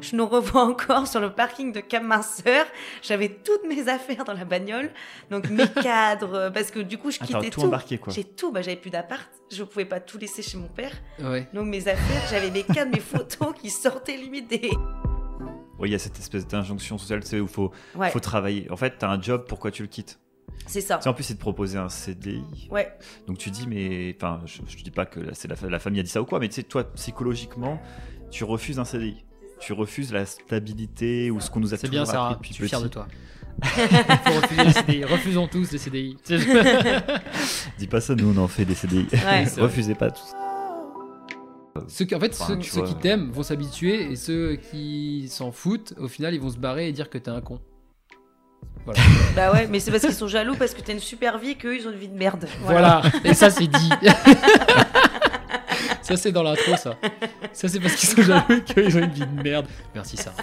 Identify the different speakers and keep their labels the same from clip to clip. Speaker 1: Je nous revois encore sur le parking de Cap Minceur. J'avais toutes mes affaires dans la bagnole, donc mes cadres, euh, parce que du coup je
Speaker 2: Ah, t'as
Speaker 1: quittais
Speaker 2: tout embarqué, quoi.
Speaker 1: J'ai tout, bah, j'avais plus d'appart, je pouvais pas tout laisser chez mon père.
Speaker 3: Ouais.
Speaker 1: Donc mes affaires, j'avais mes cadres, mes photos qui sortaient limite des.
Speaker 2: Oui, il y a cette espèce d'injonction sociale, tu sais, où il faut,
Speaker 1: Ouais,
Speaker 2: faut travailler. En fait, t'as un job, pourquoi tu le quittes
Speaker 1: c'est ça.
Speaker 2: Tu sais, en plus, c'est de proposer un CDI.
Speaker 1: Ouais,
Speaker 2: Donc tu dis, mais. Enfin, je, je te dis pas que la- c'est la, fa- la famille a dit ça ou quoi, mais tu sais, toi, psychologiquement, tu refuses un CDI. Tu refuses la stabilité ou ce qu'on nous a
Speaker 3: C'est bien,
Speaker 2: toujours
Speaker 3: Sarah.
Speaker 2: appris
Speaker 3: Je
Speaker 2: depuis
Speaker 3: suis fier
Speaker 2: petit.
Speaker 3: de toi. Faut refuser les CDI. Refusons tous les CDI. Tu sais,
Speaker 2: Dis pas ça, nous on en fait des
Speaker 1: ouais.
Speaker 2: CDI.
Speaker 3: C'est vrai.
Speaker 2: Refusez pas tous.
Speaker 3: Ceux qui, en fait,
Speaker 2: Enfin,
Speaker 3: ceux,
Speaker 2: tu
Speaker 3: ceux
Speaker 2: vois.
Speaker 3: qui t'aiment vont s'habituer et ceux qui s'en foutent, au final, ils vont se barrer et dire que t'es un con.
Speaker 1: Bah ouais, mais c'est parce qu'ils sont jaloux parce que t'as une super vie qu'eux ils ont une vie de merde.
Speaker 3: Voilà. Et ça, c'est dit. ça, c'est dans l'intro, ça. Ça, c'est parce qu'ils sont jaloux et qu'ils ont une vie de merde. Merci, Sarah.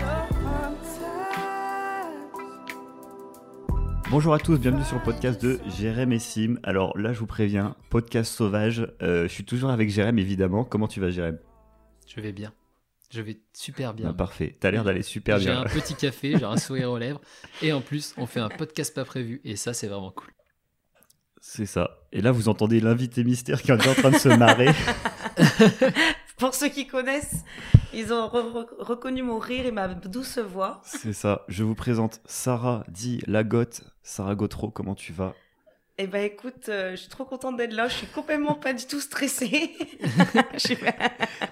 Speaker 2: Bonjour à tous, bienvenue sur le podcast de Jérém et Sim. Alors là, je vous préviens, podcast sauvage. euh, je suis toujours avec Jérém, évidemment. Comment tu vas, Jérém
Speaker 3: Je vais bien. Je vais super
Speaker 2: Ah,
Speaker 3: bien.
Speaker 2: Parfait. T'as l'air d'aller super
Speaker 3: j'ai
Speaker 2: bien.
Speaker 3: un petit café, j'ai un sourire aux lèvres. Et en plus, on fait un podcast pas prévu. Et ça, c'est vraiment cool.
Speaker 2: C'est ça. Et là, vous entendez l'invité mystère qui est en train de se marrer.
Speaker 1: Pour ceux qui connaissent, ils ont re- re- reconnu mon rire et ma douce voix.
Speaker 2: C'est ça. Je vous présente Sarah, dit Lagotte. Sarah Gautreau, comment tu vas
Speaker 1: Eh ben écoute, euh, je suis trop contente d'être là. Je suis complètement pas du tout stressée. Je suis-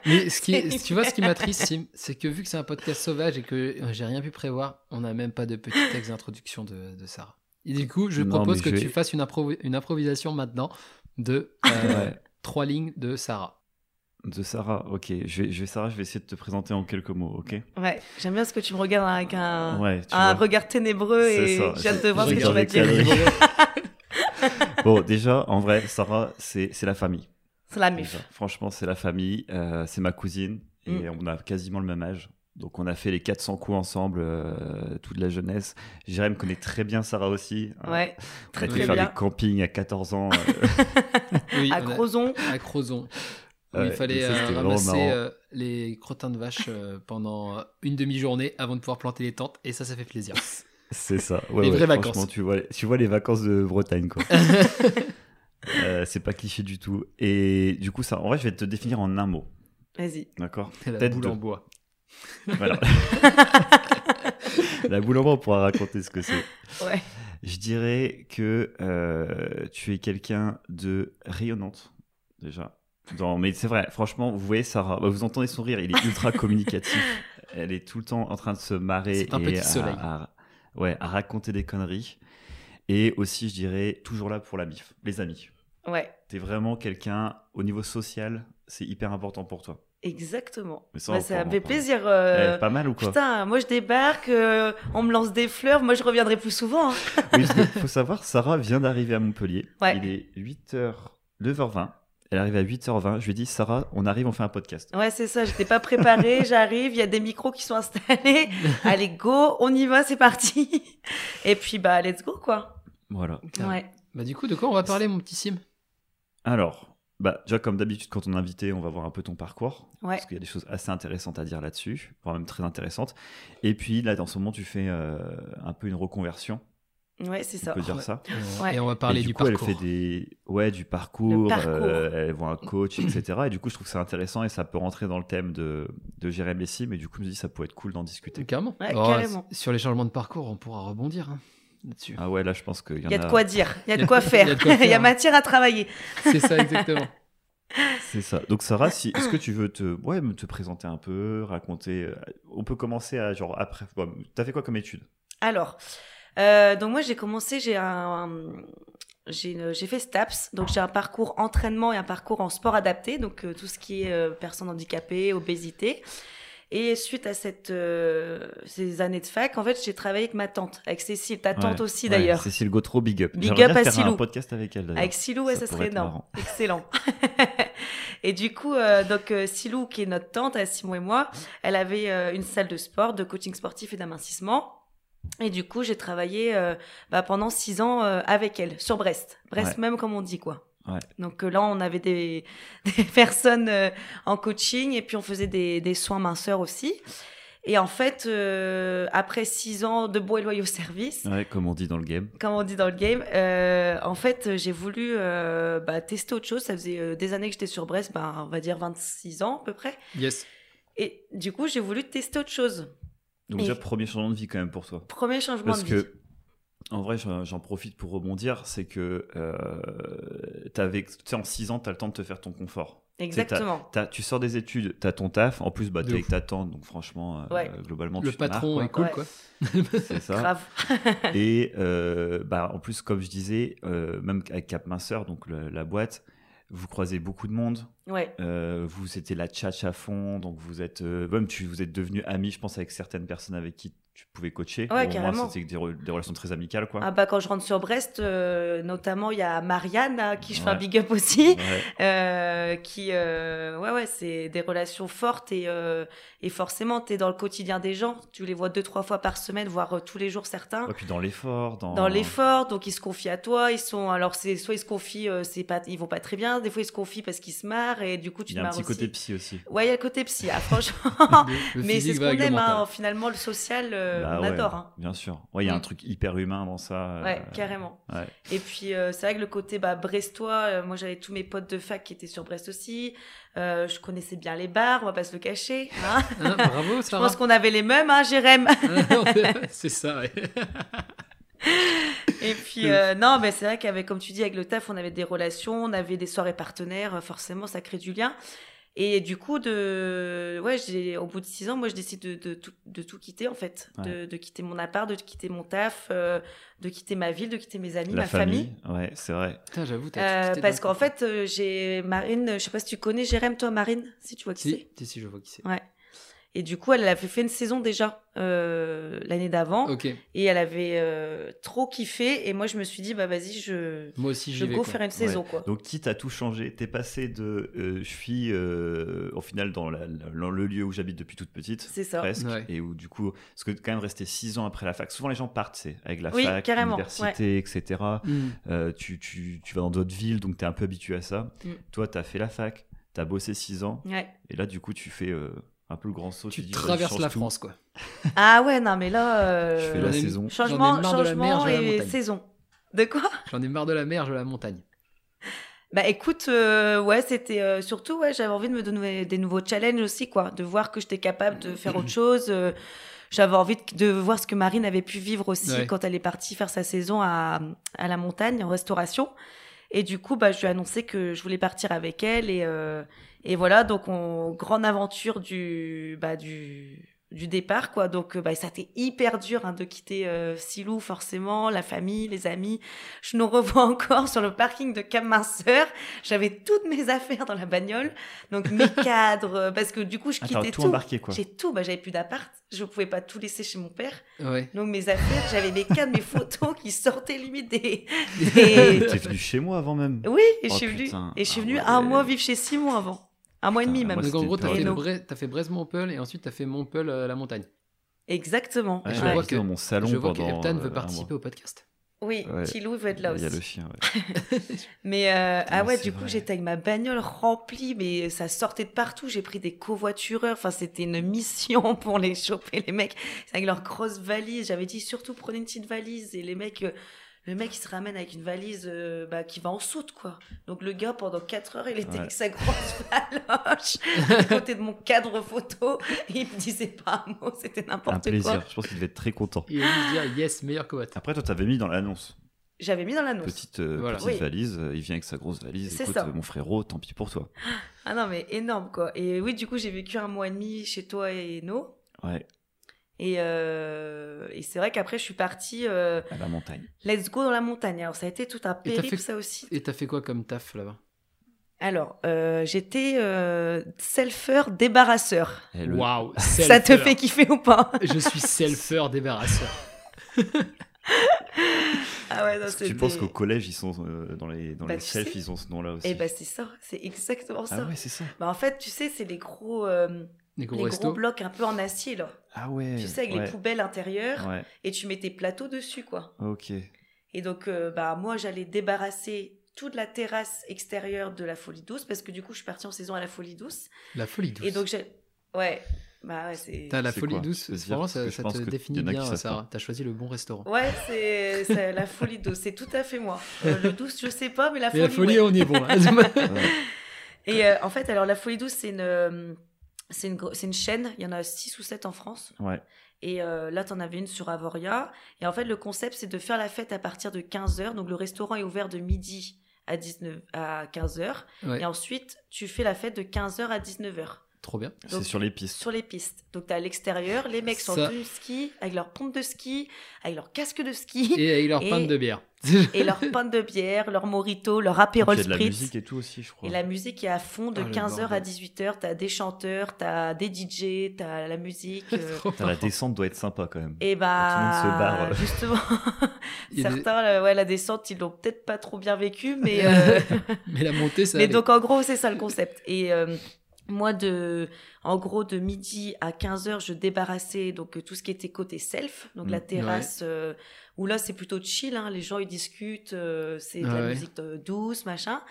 Speaker 3: Mais ce qui, est- tu vois, ce qui m'attriste, Sim, c'est que vu que c'est un podcast sauvage et que euh, j'ai rien pu prévoir, on n'a même pas de petit texte d'introduction de, de Sarah. Et du coup, je
Speaker 2: Non,
Speaker 3: propose
Speaker 2: mais
Speaker 3: que
Speaker 2: je
Speaker 3: tu
Speaker 2: vais-
Speaker 3: fasses une, impro- une improvisation maintenant de euh, trois lignes de Sarah.
Speaker 2: De Sarah, ok. Je vais, je vais- Sarah, je vais essayer de te présenter en quelques mots, ok
Speaker 1: ouais, j'aime bien ce que tu me regardes avec un,
Speaker 2: Ouais, tu
Speaker 1: un
Speaker 2: vois.
Speaker 1: regard ténébreux
Speaker 2: C'est
Speaker 1: et
Speaker 2: ça.
Speaker 1: j'ai hâte de
Speaker 2: Je
Speaker 1: voir ce que tu
Speaker 2: regarde
Speaker 1: vas
Speaker 2: avec
Speaker 1: dire.
Speaker 2: la logique. Bon, déjà, en vrai, Sarah, c'est c'est la famille.
Speaker 1: C'est la
Speaker 2: Déjà.
Speaker 1: mif.
Speaker 2: Franchement, c'est la famille. euh, c'est ma cousine. Et
Speaker 1: Mm.
Speaker 2: on a quasiment le même âge. Donc, on a fait les 400 coups ensemble euh, toute la jeunesse. Jérém connaît très bien Sarah aussi. hein.
Speaker 1: Ouais,
Speaker 2: On a
Speaker 1: très
Speaker 2: été
Speaker 1: très
Speaker 2: faire
Speaker 1: bien.
Speaker 2: des campings à 14 ans. euh,
Speaker 3: Oui,
Speaker 1: À
Speaker 3: on a-
Speaker 1: Crozon,
Speaker 3: à Crozon. Où
Speaker 2: Ouais,
Speaker 3: il fallait
Speaker 2: donc ça,
Speaker 3: euh,
Speaker 2: c'était vraiment
Speaker 3: ramasser
Speaker 2: marrant.
Speaker 3: euh, les crottins de vache euh, pendant euh, une demi-journée avant de pouvoir planter les tentes. Et ça, ça fait plaisir.
Speaker 2: C'est ça. Ouais,
Speaker 3: Les
Speaker 2: ouais,
Speaker 3: vraies
Speaker 2: franchement,
Speaker 3: vacances.
Speaker 2: Tu vois, tu vois les vacances de Bretagne, quoi. Euh, c'est pas cliché du tout. Et du coup, ça, en vrai, je vais te définir en un mot.
Speaker 1: vas-y.
Speaker 2: D'accord
Speaker 3: La
Speaker 2: Tête
Speaker 3: boule
Speaker 2: de-
Speaker 3: en bois.
Speaker 2: Voilà. La boule en bas, on pourra raconter ce que c'est.
Speaker 1: Ouais.
Speaker 2: Je dirais que euh, tu es quelqu'un de rayonnante, déjà. Dans- mais c'est vrai, franchement, vous voyez Sarah, bah, vous entendez son rire, il est ultra communicatif. Elle est tout le temps en train de se marrer.
Speaker 3: C'est un
Speaker 2: et
Speaker 3: petit
Speaker 2: à-
Speaker 3: soleil.
Speaker 2: à- ouais, à raconter des conneries. Et aussi, je dirais, toujours là pour la mif, les amis.
Speaker 1: Ouais,
Speaker 2: T'es vraiment quelqu'un, au niveau social, c'est hyper important pour toi.
Speaker 1: exactement.
Speaker 2: Mais ça,
Speaker 1: Bah,
Speaker 2: on
Speaker 1: ça
Speaker 2: peut en
Speaker 1: fait
Speaker 2: parler.
Speaker 1: plaisir. euh,
Speaker 2: Eh, pas mal ou quoi
Speaker 1: Putain, moi je débarque, euh, on me lance des fleurs, moi je reviendrai plus souvent. hein.
Speaker 2: Oui, parce que faut savoir, Sarah vient d'arriver à Montpellier.
Speaker 1: Ouais.
Speaker 2: Il est 8h, 9h20. Elle arrive à 8h20. Je lui ai dit, Sarah, on arrive, on fait un podcast.
Speaker 1: Ouais, c'est ça, j'étais pas préparée, j'arrive, il y a des micros qui sont installés. Allez, go, on y va, c'est parti. Et puis bah, let's go quoi.
Speaker 2: Voilà.
Speaker 1: Ouais.
Speaker 3: Bah du coup, de quoi on va parler, mon petit Sim
Speaker 2: Alors, bah, déjà, comme d'habitude, quand on est invité, on va voir un peu ton parcours.
Speaker 1: Ouais.
Speaker 2: Parce qu'il y a des choses assez intéressantes à dire là-dessus, voire même très intéressantes. Et puis, là, dans ce moment, tu fais euh, un peu une reconversion.
Speaker 1: Ouais, c'est
Speaker 2: On
Speaker 1: ça.
Speaker 2: peut dire
Speaker 3: Ouais.
Speaker 2: ça.
Speaker 1: Ouais.
Speaker 3: Et on va
Speaker 2: Et
Speaker 3: parler
Speaker 2: du,
Speaker 3: du,
Speaker 2: coup,
Speaker 3: parcours.
Speaker 2: elle fait des. Ouais, du parcours.
Speaker 1: Le parcours.
Speaker 2: euh, elle voit un coach, etc. Et du coup, je trouve que c'est intéressant et ça peut rentrer dans le thème de, de Jérémy Messi. Mais du coup, je me dis, ça pourrait être cool d'en discuter.
Speaker 3: Carrément.
Speaker 1: Ouais, carrément.
Speaker 3: s- Sur les changements de parcours, on pourra rebondir hein, là-dessus.
Speaker 2: Ah ouais, là, je pense qu'il y en
Speaker 1: Il y a de quoi dire, il y a de quoi faire,
Speaker 3: de quoi
Speaker 1: il y a
Speaker 3: faire.
Speaker 1: matière à travailler.
Speaker 3: C'est ça exactement.
Speaker 2: C'est ça. Donc, Sarah, si, est-ce que tu veux te, ouais, me te présenter un peu, raconter euh, On peut commencer à, genre, après. bon, T'as fait quoi comme étude
Speaker 1: Alors, euh, donc moi j'ai commencé, j'ai un, un- j'ai une- j'ai fait STAPS, donc j'ai un parcours entraînement et un parcours en sport adapté, donc euh, tout ce qui est euh, personnes handicapées, obésité. Et suite à cette, euh, ces années de fac, en fait, j'ai travaillé avec ma tante, avec Cécile, ta tante
Speaker 2: Ouais,
Speaker 1: aussi d'ailleurs.
Speaker 2: Cécile Gautreau, big up.
Speaker 1: Big
Speaker 2: J'aimerais
Speaker 1: up
Speaker 2: bien
Speaker 1: à
Speaker 2: faire un
Speaker 1: Silou.
Speaker 2: podcast avec elle, d'ailleurs.
Speaker 1: Avec Silou, ouais, ça,
Speaker 2: pourrait
Speaker 1: serait
Speaker 2: être
Speaker 1: énorme.
Speaker 2: marrant.
Speaker 1: Excellent. et du coup, euh, donc euh, Silou, qui est notre tante, à Simon et moi, elle avait euh, une salle de sport, de coaching sportif et d'amincissement. Et du coup, j'ai travaillé euh, bah, pendant six ans euh, avec elle, sur Brest. Brest
Speaker 2: Ouais.
Speaker 1: même, comme on dit, quoi.
Speaker 2: Ouais.
Speaker 1: Donc euh, là, on avait des, des personnes euh, en coaching et puis on faisait des, des soins minceurs aussi. Et en fait, euh, après six ans de bons et loyaux services,
Speaker 2: Ouais, comme on dit dans le game.
Speaker 1: comme on dit dans le game, euh, en fait, j'ai voulu euh, bah, tester autre chose. Ça faisait euh, des années que j'étais sur Brest, bah, on va dire 26 ans à peu près.
Speaker 3: Yes.
Speaker 1: Et du coup, j'ai voulu tester autre chose.
Speaker 2: Donc
Speaker 1: Et-
Speaker 2: déjà, premier changement de vie quand même pour toi.
Speaker 1: Premier changement
Speaker 2: Parce
Speaker 1: de vie.
Speaker 2: que, en vrai, j'en j'en profite pour rebondir, c'est que euh, t'avais- tu sais, en 6 ans, tu as le temps de te faire ton confort.
Speaker 1: Exactement.
Speaker 2: T'as- tu sors des études, tu as ton taf, en plus, bah,
Speaker 3: De
Speaker 2: tu avec
Speaker 3: ouf.
Speaker 2: ta tante, donc franchement, euh,
Speaker 1: Ouais.
Speaker 2: globalement,
Speaker 3: Le
Speaker 2: tu te marres,
Speaker 3: patron
Speaker 2: quoi.
Speaker 3: est cool,
Speaker 1: Ouais.
Speaker 3: quoi.
Speaker 2: c'est ça.
Speaker 1: Grave.
Speaker 2: Et euh, bah, en plus, comme je disais, euh, même avec Cap Minceur, donc le- la boîte, vous croisez beaucoup de monde.
Speaker 1: Ouais.
Speaker 2: Euh, vous, c'était la tchatch à fond, donc vous êtes, euh, même tu, vous êtes devenu ami, je pense, avec certaines personnes avec qui tu pouvais coacher.
Speaker 1: Ouais,
Speaker 2: Au moins,
Speaker 1: carrément.
Speaker 2: c'était des, re- des relations très amicales, quoi.
Speaker 1: Ah bah quand je rentre sur Brest, euh, notamment il y a Marianne à qui je fais un
Speaker 2: Ouais.
Speaker 1: big up aussi,
Speaker 2: Ouais.
Speaker 1: euh, qui euh, ouais ouais c'est des relations fortes et euh, et forcément t'es dans le quotidien des gens, tu les vois deux trois fois par semaine, voire euh, tous les jours certains.
Speaker 2: Et puis dans l'effort, dans,
Speaker 1: Dans l'effort, donc ils se confient à toi, ils sont alors c'est soit ils se confient, euh, c'est pas ils vont pas très bien, des fois ils se confient parce qu'ils se marrent et du coup tu
Speaker 2: Il y
Speaker 1: te
Speaker 2: a un
Speaker 1: marres
Speaker 2: petit
Speaker 1: aussi.
Speaker 2: côté psy aussi.
Speaker 1: Ouais, il y a le côté psy, ah, franchement.
Speaker 3: Le, le
Speaker 1: Mais c'est
Speaker 3: physique
Speaker 1: ce
Speaker 3: va
Speaker 1: qu'on
Speaker 3: avec le
Speaker 1: aime, hein,
Speaker 3: mental.
Speaker 1: finalement le social, euh,
Speaker 2: Bah
Speaker 1: on
Speaker 2: ouais,
Speaker 1: adore. Hein.
Speaker 2: Bien sûr. Ouais, il y a
Speaker 1: Mm.
Speaker 2: un truc hyper humain dans ça.
Speaker 1: Ouais,
Speaker 2: euh,
Speaker 1: carrément.
Speaker 2: ouais.
Speaker 1: Et puis, euh, c'est vrai que le côté bah, brestois, euh, moi j'avais tous mes potes de fac qui étaient sur Brest aussi. Euh, je connaissais bien les bars, on va pas se le cacher. hein.
Speaker 3: Hein, bravo,
Speaker 1: je
Speaker 3: Sarah.
Speaker 1: pense qu'on avait les mêmes, hein, Jérém.
Speaker 3: c'est ça, ouais.
Speaker 1: Et puis, euh, non, mais c'est vrai qu'avec, comme tu dis, avec le taf, on avait des relations, on avait des soirées partenaires, euh, forcément, ça crée du lien. Et du coup, de... ouais, j'ai- au bout de six ans, moi, je décide de, de tout, de tout quitter, en fait. De, de quitter mon appart, de quitter mon taf, euh, de quitter ma ville, de quitter mes amis,
Speaker 2: La
Speaker 1: ma famille.
Speaker 2: famille. Ouais, c'est vrai.
Speaker 3: Putain, j'avoue,
Speaker 1: Euh,
Speaker 3: t'as tout quitté
Speaker 1: parce
Speaker 3: d'un
Speaker 1: qu'en
Speaker 3: coup.
Speaker 1: fait, euh, j'ai Marine, euh, je sais pas si tu connais Jérém, toi, Marine, si tu vois qui c'est.
Speaker 3: Si, si, si, je vois qui c'est.
Speaker 1: Et du coup, elle avait fait une saison déjà euh, l'année d'avant
Speaker 3: Ok,
Speaker 1: et elle avait euh, trop kiffé. Et moi, je me suis dit, bah vas-y, je,
Speaker 3: moi aussi,
Speaker 1: je
Speaker 3: j'y vais.
Speaker 1: go
Speaker 3: quoi.
Speaker 1: faire une saison, quoi.
Speaker 2: Donc, quitte à tout changer, t'es passé de euh, je suis euh, au final dans, la- la- dans le lieu où j'habite depuis toute petite,
Speaker 1: C'est ça.
Speaker 2: presque,
Speaker 3: Ouais.
Speaker 2: et où du coup, parce que quand même rester 6 ans après la fac, souvent les gens partent, c'est avec la
Speaker 1: Oui,
Speaker 2: fac,
Speaker 1: carrément,
Speaker 2: l'université, etc.
Speaker 3: Hmm.
Speaker 2: Euh, tu, tu- tu vas dans d'autres villes, donc t'es un peu habitué à ça.
Speaker 1: Mm.
Speaker 2: Toi, t'as fait la fac, t'as bossé 6 ans,
Speaker 1: Ouais.
Speaker 2: et là, du coup, tu fais euh, un peu le grand saut.
Speaker 3: Tu
Speaker 2: dis,
Speaker 3: traverses
Speaker 2: change
Speaker 3: la
Speaker 2: tout.
Speaker 3: France, quoi.
Speaker 1: Ah ouais, non, mais là, euh,
Speaker 2: Je fais
Speaker 3: J'en
Speaker 2: la
Speaker 3: ai-
Speaker 2: saison.
Speaker 1: changement,
Speaker 3: J'en ai marre de la mer,
Speaker 1: changement
Speaker 3: je vais à la
Speaker 1: et
Speaker 3: montagne.
Speaker 1: saison. De quoi
Speaker 3: J'en ai marre de la mer, je veux la montagne.
Speaker 1: Bah écoute, euh, ouais, c'était euh, surtout, ouais, j'avais envie de me donner des nouveaux challenges aussi, quoi, de voir que j'étais capable de faire autre chose. euh, j'avais envie de, de voir ce que Marine avait pu vivre aussi
Speaker 3: Ouais.
Speaker 1: quand elle est partie faire sa saison à, à la montagne, en restauration. Et du coup, bah, je lui ai annoncé que je voulais partir avec elle. Et, euh, et voilà, donc, on, grande aventure du, bah, du, du départ, quoi. Donc, euh, bah, ça a été hyper dur hein, de quitter euh, Silou, forcément, la famille, les amis. Je nous revois encore sur le parking de Cap Minceur. J'avais toutes mes affaires dans la bagnole. Donc, mes cadres, euh, parce que du coup, je
Speaker 2: Ah, t'as
Speaker 1: quittais
Speaker 2: tout
Speaker 1: tout.
Speaker 2: embarqué, quoi.
Speaker 1: J'ai tout, bah, j'avais plus d'appart, je pouvais pas tout laisser chez mon père.
Speaker 3: Ouais.
Speaker 1: Donc mes affaires, j'avais mes cadres, mes photos qui sortaient limite des. des-
Speaker 2: T'es venu chez moi avant même.
Speaker 1: Oui, et je
Speaker 2: Oh,
Speaker 1: suis venue,
Speaker 2: putain.
Speaker 1: et je suis
Speaker 2: Ah
Speaker 1: venue
Speaker 2: ouais.
Speaker 1: un mois vivre chez six mois avant. Un mois et
Speaker 2: Putain,
Speaker 1: demi
Speaker 2: un
Speaker 1: même.
Speaker 2: mois,
Speaker 3: Donc en
Speaker 2: c'était
Speaker 3: gros, t'as
Speaker 2: une
Speaker 3: fait, le
Speaker 1: période.
Speaker 3: Brest- t'as fait Brest-Montpeul et ensuite t'as fait Montpeul euh, la montagne.
Speaker 1: Exactement.
Speaker 2: Ouais,
Speaker 3: Je
Speaker 2: elle a
Speaker 3: vois
Speaker 2: habité
Speaker 3: que-
Speaker 2: dans mon salon
Speaker 3: je vois que
Speaker 2: pendant.
Speaker 3: Eptan
Speaker 2: euh, un
Speaker 3: veut
Speaker 2: mois.
Speaker 3: participer au podcast.
Speaker 1: Oui,
Speaker 2: Ouais.
Speaker 1: Tilou veut être là
Speaker 2: Il
Speaker 1: aussi.
Speaker 2: y a le chien. ouais.
Speaker 1: Mais euh, ah ouais,
Speaker 2: c'est
Speaker 1: du coup,
Speaker 2: vrai.
Speaker 1: j'étais avec ma bagnole remplie, mais ça sortait de partout. J'ai pris des covoitureurs. Enfin, c'était une mission pour les choper, les mecs. C'est Avec leurs grosses valises. J'avais dit surtout prenez une petite valise. Et les mecs, euh, le mec, il se ramène avec une valise euh, bah, qui va en soute, quoi. Donc le gars, pendant 4 heures, il était
Speaker 2: Ouais.
Speaker 1: avec sa grosse valoche à côté de mon cadre photo. Et il me disait pas un mot, c'était
Speaker 2: Un
Speaker 1: n'importe
Speaker 2: plaisir.
Speaker 1: quoi.
Speaker 2: Je pense qu'il devait être très content.
Speaker 3: Et lui dire yes, meilleur que Watt.
Speaker 2: Après, toi, t'avais mis dans l'annonce.
Speaker 1: J'avais mis dans l'annonce.
Speaker 2: Petite, euh,
Speaker 3: Voilà.
Speaker 2: petite
Speaker 1: Oui.
Speaker 2: valise. euh, Il vient avec sa grosse valise.
Speaker 1: C'est
Speaker 2: Écoute,
Speaker 1: ça.
Speaker 2: euh, mon frérot, tant pis pour toi.
Speaker 1: Ah non, mais énorme, quoi. Et oui, du coup, j'ai vécu un mois et demi chez toi et No.
Speaker 2: Ouais,
Speaker 1: Et, euh, et c'est vrai qu'après, je suis partie euh,
Speaker 2: à la montagne.
Speaker 1: let's go dans la montagne. Alors, ça a été tout un
Speaker 3: Et t'as
Speaker 1: périple,
Speaker 3: fait-
Speaker 1: ça aussi.
Speaker 3: Et t'as fait quoi comme taf là-bas
Speaker 1: Alors, euh, j'étais euh, selfeur débarrasseur.
Speaker 3: Eh,
Speaker 2: Et le-
Speaker 3: Waouh,
Speaker 1: Ça te
Speaker 3: selfer.
Speaker 1: fait kiffer ou pas
Speaker 3: Je suis selfer débarrasseur.
Speaker 1: Ah ouais, non,
Speaker 2: Est-ce que
Speaker 1: c'est
Speaker 2: tu
Speaker 1: des-
Speaker 2: penses qu'au collège, ils sont euh, dans les, dans
Speaker 1: Bah,
Speaker 2: les
Speaker 1: tu
Speaker 2: selfs,
Speaker 1: sais.
Speaker 2: ils ont ce nom-là aussi
Speaker 1: Eh ben, c'est ça, c'est exactement ça.
Speaker 2: Ah ouais, c'est ça.
Speaker 1: Bah, en fait, tu sais, c'est les gros, euh,
Speaker 3: Les
Speaker 1: les
Speaker 3: gros
Speaker 1: gros
Speaker 3: restos.
Speaker 1: blocs un peu en acier, là.
Speaker 2: Ah ouais.
Speaker 1: Tu sais, avec
Speaker 2: ouais.
Speaker 1: les poubelles intérieures,
Speaker 2: Ouais,
Speaker 1: et tu mets tes plateaux dessus, quoi.
Speaker 2: ok.
Speaker 1: Et donc, euh, bah, moi, j'allais débarrasser toute la terrasse extérieure de la Folie Douce, parce que du coup, je suis partie en saison à la Folie Douce.
Speaker 3: La folie douce.
Speaker 1: Et donc, j'ai- Ouais. Bah ouais, c'est.
Speaker 3: T'as la
Speaker 2: C'est
Speaker 3: folie
Speaker 2: quoi
Speaker 3: douce,
Speaker 2: Je peux te dire,
Speaker 3: vraiment,
Speaker 2: parce
Speaker 3: ça,
Speaker 2: que je
Speaker 3: ça
Speaker 2: pense
Speaker 3: te
Speaker 2: que
Speaker 3: définit
Speaker 2: y en a qui
Speaker 3: bien,
Speaker 2: savent
Speaker 3: Sarah.
Speaker 2: pas.
Speaker 3: T'as choisi le bon restaurant.
Speaker 1: Ouais, c'est c'est la folie douce, c'est tout à fait moi. Euh, le douce, je sais pas, mais la
Speaker 3: Mais
Speaker 1: folie.
Speaker 3: la folie,
Speaker 1: ouais.
Speaker 3: on y est bon. là.
Speaker 1: Et euh, en fait, alors la folie douce, c'est une, euh, c'est une, gro- c'est une chaîne. Il y en a 6 ou 7 en France.
Speaker 2: Ouais.
Speaker 1: Et euh, là, t'en avais une sur Avoria. Et en fait, le concept, c'est de faire la fête à partir de 15h. Donc, le restaurant est ouvert de midi à, 19, à 15h.
Speaker 3: Ouais,
Speaker 1: Et ensuite, tu fais la fête de 15h à 19h
Speaker 3: Trop bien.
Speaker 2: C'est sur les pistes.
Speaker 1: sur les pistes. Donc, t'es à l'extérieur. Les mecs sont
Speaker 3: Ça.
Speaker 1: tenus de ski, avec leur pompe de ski, avec leur casque de ski.
Speaker 3: Et avec leur
Speaker 1: Et-
Speaker 3: pinte de bière.
Speaker 1: et leur pain de bière, leur morito, leur apérol
Speaker 2: Il y a de la
Speaker 1: spritz.
Speaker 2: musique et tout aussi, je crois.
Speaker 1: et la musique est à fond de
Speaker 3: Ah, le
Speaker 1: 15h à
Speaker 3: bordel.
Speaker 1: 18h. T'as des chanteurs, t'as des DJ, t'as la musique. euh,
Speaker 3: Trop
Speaker 2: Putain, La
Speaker 3: fort.
Speaker 2: descente doit être sympa quand même.
Speaker 1: et bah,
Speaker 2: Tout le monde se barre.
Speaker 1: justement,
Speaker 3: Il y a des-
Speaker 1: certains, euh, ouais, la descente, ils l'ont peut-être pas trop bien vécu, mais, euh,
Speaker 3: Mais la montée, ça.
Speaker 1: mais
Speaker 3: allait.
Speaker 1: donc en gros, c'est ça le concept. Et euh, moi, de, en gros, de midi à 15h, je débarrassais donc, euh, tout ce qui était côté self, donc
Speaker 2: Mm.
Speaker 1: la terrasse, euh, où là, c'est plutôt chill, hein, les gens, ils discutent, euh, c'est de
Speaker 3: Ah
Speaker 1: la
Speaker 3: ouais.
Speaker 1: musique euh, douce, machin.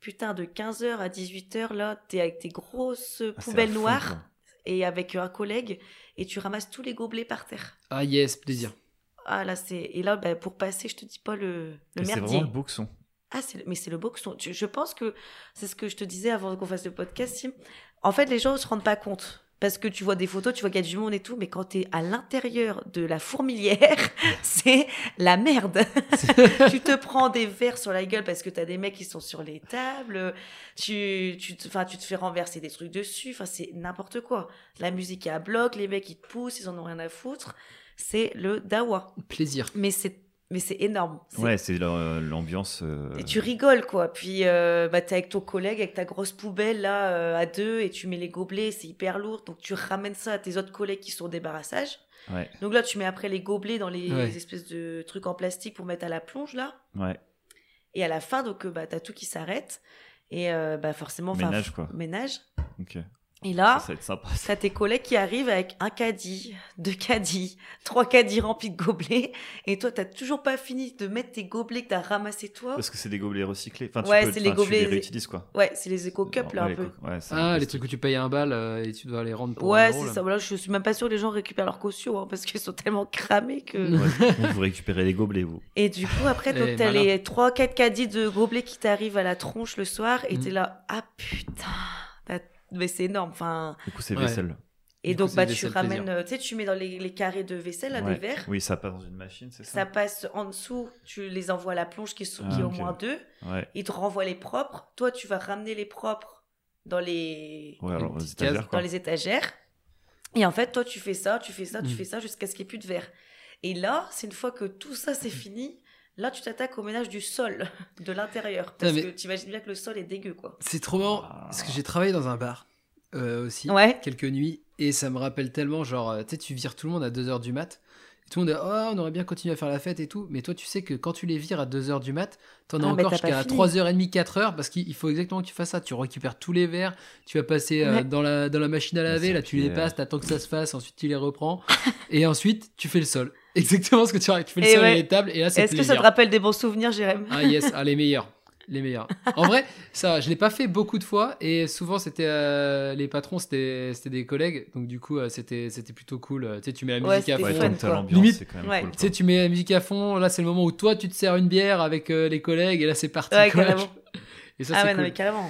Speaker 1: Putain, de 15h à 18h, là, t'es avec tes grosses
Speaker 2: Ah, c'est à
Speaker 1: poubelles
Speaker 2: fond,
Speaker 1: noires
Speaker 2: quoi.
Speaker 1: et avec un collègue, et tu ramasses tous les gobelets par terre.
Speaker 3: Ah yes, plaisir.
Speaker 1: Ah là, c'est. Et là, bah, pour passer, je te dis pas le, le
Speaker 2: Et C'est
Speaker 1: merdier.
Speaker 2: vraiment le boxon.
Speaker 1: Ah, c'est le- mais c'est le boxon. Tu- Je pense que c'est ce que je te disais avant qu'on fasse le podcast, Sim. En fait, les gens ne se rendent pas compte. Parce que tu vois des photos, tu vois qu'il y a du monde et tout, mais quand tu es à l'intérieur de la fourmilière, c'est la merde. tu te prends des verres sur la gueule parce que tu as des mecs qui sont sur les tables, tu, tu, te, enfin, tu te fais renverser des trucs dessus, enfin, c'est n'importe quoi. La musique est à bloc, les mecs ils te poussent, ils en ont rien à foutre. C'est le dawa.
Speaker 3: Plaisir.
Speaker 1: Mais c'est mais c'est énorme. C'est
Speaker 2: Ouais, c'est le- l'ambiance. euh,
Speaker 1: et tu rigoles, quoi. Puis, euh, bah, t'es avec ton collègue, avec ta grosse poubelle, là, euh, à deux, et tu mets les gobelets, c'est hyper lourd. Donc, tu ramènes ça à tes autres collègues qui sont au débarrassage.
Speaker 2: Ouais,
Speaker 1: Donc, là, tu mets après les gobelets dans les
Speaker 3: Ouais.
Speaker 1: espèces de trucs en plastique pour mettre à la plonge, là.
Speaker 2: ouais.
Speaker 1: Et à la fin, donc, euh, bah, t'as tout qui s'arrête. Et, euh, bah, forcément, enfin,
Speaker 2: Ménage, quoi.
Speaker 1: Ménage.
Speaker 2: Ok.
Speaker 1: Et là,
Speaker 2: Ça, ça va être sympa.
Speaker 1: t'as tes collègues qui arrivent avec un caddie, deux caddies, trois caddies remplis de gobelets. Et toi, t'as toujours pas fini de mettre tes gobelets que t'as ramassés toi.
Speaker 2: Parce que c'est des gobelets recyclés. Enfin, tu
Speaker 1: Oh. Ouais,
Speaker 2: peux-
Speaker 1: c'est les
Speaker 2: enfin, tu
Speaker 1: gobelets-
Speaker 2: les réutilises, quoi.
Speaker 1: Ouais, c'est les éco-cups, là,
Speaker 2: Ouais,
Speaker 1: un peu.
Speaker 2: co- ouais, c'est un
Speaker 3: Ah,
Speaker 2: peu
Speaker 3: les
Speaker 2: ça.
Speaker 3: trucs que tu payes un bal euh, et tu dois les rendre pour un
Speaker 1: Ouais,
Speaker 3: euro,
Speaker 1: c'est
Speaker 3: là.
Speaker 1: ça. Voilà, je suis même pas sûre que les gens récupèrent leur caution hein, parce qu'ils sont tellement cramés que.
Speaker 2: Ouais, vous récupérez les gobelets, vous.
Speaker 1: Et du coup, après,
Speaker 3: Eh,
Speaker 1: donc, t'as
Speaker 3: malin.
Speaker 1: les 3-4 caddies de gobelets qui t'arrivent à la tronche le soir et
Speaker 3: Mm.
Speaker 1: t'es là, ah putain, t'as- mais c'est énorme. Enfin,
Speaker 2: Du coup, c'est
Speaker 3: Ouais.
Speaker 2: vaisselle.
Speaker 1: et
Speaker 3: Du
Speaker 1: donc,
Speaker 3: coup, c'est
Speaker 1: bah,
Speaker 3: des
Speaker 1: tu
Speaker 3: vaisselles
Speaker 1: ramènes,
Speaker 3: plaisir.
Speaker 1: euh, tu sais, tu mets dans les, les carrés de vaisselle, là,
Speaker 2: Ouais.
Speaker 1: des verres,
Speaker 2: Oui, ça passe dans une machine, c'est
Speaker 1: ça
Speaker 2: ça,
Speaker 1: passe en dessous, tu les envoies à la plonge qui, sont,
Speaker 2: Ah,
Speaker 1: qui est au
Speaker 2: ok.
Speaker 1: moins deux,
Speaker 2: Ouais.
Speaker 1: ils te renvoient les propres, toi, tu vas ramener les propres dans les,
Speaker 2: Ouais, alors,
Speaker 3: petite
Speaker 2: c'est-à-dire,
Speaker 3: case
Speaker 2: quoi.
Speaker 1: dans les étagères. Et en fait, toi, tu fais ça, tu fais ça, tu
Speaker 3: Mm.
Speaker 1: fais ça jusqu'à ce qu'il n'y ait plus de verre. Et là, c'est une fois que tout ça, c'est
Speaker 3: Hmm.
Speaker 1: fini. Là, tu t'attaques au ménage du sol, de l'intérieur. Parce
Speaker 3: mais-
Speaker 1: que tu imagines bien que le sol est dégueu, quoi.
Speaker 3: C'est
Speaker 2: Ah.
Speaker 3: trop marrant, parce que j'ai travaillé dans un bar euh, aussi,
Speaker 1: Ouais.
Speaker 3: quelques nuits, et ça me rappelle tellement, genre, euh, tu sais, tu vires tout le monde à 2h du mat, et tout le monde dit, oh, on aurait bien continué à faire la fête et tout, mais toi, tu sais que quand tu les vires à 2h du mat, t'en as
Speaker 1: Ah, mais
Speaker 3: encore
Speaker 1: t'as pas
Speaker 3: jusqu'à
Speaker 1: fini.
Speaker 3: 3h30, 4h, parce qu'il il faut exactement que tu fasses ça, tu récupères tous les verres, tu vas passer euh,
Speaker 1: Ouais.
Speaker 3: dans, la, dans la machine à
Speaker 2: Mais
Speaker 3: laver,
Speaker 2: c'est
Speaker 3: là, tu les
Speaker 2: clair.
Speaker 3: passes, t'attends que ça se fasse, ensuite tu les reprends, et ensuite, tu fais le sol. Exactement ce que tu as, tu fais le
Speaker 1: Et
Speaker 3: sol
Speaker 1: ouais.
Speaker 3: et les tables, et là, c'est
Speaker 1: Est-ce que ça
Speaker 3: plaisir.
Speaker 1: te rappelle des bons souvenirs, Jérém
Speaker 3: Ah yes, ah, les meilleurs. Les meilleurs. En vrai, ça, je l'ai pas fait beaucoup de fois et souvent c'était euh, les patrons, c'était c'était des collègues, donc du coup euh, c'était c'était plutôt cool. Euh, Tu sais, tu mets la
Speaker 1: Ouais,
Speaker 3: musique à
Speaker 1: c'était
Speaker 2: Ouais,
Speaker 3: fond.
Speaker 1: fun,
Speaker 2: tant que t'as
Speaker 1: quoi.
Speaker 2: l'ambiance,
Speaker 3: Limite.
Speaker 2: c'est quand même
Speaker 1: Ouais.
Speaker 2: cool.
Speaker 3: Tu sais, tu mets la musique à fond. Là, c'est le moment où toi, tu te sers une bière avec euh, les collègues et là, Ah, c'est parti.
Speaker 1: Ouais,
Speaker 3: quoi.
Speaker 1: carrément.
Speaker 3: Et ça,
Speaker 1: ah
Speaker 3: c'est
Speaker 1: ouais,
Speaker 3: cool.
Speaker 1: non, mais carrément.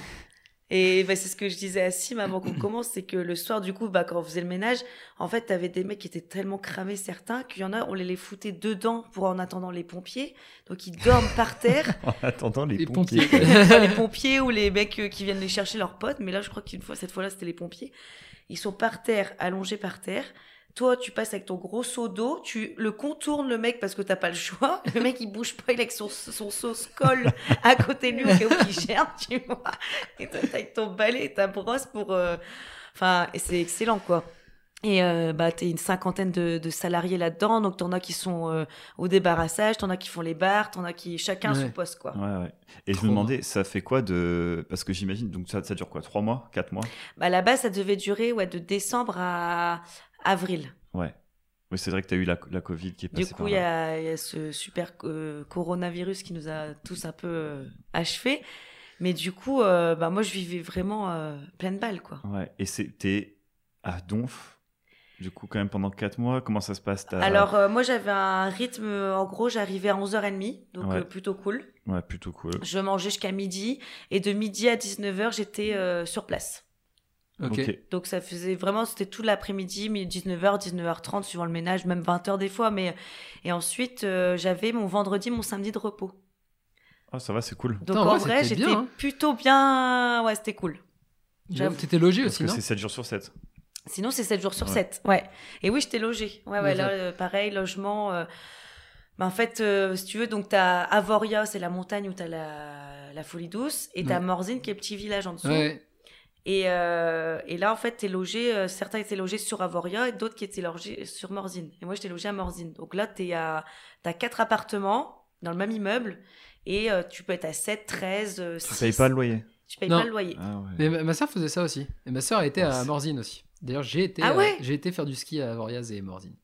Speaker 1: Et bah, c'est ce que je disais à Sim avant qu'on commence, c'est que le soir, du coup, bah, quand on faisait le ménage, en fait, t'avais des mecs qui étaient tellement cramés, certains, qu'il y en a, on les, les foutait dedans pour en attendant les pompiers. Donc, ils dorment par terre.
Speaker 2: En attendant, les,
Speaker 3: Les
Speaker 2: pompiers.
Speaker 3: pompiers.
Speaker 1: Enfin, les pompiers ou les mecs euh, qui viennent les chercher leurs potes. Mais là, je crois qu'une fois, cette fois-là, c'était les pompiers. Ils sont par terre, allongés par terre. Toi, tu passes avec ton gros seau d'eau, tu le contournes le mec parce que t'as pas le choix. Le mec, il bouge pas, il est avec son, son seau se colle à côté de lui au cas où il gère, tu vois. Et toi, t'as avec ton balai et ta brosse pour. euh, Enfin, et c'est excellent, quoi. Et euh, bah, t'es une cinquantaine de, de salariés là-dedans, donc t'en as qui sont euh, au débarrassage, t'en as qui font les bars, t'en as qui. chacun
Speaker 3: Ouais.
Speaker 1: son poste, quoi.
Speaker 2: Ouais, ouais. Et je
Speaker 3: Trop
Speaker 2: me demandais, ça fait quoi de. Parce que j'imagine, donc ça, ça dure quoi 3 mois 4 mois
Speaker 1: Bah, là-bas, ça devait durer ouais, de décembre à avril.
Speaker 2: Ouais. Oui, c'est vrai que t'as eu la, la Covid qui est passée.
Speaker 1: Du coup,
Speaker 2: par
Speaker 1: il y,
Speaker 2: là.
Speaker 1: a il y a ce super euh, coronavirus qui nous a tous un peu euh, achevés. Mais du coup, euh, bah, moi, je vivais vraiment euh, pleine balle, quoi.
Speaker 2: Ouais. Et c'est- t'es à Donf, du coup, quand même pendant 4 mois. Comment ça se passe t'as-
Speaker 1: Alors, euh, moi, j'avais un rythme, euh, en gros, j'arrivais à 11h30, donc
Speaker 2: Ouais.
Speaker 1: euh, plutôt cool.
Speaker 2: Ouais, plutôt cool.
Speaker 1: Je mangeais jusqu'à midi, et de midi à 19h, j'étais euh, sur place.
Speaker 3: Ok.
Speaker 1: Donc, ça faisait vraiment, c'était tout l'après-midi, mi- 19h, 19h30, suivant le ménage, même 20h des fois. Mais... Et ensuite, euh, j'avais mon vendredi, mon samedi de repos.
Speaker 2: Ah, ça va, c'est cool.
Speaker 1: Donc,
Speaker 3: Putain, en
Speaker 1: en
Speaker 3: vrai,
Speaker 1: vrai,
Speaker 3: c'était
Speaker 1: j'étais
Speaker 3: bien, hein.
Speaker 1: plutôt bien. Ouais, c'était cool.
Speaker 3: J'avoue,
Speaker 1: J'avoue.
Speaker 3: T'étais logé
Speaker 2: Parce
Speaker 3: aussi,
Speaker 2: que
Speaker 3: non
Speaker 2: c'est 7 jours sur 7.
Speaker 1: Sinon, c'est 7 jours sur
Speaker 2: Ouais.
Speaker 1: 7. Ouais. Et oui, j'étais logée. Ouais, ouais,
Speaker 3: D'accord.
Speaker 1: là, euh, pareil, logement. euh, bah, en fait, euh, si tu veux, donc t'as Avoria, c'est la montagne où t'as la, la folie douce, et t'as
Speaker 3: Ouais.
Speaker 1: Morzine qui est le petit village en dessous.
Speaker 3: Ouais.
Speaker 1: Et, euh, et là, en fait, t'es logé, euh, certains étaient logés sur Avoria et d'autres qui étaient logés sur Morzine. Et moi, j'étais logée à Morzine. Donc là, t'es à, t'as quatre appartements dans le même immeuble, et euh, tu peux être à 7, 13, euh,
Speaker 2: Tu
Speaker 1: 6.
Speaker 2: payes pas le loyer.
Speaker 1: Tu payes
Speaker 3: Non.
Speaker 1: pas le loyer.
Speaker 2: Ah ouais.
Speaker 3: Mais ma, ma soeur faisait ça aussi. Et ma soeur était
Speaker 2: Ouais,
Speaker 3: à
Speaker 2: c'est-
Speaker 3: Morzine aussi. D'ailleurs, j'ai été,
Speaker 1: Ah
Speaker 3: euh,
Speaker 1: ouais
Speaker 3: j'ai été faire du ski à Avoriaz et Morzine.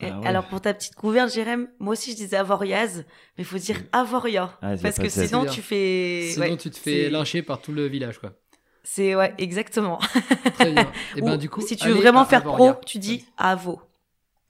Speaker 1: Et
Speaker 2: Ah ouais.
Speaker 1: Alors pour ta petite gouverne, Jérém, moi aussi je disais Avoriaz, mais il faut dire Avoria.
Speaker 2: Ah, c'est
Speaker 1: parce
Speaker 2: pas
Speaker 1: que
Speaker 2: ça.
Speaker 1: sinon
Speaker 3: C'est
Speaker 1: tu fais...
Speaker 3: Sinon,
Speaker 1: ouais,
Speaker 3: tu te fais
Speaker 1: c'est-
Speaker 3: lyncher par tout le village, quoi.
Speaker 1: C'est ouais, exactement.
Speaker 3: Très bien. Et
Speaker 1: Ou,
Speaker 3: ben, du coup,
Speaker 1: si tu veux
Speaker 3: allez
Speaker 1: vraiment
Speaker 3: à
Speaker 1: faire
Speaker 3: Avoria.
Speaker 1: pro, tu dis Avo.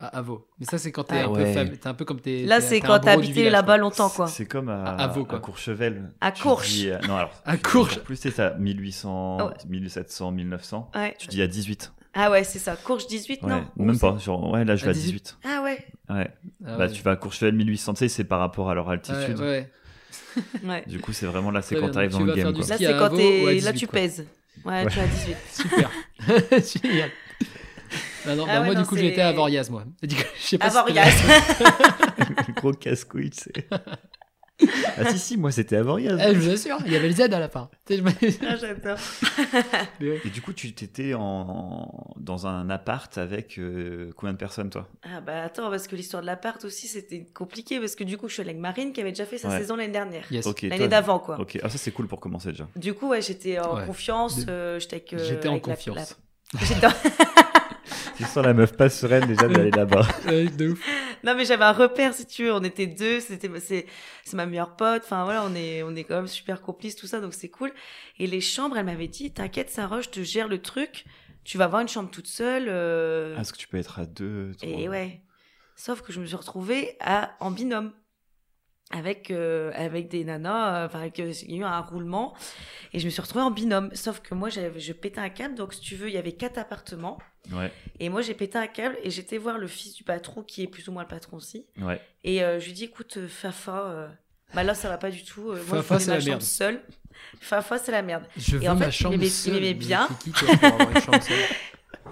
Speaker 3: À Avo. Mais ça, c'est quand t'es
Speaker 1: Ah
Speaker 3: un peu
Speaker 2: ouais.
Speaker 3: faible. T'es un peu comme t'es.
Speaker 1: Là
Speaker 3: t'es-
Speaker 1: c'est
Speaker 3: t'es un
Speaker 1: quand t'as
Speaker 3: bourreau du
Speaker 1: habité
Speaker 3: village,
Speaker 1: là-bas
Speaker 3: quoi.
Speaker 1: longtemps quoi.
Speaker 2: C'est comme à,
Speaker 3: À- à Vaux, quoi.
Speaker 2: à Courchevel.
Speaker 1: À
Speaker 2: Tu
Speaker 1: Courche.
Speaker 2: dis, euh, non, alors. tu
Speaker 3: À
Speaker 2: dis
Speaker 3: Courche.
Speaker 2: encore Plus, c'est ça, 1800,
Speaker 1: Ah ouais.
Speaker 2: 1700, 1900.
Speaker 1: Ouais.
Speaker 2: Tu dis à 18.
Speaker 1: Ah ouais c'est ça, Courge 18
Speaker 2: Ouais,
Speaker 1: non
Speaker 2: ou même pas. Genre, ouais, là, je
Speaker 3: À
Speaker 2: vais à
Speaker 3: 18.
Speaker 2: 18.
Speaker 1: Ah ouais,
Speaker 2: Ouais. bah,
Speaker 3: Ah ouais.
Speaker 2: tu vas à Courchevel, 1800, tu sais, c'est par rapport à leur
Speaker 3: Ouais,
Speaker 2: altitude.
Speaker 3: Ah ouais, ouais.
Speaker 1: ouais.
Speaker 2: Du coup, c'est vraiment là, c'est
Speaker 3: Très
Speaker 2: quand
Speaker 3: bien,
Speaker 2: t'arrives
Speaker 3: donc
Speaker 2: dans
Speaker 3: tu
Speaker 2: le
Speaker 3: vas faire
Speaker 2: game.
Speaker 3: du
Speaker 2: quoi.
Speaker 1: Là
Speaker 3: Ski
Speaker 1: c'est
Speaker 3: à
Speaker 1: quand
Speaker 3: Avo
Speaker 1: t'es-
Speaker 3: ou à
Speaker 1: là
Speaker 3: 18,
Speaker 1: tu
Speaker 3: quoi.
Speaker 1: pèses. Ouais, tu es à 18.
Speaker 3: Super. Génial. Bah non,
Speaker 1: Ah
Speaker 3: bah
Speaker 1: ouais,
Speaker 3: moi,
Speaker 1: non,
Speaker 3: du coup,
Speaker 1: c'est-
Speaker 3: j'étais à Avoriaz, moi. Du coup, je sais pas si
Speaker 1: Avoriaz.
Speaker 2: Le gros casse-couille, tu sais. ah, si, si, moi, c'était à Voriaz.
Speaker 3: c'était- Eh, je vous assure, il y avait le Z à la fin. Tu sais, je me-
Speaker 1: Ah, J'adore.
Speaker 2: Et du coup, tu t'étais en... dans un appart avec euh, combien de personnes, toi
Speaker 1: Ah bah attends parce que l'histoire de l'appart aussi c'était compliqué parce que du coup je suis allée avec Marine qui avait déjà fait sa
Speaker 2: Ouais.
Speaker 1: saison l'année dernière.
Speaker 3: Yes.
Speaker 2: Ok,
Speaker 1: L'année
Speaker 2: toi-
Speaker 1: d'avant quoi.
Speaker 2: Ok, ah, ça, c'est cool pour commencer déjà.
Speaker 1: Du coup, ouais, j'étais en
Speaker 3: Ouais.
Speaker 1: confiance. euh, j'étais avec, euh,
Speaker 3: J'étais en
Speaker 1: avec la-
Speaker 3: confiance.
Speaker 1: la- j'étais en-
Speaker 2: Tu sens la meuf pas sereine déjà d'aller là-bas.
Speaker 3: Ouais, de ouf.
Speaker 1: non, mais j'avais un repère, si tu veux. On était deux. C'était, c'est, c'est ma meilleure pote. Enfin, voilà, on est, on est quand même super complices, tout ça. Donc, c'est cool. Et les chambres, elle m'avait dit T'inquiète, Sarah, je te gère le truc. Tu vas avoir une chambre toute seule. euh,
Speaker 2: Est-ce Ah, que tu peux être à deux trois
Speaker 1: Et ouais. Sauf que je me suis retrouvée à, en binôme. Avec, euh, avec des nanas, euh, enfin, avec, euh, il y a eu un roulement. Et je me suis retrouvée en binôme. Sauf que moi, j'avais, je pétais un câble. Donc, si tu veux, il y avait quatre appartements.
Speaker 2: Ouais,
Speaker 1: Et moi, j'ai pété un câble et j'étais voir le fils du patron, qui est plus ou moins le patron aussi.
Speaker 2: ouais.
Speaker 1: Et euh, je lui dis, écoute, euh, Fafa, euh, bah là, ça va pas du tout. euh, moi,
Speaker 3: Fafa,
Speaker 1: je
Speaker 3: c'est
Speaker 1: voulais ma
Speaker 3: la
Speaker 1: chambre
Speaker 3: merde.
Speaker 1: seule. Fafa, c'est la merde.
Speaker 3: Je veux
Speaker 1: en fait,
Speaker 3: ma
Speaker 1: il
Speaker 3: chambre
Speaker 1: m'aimait- il
Speaker 3: seule.
Speaker 1: m'aimait
Speaker 3: mais
Speaker 1: bien.
Speaker 3: qui quitte pour avoir une chambre seule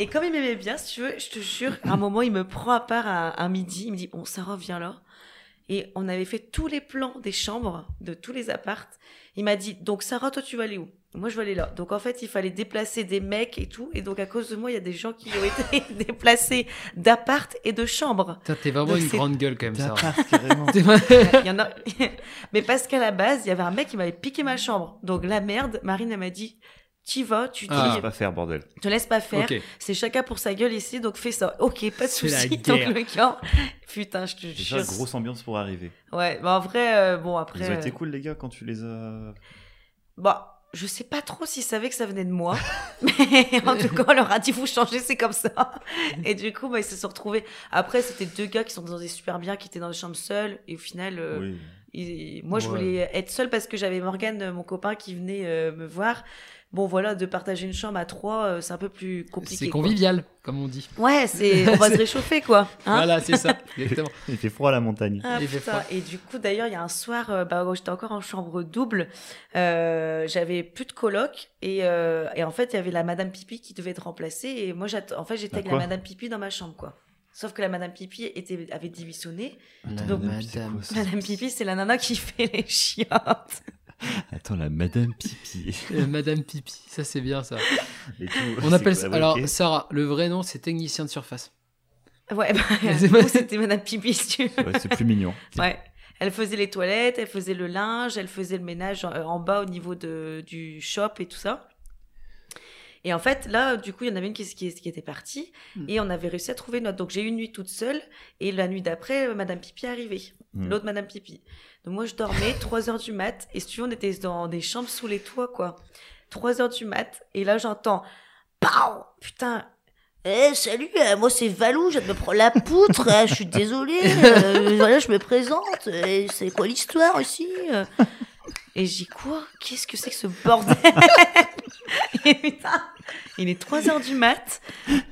Speaker 1: Et comme il m'aimait bien, si tu veux, je te jure, à un moment, il me prend à part à un midi. Il me dit, bon, Sarah, viens là. Et on avait fait tous les plans des chambres, de tous les appartes. Il m'a dit, donc Sarah, toi, tu vas aller où Moi, je vais aller là. Donc, en fait, il fallait déplacer des mecs et tout. Et donc, à cause de moi, il y a des gens qui ont été déplacés d'appart et de chambre.
Speaker 3: Putain, t'es vraiment
Speaker 1: Donc,
Speaker 3: une
Speaker 1: c'est-
Speaker 3: grande gueule quand même, ça.
Speaker 2: carrément.
Speaker 1: Il y en a... Mais parce qu'à la base, il y avait un mec qui m'avait piqué ma chambre. Donc la merde, Marine, elle m'a dit, t'y vas, tu te,
Speaker 3: Ah.
Speaker 2: Faut pas faire, bordel.
Speaker 1: te laisse pas faire.
Speaker 3: Ok.
Speaker 1: C'est chacun pour sa gueule ici, donc fais ça. Ok, pas de
Speaker 3: C'est la
Speaker 1: soucis. Donc
Speaker 3: guerre.
Speaker 1: le gars... Putain, je te
Speaker 2: Déjà,
Speaker 1: jure.
Speaker 2: grosse ambiance pour arriver.
Speaker 1: Ouais, mais en vrai, euh, bon, après...
Speaker 2: Ils ont été
Speaker 1: euh,
Speaker 2: cool, les gars, quand tu les as.
Speaker 1: Bon, je sais pas trop s'ils savaient que ça venait de moi. mais en tout cas, on leur a dit, vous changez, c'est comme ça. Et du coup, bah, ils se sont retrouvés. Après, c'était deux gars qui sont dans des super biens, qui étaient dans des chambres seules. Et au final... euh,
Speaker 2: Oui.
Speaker 1: Et moi, je
Speaker 3: Ouais.
Speaker 1: voulais être seule parce que j'avais Morgane, euh, mon copain, qui venait euh, me voir. Bon, voilà, de partager une chambre à trois, euh, c'est un peu plus compliqué.
Speaker 3: C'est
Speaker 1: quoi.
Speaker 3: convivial, comme on dit.
Speaker 1: Ouais, c'est on va se réchauffer, quoi. Hein
Speaker 3: voilà, c'est ça. Exactement.
Speaker 2: Il fait froid à la montagne.
Speaker 1: Ah,
Speaker 3: Il fait
Speaker 1: putain.
Speaker 3: froid.
Speaker 1: Et du coup, d'ailleurs, il y a un soir, euh, bah, j'étais encore en chambre double. euh, j'avais plus de coloc et, euh, et en fait, il y avait la Madame Pipi qui devait être remplacée. Et moi, j'att- en fait, j'étais
Speaker 2: La
Speaker 1: avec la
Speaker 2: quoi
Speaker 1: Madame Pipi dans ma chambre, quoi. Sauf que la Madame Pipi était, avait démissionné.
Speaker 3: La
Speaker 1: Donc,
Speaker 2: c'est
Speaker 3: madame.
Speaker 2: quoi, ça
Speaker 1: Madame Pipi, c'est la nana qui fait les chiottes.
Speaker 2: Attends, la madame pipi.
Speaker 3: Euh, Madame Pipi, ça c'est bien ça.
Speaker 2: Et tout.
Speaker 3: On
Speaker 2: C'est
Speaker 3: appelle
Speaker 2: quoi,
Speaker 3: ça.
Speaker 2: ouais,
Speaker 3: Alors,
Speaker 2: ok.
Speaker 3: Sarah, le vrai nom c'est technicien de surface.
Speaker 1: Ouais, bah,
Speaker 3: C'est
Speaker 1: du coup,
Speaker 3: pas-
Speaker 1: c'était Madame Pipi, si tu veux.
Speaker 2: Ouais, c'est plus mignon.
Speaker 1: Ouais. Elle faisait les toilettes, elle faisait le linge, elle faisait le ménage euh, en, en bas au niveau de, du shop et tout ça. Et en fait, là, du coup, il y en avait une qui, qui, qui était partie
Speaker 3: Mm.
Speaker 1: et on avait réussi à trouver une autre. Donc, j'ai eu une nuit toute seule et la nuit d'après, euh, Madame Pipi est arrivée.
Speaker 2: Mm.
Speaker 1: L'autre Madame Pipi. Donc, moi, je dormais 3 heures du mat et si tu veux, on était dans des chambres sous les toits, quoi. 3 heures du mat et là, j'entends Pow Putain
Speaker 4: Eh, salut, euh, moi c'est Valou, je viens de me prendre la poutre, euh, je suis désolée, euh, voilà, je me présente, euh, c'est quoi l'histoire aussi euh
Speaker 1: Et j'ai quoi Qu'est-ce que c'est que ce bordel Et putain, il est 3h du mat.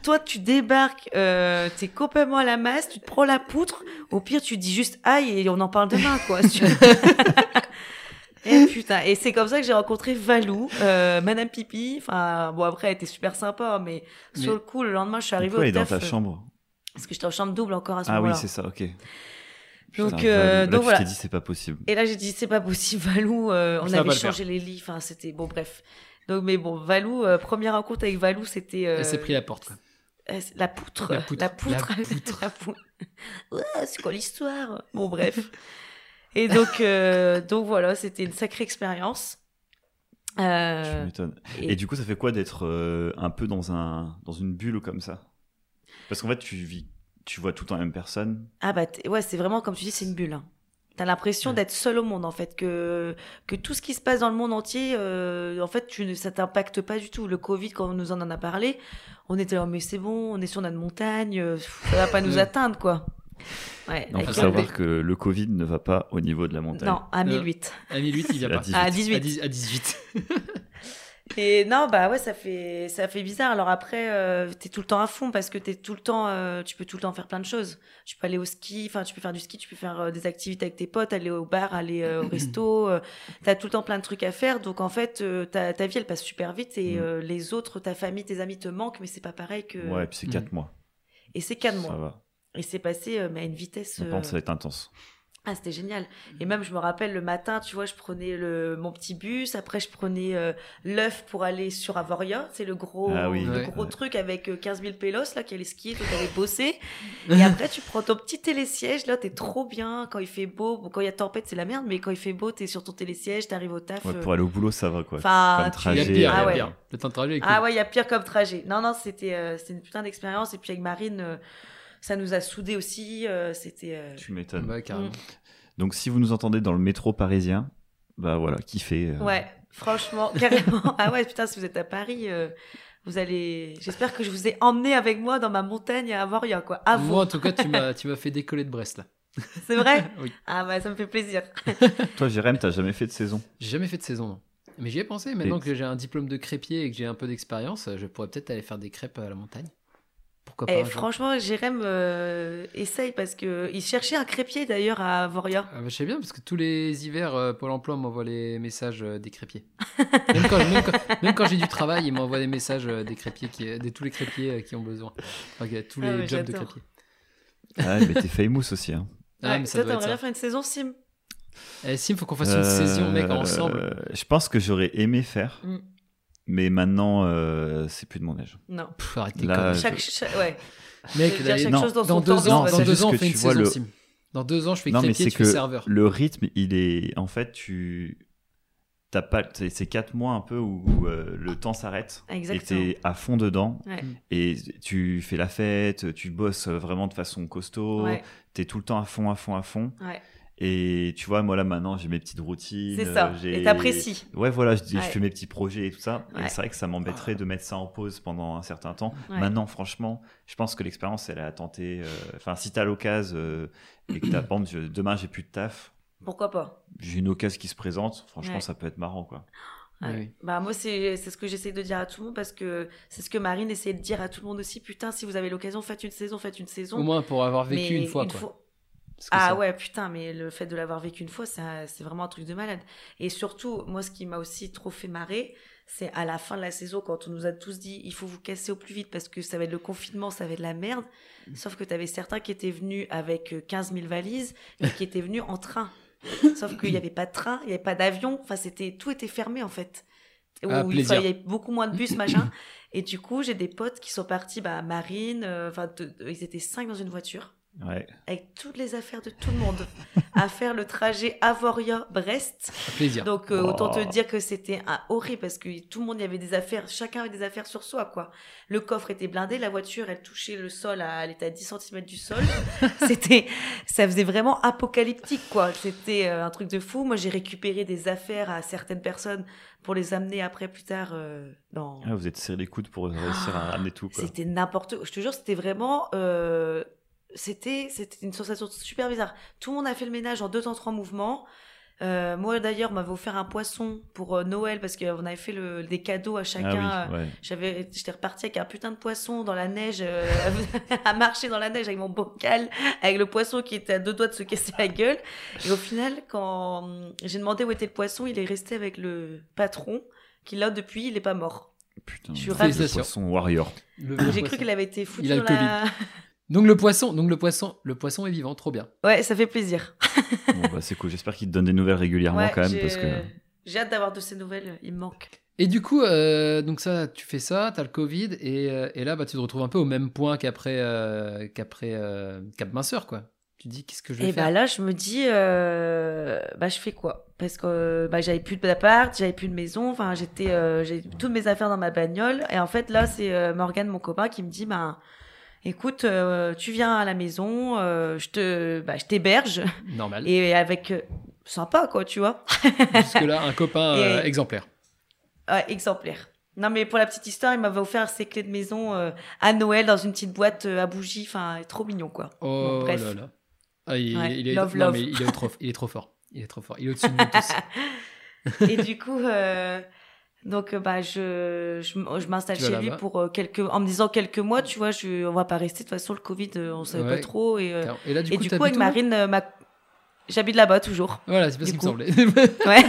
Speaker 1: Toi, tu débarques, euh, t'es complètement à la masse, tu te prends la poutre. Au pire, tu dis juste aïe et on en parle demain, quoi. Tu- et putain, et c'est comme ça que j'ai rencontré Valou, euh, Madame Pipi. Enfin, bon, après, elle était super sympa, hein, mais,
Speaker 3: Mais-
Speaker 1: sur le coup, le lendemain, je suis arrivée
Speaker 2: Pourquoi elle
Speaker 1: au
Speaker 2: est dans
Speaker 1: taf.
Speaker 2: ta
Speaker 1: euh,
Speaker 2: chambre
Speaker 1: Parce que j'étais en chambre double encore à ce
Speaker 2: Ah oui,
Speaker 1: moment-là.
Speaker 2: c'est ça, ok.
Speaker 1: Donc,
Speaker 2: Putain,
Speaker 1: euh,
Speaker 2: Valou. là,
Speaker 1: donc
Speaker 2: tu
Speaker 1: voilà.
Speaker 2: t'es dit, c'est pas possible.
Speaker 1: Et là, j'ai dit, c'est pas possible, Valou. euh, on
Speaker 3: Ça va pas
Speaker 1: avait
Speaker 3: le faire.
Speaker 1: changé les lits. Enfin, c'était bon, bref. Donc, mais bon, Valou, euh, première rencontre avec Valou, c'était. euh,
Speaker 3: Elle s'est pris la porte. quoi.
Speaker 1: euh, la poutre.
Speaker 3: La poutre.
Speaker 1: La poutre.
Speaker 3: La poutre.
Speaker 1: La poutre. Ouais, c'est quoi l'histoire Bon, bref. Et donc, euh, donc voilà, c'était une sacrée expérience.
Speaker 2: Tu
Speaker 1: Euh,
Speaker 2: m'étonnes.
Speaker 1: et-
Speaker 2: Et... du coup, ça fait quoi d'être euh, un peu dans, un, dans une bulle comme ça Parce qu'en fait, tu vis, tu vois tout le temps la même personne.
Speaker 1: Ah bah t'es- ouais, c'est vraiment comme tu dis, c'est une bulle. hein. T'as l'impression
Speaker 3: Ouais.
Speaker 1: d'être seul au monde en fait, que que tout ce qui se passe dans le monde entier, euh, en fait, tu ne ça t'impacte pas du tout. Le Covid, quand on nous en a parlé, on était là, mais c'est bon, on est sur notre montagne, euh, ça va pas nous
Speaker 3: Ouais.
Speaker 1: atteindre quoi. Ouais.
Speaker 2: Non,
Speaker 1: la
Speaker 2: faut
Speaker 1: gueule
Speaker 2: savoir que le Covid ne va pas au niveau de la
Speaker 1: des-
Speaker 2: montagne. Euh,
Speaker 1: Non, à 1008.
Speaker 3: À 1008, il vient
Speaker 2: À
Speaker 3: pas.
Speaker 2: 18.
Speaker 1: À 18.
Speaker 3: À, dix- à 18.
Speaker 1: Et non, bah ouais, ça fait ça fait bizarre. Alors après, euh, t'es tout le temps à fond parce que t'es tout le temps, euh, tu peux tout le temps faire plein de choses. Tu peux aller au ski, enfin tu peux faire du ski, tu peux faire euh, des activités avec tes potes, aller au bar, aller euh, au resto. euh, t'as tout le temps plein de trucs à faire. Donc en fait, euh, ta ta vie elle passe super vite et
Speaker 2: Mm.
Speaker 1: euh, les autres, ta famille, tes amis te manquent, mais c'est pas pareil que.
Speaker 2: Ouais, et puis c'est
Speaker 3: Mhm.
Speaker 2: 4 mois.
Speaker 1: Et c'est quatre
Speaker 2: Ça
Speaker 1: mois.
Speaker 2: va.
Speaker 1: Et c'est passé euh, mais à une vitesse.
Speaker 2: On
Speaker 1: euh,
Speaker 2: pense que ça va être intense.
Speaker 1: ah, c'était génial. Et
Speaker 2: Mm.
Speaker 1: même, je me rappelle, le matin, tu vois, je prenais le, mon petit bus. Après, je prenais euh, l'œuf pour aller sur Avoria. C'est le gros,
Speaker 2: Ah oui,
Speaker 1: le
Speaker 3: ouais.
Speaker 1: gros
Speaker 2: Ouais.
Speaker 1: truc avec euh, 15 000 pélos, là, qui allait skier, toi, t'allais bosser. Et après, tu prends ton petit télésiège. Là, t'es trop bien. Quand il fait beau, bon, quand il y a tempête, c'est la merde. Mais quand il fait beau, t'es sur ton télésiège, t'arrives au taf.
Speaker 2: Ouais,
Speaker 1: euh,
Speaker 2: pour aller au boulot, ça va quoi.
Speaker 1: Enfin, tu-
Speaker 2: comme
Speaker 3: Il y a
Speaker 2: Trajet,
Speaker 3: pire,
Speaker 1: ah
Speaker 3: il y a
Speaker 1: ouais.
Speaker 3: pire. Le temps de trajet est cool.
Speaker 1: Ah ouais, il y a pire comme trajet. Non, non, c'était euh, c'était une putain d'expérience. Et puis, avec Marine, euh, ça nous a soudés aussi. euh, c'était. euh,
Speaker 2: Tu m'étonnes.
Speaker 3: Bah, carrément.
Speaker 1: Mm.
Speaker 2: Donc si vous nous entendez dans le métro parisien, bah voilà, kiffez. euh,
Speaker 1: Ouais, franchement, carrément. Ah ouais, putain, si vous êtes à Paris, euh, vous allez. J'espère que je vous ai emmené avec moi dans ma montagne à Avoria, quoi. À vous.
Speaker 3: Moi, en tout cas, tu m'as tu m'as fait décoller de Brest là.
Speaker 1: C'est vrai
Speaker 3: Oui.
Speaker 1: Ah bah, ça me fait plaisir.
Speaker 2: Toi, Jérém, t'as jamais fait de saison.
Speaker 3: J'ai jamais fait de saison, non. Mais j'y ai pensé. Maintenant que j'ai un diplôme de crépier et que j'ai un peu d'expérience, euh, je pourrais peut-être aller faire des crêpes à la montagne. Pourquoi pas
Speaker 1: Et
Speaker 3: un jour.
Speaker 1: Eh, franchement, Jérém euh, essaye parce que il cherchait un crépier d'ailleurs à Avoria.
Speaker 3: Ah bah, je sais bien, parce que tous les hivers, euh, Pôle emploi m'envoie les messages euh, des crépiers. Même quand, même quand- même quand j'ai du travail, ils m'envoient des messages euh, des crépiers, qui, de tous les crépiers euh, qui ont besoin. Enfin, il y a tous les
Speaker 1: Ah ouais,
Speaker 3: jobs de
Speaker 1: j'adore.
Speaker 3: crépiers.
Speaker 2: Ah, mais t'es famous aussi. Hein.
Speaker 3: Ah, mais ça
Speaker 1: toi,
Speaker 3: doit être
Speaker 1: t'aimerais bien
Speaker 3: ça.
Speaker 1: faire une saison sim.
Speaker 3: Eh, si, il faut qu'on fasse une
Speaker 2: Euh,
Speaker 3: saison, mec, ensemble.
Speaker 2: euh, Je pense que j'aurais aimé faire,
Speaker 1: Mm.
Speaker 2: mais maintenant, euh, c'est plus de mon âge.
Speaker 1: Non.
Speaker 3: Pff, arrête tes
Speaker 2: Là,
Speaker 3: conneries.
Speaker 2: je-
Speaker 1: Chaque, chaque- ouais. je
Speaker 3: Mec,
Speaker 1: veux dire,
Speaker 3: d'aller-
Speaker 1: chaque
Speaker 2: non,
Speaker 1: chose dans
Speaker 3: dans
Speaker 1: son temps.
Speaker 3: deux ans,
Speaker 2: mais
Speaker 3: dans
Speaker 1: sa-
Speaker 2: c'est
Speaker 3: deux
Speaker 2: juste
Speaker 3: ans, on
Speaker 2: que
Speaker 3: fait une
Speaker 2: tu vois
Speaker 3: saison
Speaker 2: le-
Speaker 3: sim. Dans deux ans, je fais
Speaker 2: Non, mais
Speaker 3: crépier,
Speaker 2: c'est
Speaker 3: tu fais
Speaker 2: que-
Speaker 3: serveur.
Speaker 2: Le rythme, il est. En fait, tu. T'as pas. C'est c'est quatre mois un peu où, où, euh, le temps s'arrête. Et
Speaker 1: Exactement.
Speaker 2: t'es à fond dedans.
Speaker 1: Ouais.
Speaker 2: Et tu fais la fête, tu bosses euh, vraiment de façon costaud.
Speaker 1: Ouais,
Speaker 2: T'es tout le temps à fond, à fond, à fond.
Speaker 1: ouais.
Speaker 2: Et tu vois, moi là maintenant, j'ai mes petites routines.
Speaker 1: C'est ça.
Speaker 2: euh, j'ai-
Speaker 1: Et t'apprécies.
Speaker 2: Ouais, voilà, je, dis- je
Speaker 1: Ouais.
Speaker 2: fais mes petits projets et tout ça. Et
Speaker 1: Ouais.
Speaker 2: c'est vrai que ça m'embêterait de mettre ça en pause pendant un certain temps.
Speaker 1: Ouais.
Speaker 2: Maintenant, franchement, je pense que l'expérience, elle a tenté. euh, Enfin, si t'as l'occasion euh, et que t'as, par exemple, je- demain j'ai plus de taf,
Speaker 1: Pourquoi pas
Speaker 2: j'ai une occasion qui se présente, franchement,
Speaker 1: Ouais.
Speaker 2: ça peut être marrant, quoi.
Speaker 1: Ouais.
Speaker 3: Oui.
Speaker 1: Bah moi c'est c'est ce que j'essaie de dire à tout le monde parce que c'est ce que Marine essayait de dire à tout le monde aussi putain si vous avez l'occasion faites une saison faites une saison
Speaker 3: Au moins pour avoir vécu
Speaker 1: Mais
Speaker 3: une fois. quoi. Parce que
Speaker 1: ah
Speaker 3: ça-
Speaker 1: ouais putain mais le fait de l'avoir vécu une fois ça c'est vraiment un truc de malade et surtout moi ce qui m'a aussi trop fait marrer c'est à la fin de la saison quand on nous a tous dit il faut vous casser au plus vite parce que ça va être le confinement ça va être la merde
Speaker 3: Mm.
Speaker 1: sauf que t'avais certains qui étaient venus avec euh, 15 000 valises et qui étaient venus en train sauf qu'il n'y avait pas de train il n'y avait pas d'avion enfin c'était tout était fermé en fait Où
Speaker 3: Ah,
Speaker 1: il
Speaker 3: plaisir.
Speaker 1: fallait- il y avait beaucoup moins de bus machin et du coup j'ai des potes qui sont partis bah à Marine euh, enfin de- de- ils étaient cinq dans une voiture
Speaker 2: Ouais.
Speaker 1: avec toutes les affaires de tout le monde, à faire le trajet Avoria-Brest.
Speaker 3: Un plaisir.
Speaker 1: Donc euh,
Speaker 2: Oh.
Speaker 1: autant te dire que c'était un horrible parce que tout le monde y avait des affaires, chacun avait des affaires sur soi quoi. Le coffre était blindé, la voiture elle touchait le sol, à, elle était à 10 cm du sol. c'était, ça faisait vraiment apocalyptique quoi. C'était euh, un truc de fou. Moi j'ai récupéré des affaires à certaines personnes pour les amener après plus tard euh, dans.
Speaker 2: Ah, vous êtes serré les coudes pour réussir
Speaker 1: Ah,
Speaker 2: à ramener tout. Quoi.
Speaker 1: C'était n'importe quoi. Je te jure, c'était vraiment. euh, c'était c'était une sensation super bizarre. Tout le monde a fait le ménage en deux temps, trois mouvements. Euh, moi d'ailleurs, on m'avait offert un poisson pour euh, Noël parce qu'on avait fait le, des cadeaux à chacun.
Speaker 2: Ah
Speaker 1: Euh,
Speaker 2: oui, ouais.
Speaker 1: J'avais, j'étais repartie avec un putain de poisson dans la neige, euh, à marcher dans la neige avec mon bocal, avec le poisson qui était à deux doigts de se casser la gueule. Et au final, quand hum, j'ai demandé où était le poisson, il est resté avec le patron qui là depuis, il est pas mort.
Speaker 2: Putain,
Speaker 1: je suis
Speaker 2: le
Speaker 1: ravie.
Speaker 2: poisson warrior.
Speaker 3: Le- le
Speaker 1: J'ai
Speaker 3: poisson.
Speaker 1: cru qu'il avait été foutu
Speaker 3: Il a le
Speaker 1: dans la...
Speaker 3: Donc le poisson, donc le poisson, le poisson est vivant, trop bien.
Speaker 1: Ouais, ça fait plaisir.
Speaker 2: Bon, bah, c'est cool. J'espère qu'il te donne des nouvelles régulièrement
Speaker 1: Ouais,
Speaker 2: quand même
Speaker 1: j'ai-
Speaker 2: parce que.
Speaker 1: J'ai hâte d'avoir de ces nouvelles, il me manque.
Speaker 3: Et du coup, euh, donc ça, tu fais ça, t'as le Covid, et, euh, et là, bah, tu te retrouves un peu au même point qu'après euh, qu'après euh, Cap Minceur, quoi. Tu te dis, qu'est-ce que je vais
Speaker 1: Et
Speaker 3: faire
Speaker 1: bah là, je me dis, euh, bah je fais quoi Parce que euh, bah, j'avais plus d'appart, j'avais plus de maison, enfin j'étais, euh, j'ai toutes mes affaires dans ma bagnole. Et en fait là, c'est euh, Morgane, mon copain, qui me dit, bah écoute, euh, tu viens à la maison, euh, je te, bah, je t'héberge
Speaker 3: Normal.
Speaker 1: et avec euh, sympa quoi, tu vois.
Speaker 3: Jusque-là, un copain
Speaker 1: ben. Et-
Speaker 3: euh, exemplaire.
Speaker 1: Ouais, exemplaire. Non mais pour la petite histoire, il m'avait offert ses clés de maison euh, à Noël dans une petite boîte euh, à bougies, enfin trop mignon quoi.
Speaker 3: Oh
Speaker 1: Bon, bref.
Speaker 3: là là. Ah, il,
Speaker 1: Ouais,
Speaker 3: il est,
Speaker 1: love,
Speaker 3: non,
Speaker 1: love.
Speaker 3: mais il est trop, il est trop fort. Il est trop fort. Il est au-dessus de nous tous.
Speaker 1: Et du coup, euh, donc euh, bah je je, m- je m'installe
Speaker 3: Tu vas
Speaker 1: chez lui
Speaker 3: là-bas.
Speaker 1: pour euh, quelques en me disant quelques mois, tu vois, je on va pas rester de toute façon le Covid, euh, on savait
Speaker 3: Ouais.
Speaker 1: pas trop et euh,
Speaker 3: Et là, du
Speaker 1: et
Speaker 3: coup,
Speaker 1: du
Speaker 3: t'habites
Speaker 1: coup avec
Speaker 3: où
Speaker 1: Marine euh, ma- j'habite là-bas toujours.
Speaker 3: Voilà, c'est pas ce
Speaker 1: du
Speaker 3: qui me
Speaker 1: coup.
Speaker 3: semblait.
Speaker 1: Ouais.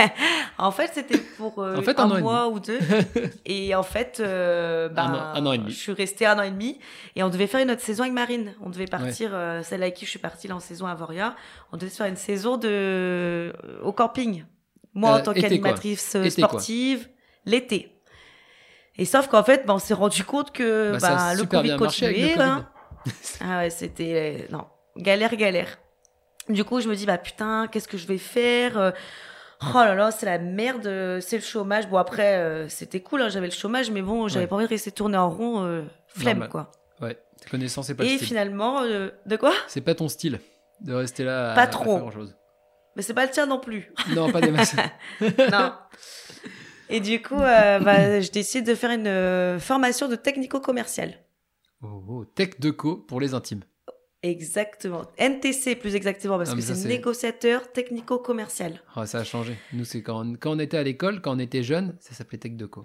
Speaker 1: en fait, c'était pour euh,
Speaker 3: En fait, un
Speaker 1: un,
Speaker 3: an et
Speaker 1: mois ou deux. Et en fait, euh, bah,
Speaker 3: Un an- un an et demi.
Speaker 1: je suis restée un an et demi. Et on devait faire une autre saison avec Marine. On devait partir, euh, celle avec qui je suis partie là en saison à Voria. On devait se faire une saison de euh, au camping. Moi,
Speaker 3: Euh,
Speaker 1: en tant
Speaker 3: été, quoi.
Speaker 1: qu'animatrice euh,
Speaker 3: Été, quoi.
Speaker 1: sportive, l'été. Et sauf qu'en fait, bah, on s'est rendu compte que
Speaker 3: Bah, ça
Speaker 1: bah,
Speaker 3: a
Speaker 1: le
Speaker 3: super
Speaker 1: Covid
Speaker 3: bien marché avec
Speaker 1: continuait.
Speaker 3: le
Speaker 1: hein.
Speaker 3: Covid.
Speaker 1: Ah ouais, c'était non, galère galère. Du coup, je me dis bah putain, qu'est-ce que je vais faire Euh, Oh là là, c'est la merde, euh, c'est le chômage. Bon après, euh, c'était cool, hein, j'avais le chômage, mais bon, j'avais
Speaker 3: Ouais.
Speaker 1: pas envie de rester tourner en rond, euh, flemme
Speaker 3: Normal.
Speaker 1: quoi.
Speaker 3: Ouais, tes connaissances, c'est pas
Speaker 1: Et
Speaker 3: le style.
Speaker 1: finalement, euh, de quoi
Speaker 3: C'est pas ton style de rester là à-
Speaker 1: Pas
Speaker 3: à
Speaker 1: trop.
Speaker 3: faire grand-chose.
Speaker 1: Mais c'est pas le tien non plus.
Speaker 3: Non, pas des masses.
Speaker 1: non. Et du coup, euh, bah, je décide de faire une euh, formation de technico-commercial.
Speaker 3: Oh, oh, tech de co pour les intimes.
Speaker 1: Exactement. NTC plus exactement, parce
Speaker 3: Ah,
Speaker 1: que
Speaker 3: mais ça,
Speaker 1: c'est
Speaker 3: c'est-
Speaker 1: négociateur technico-commercial.
Speaker 3: Ah, ça a changé. Nous, c'est quand, on- quand on était à l'école, quand on était jeune, ça s'appelait tech de co.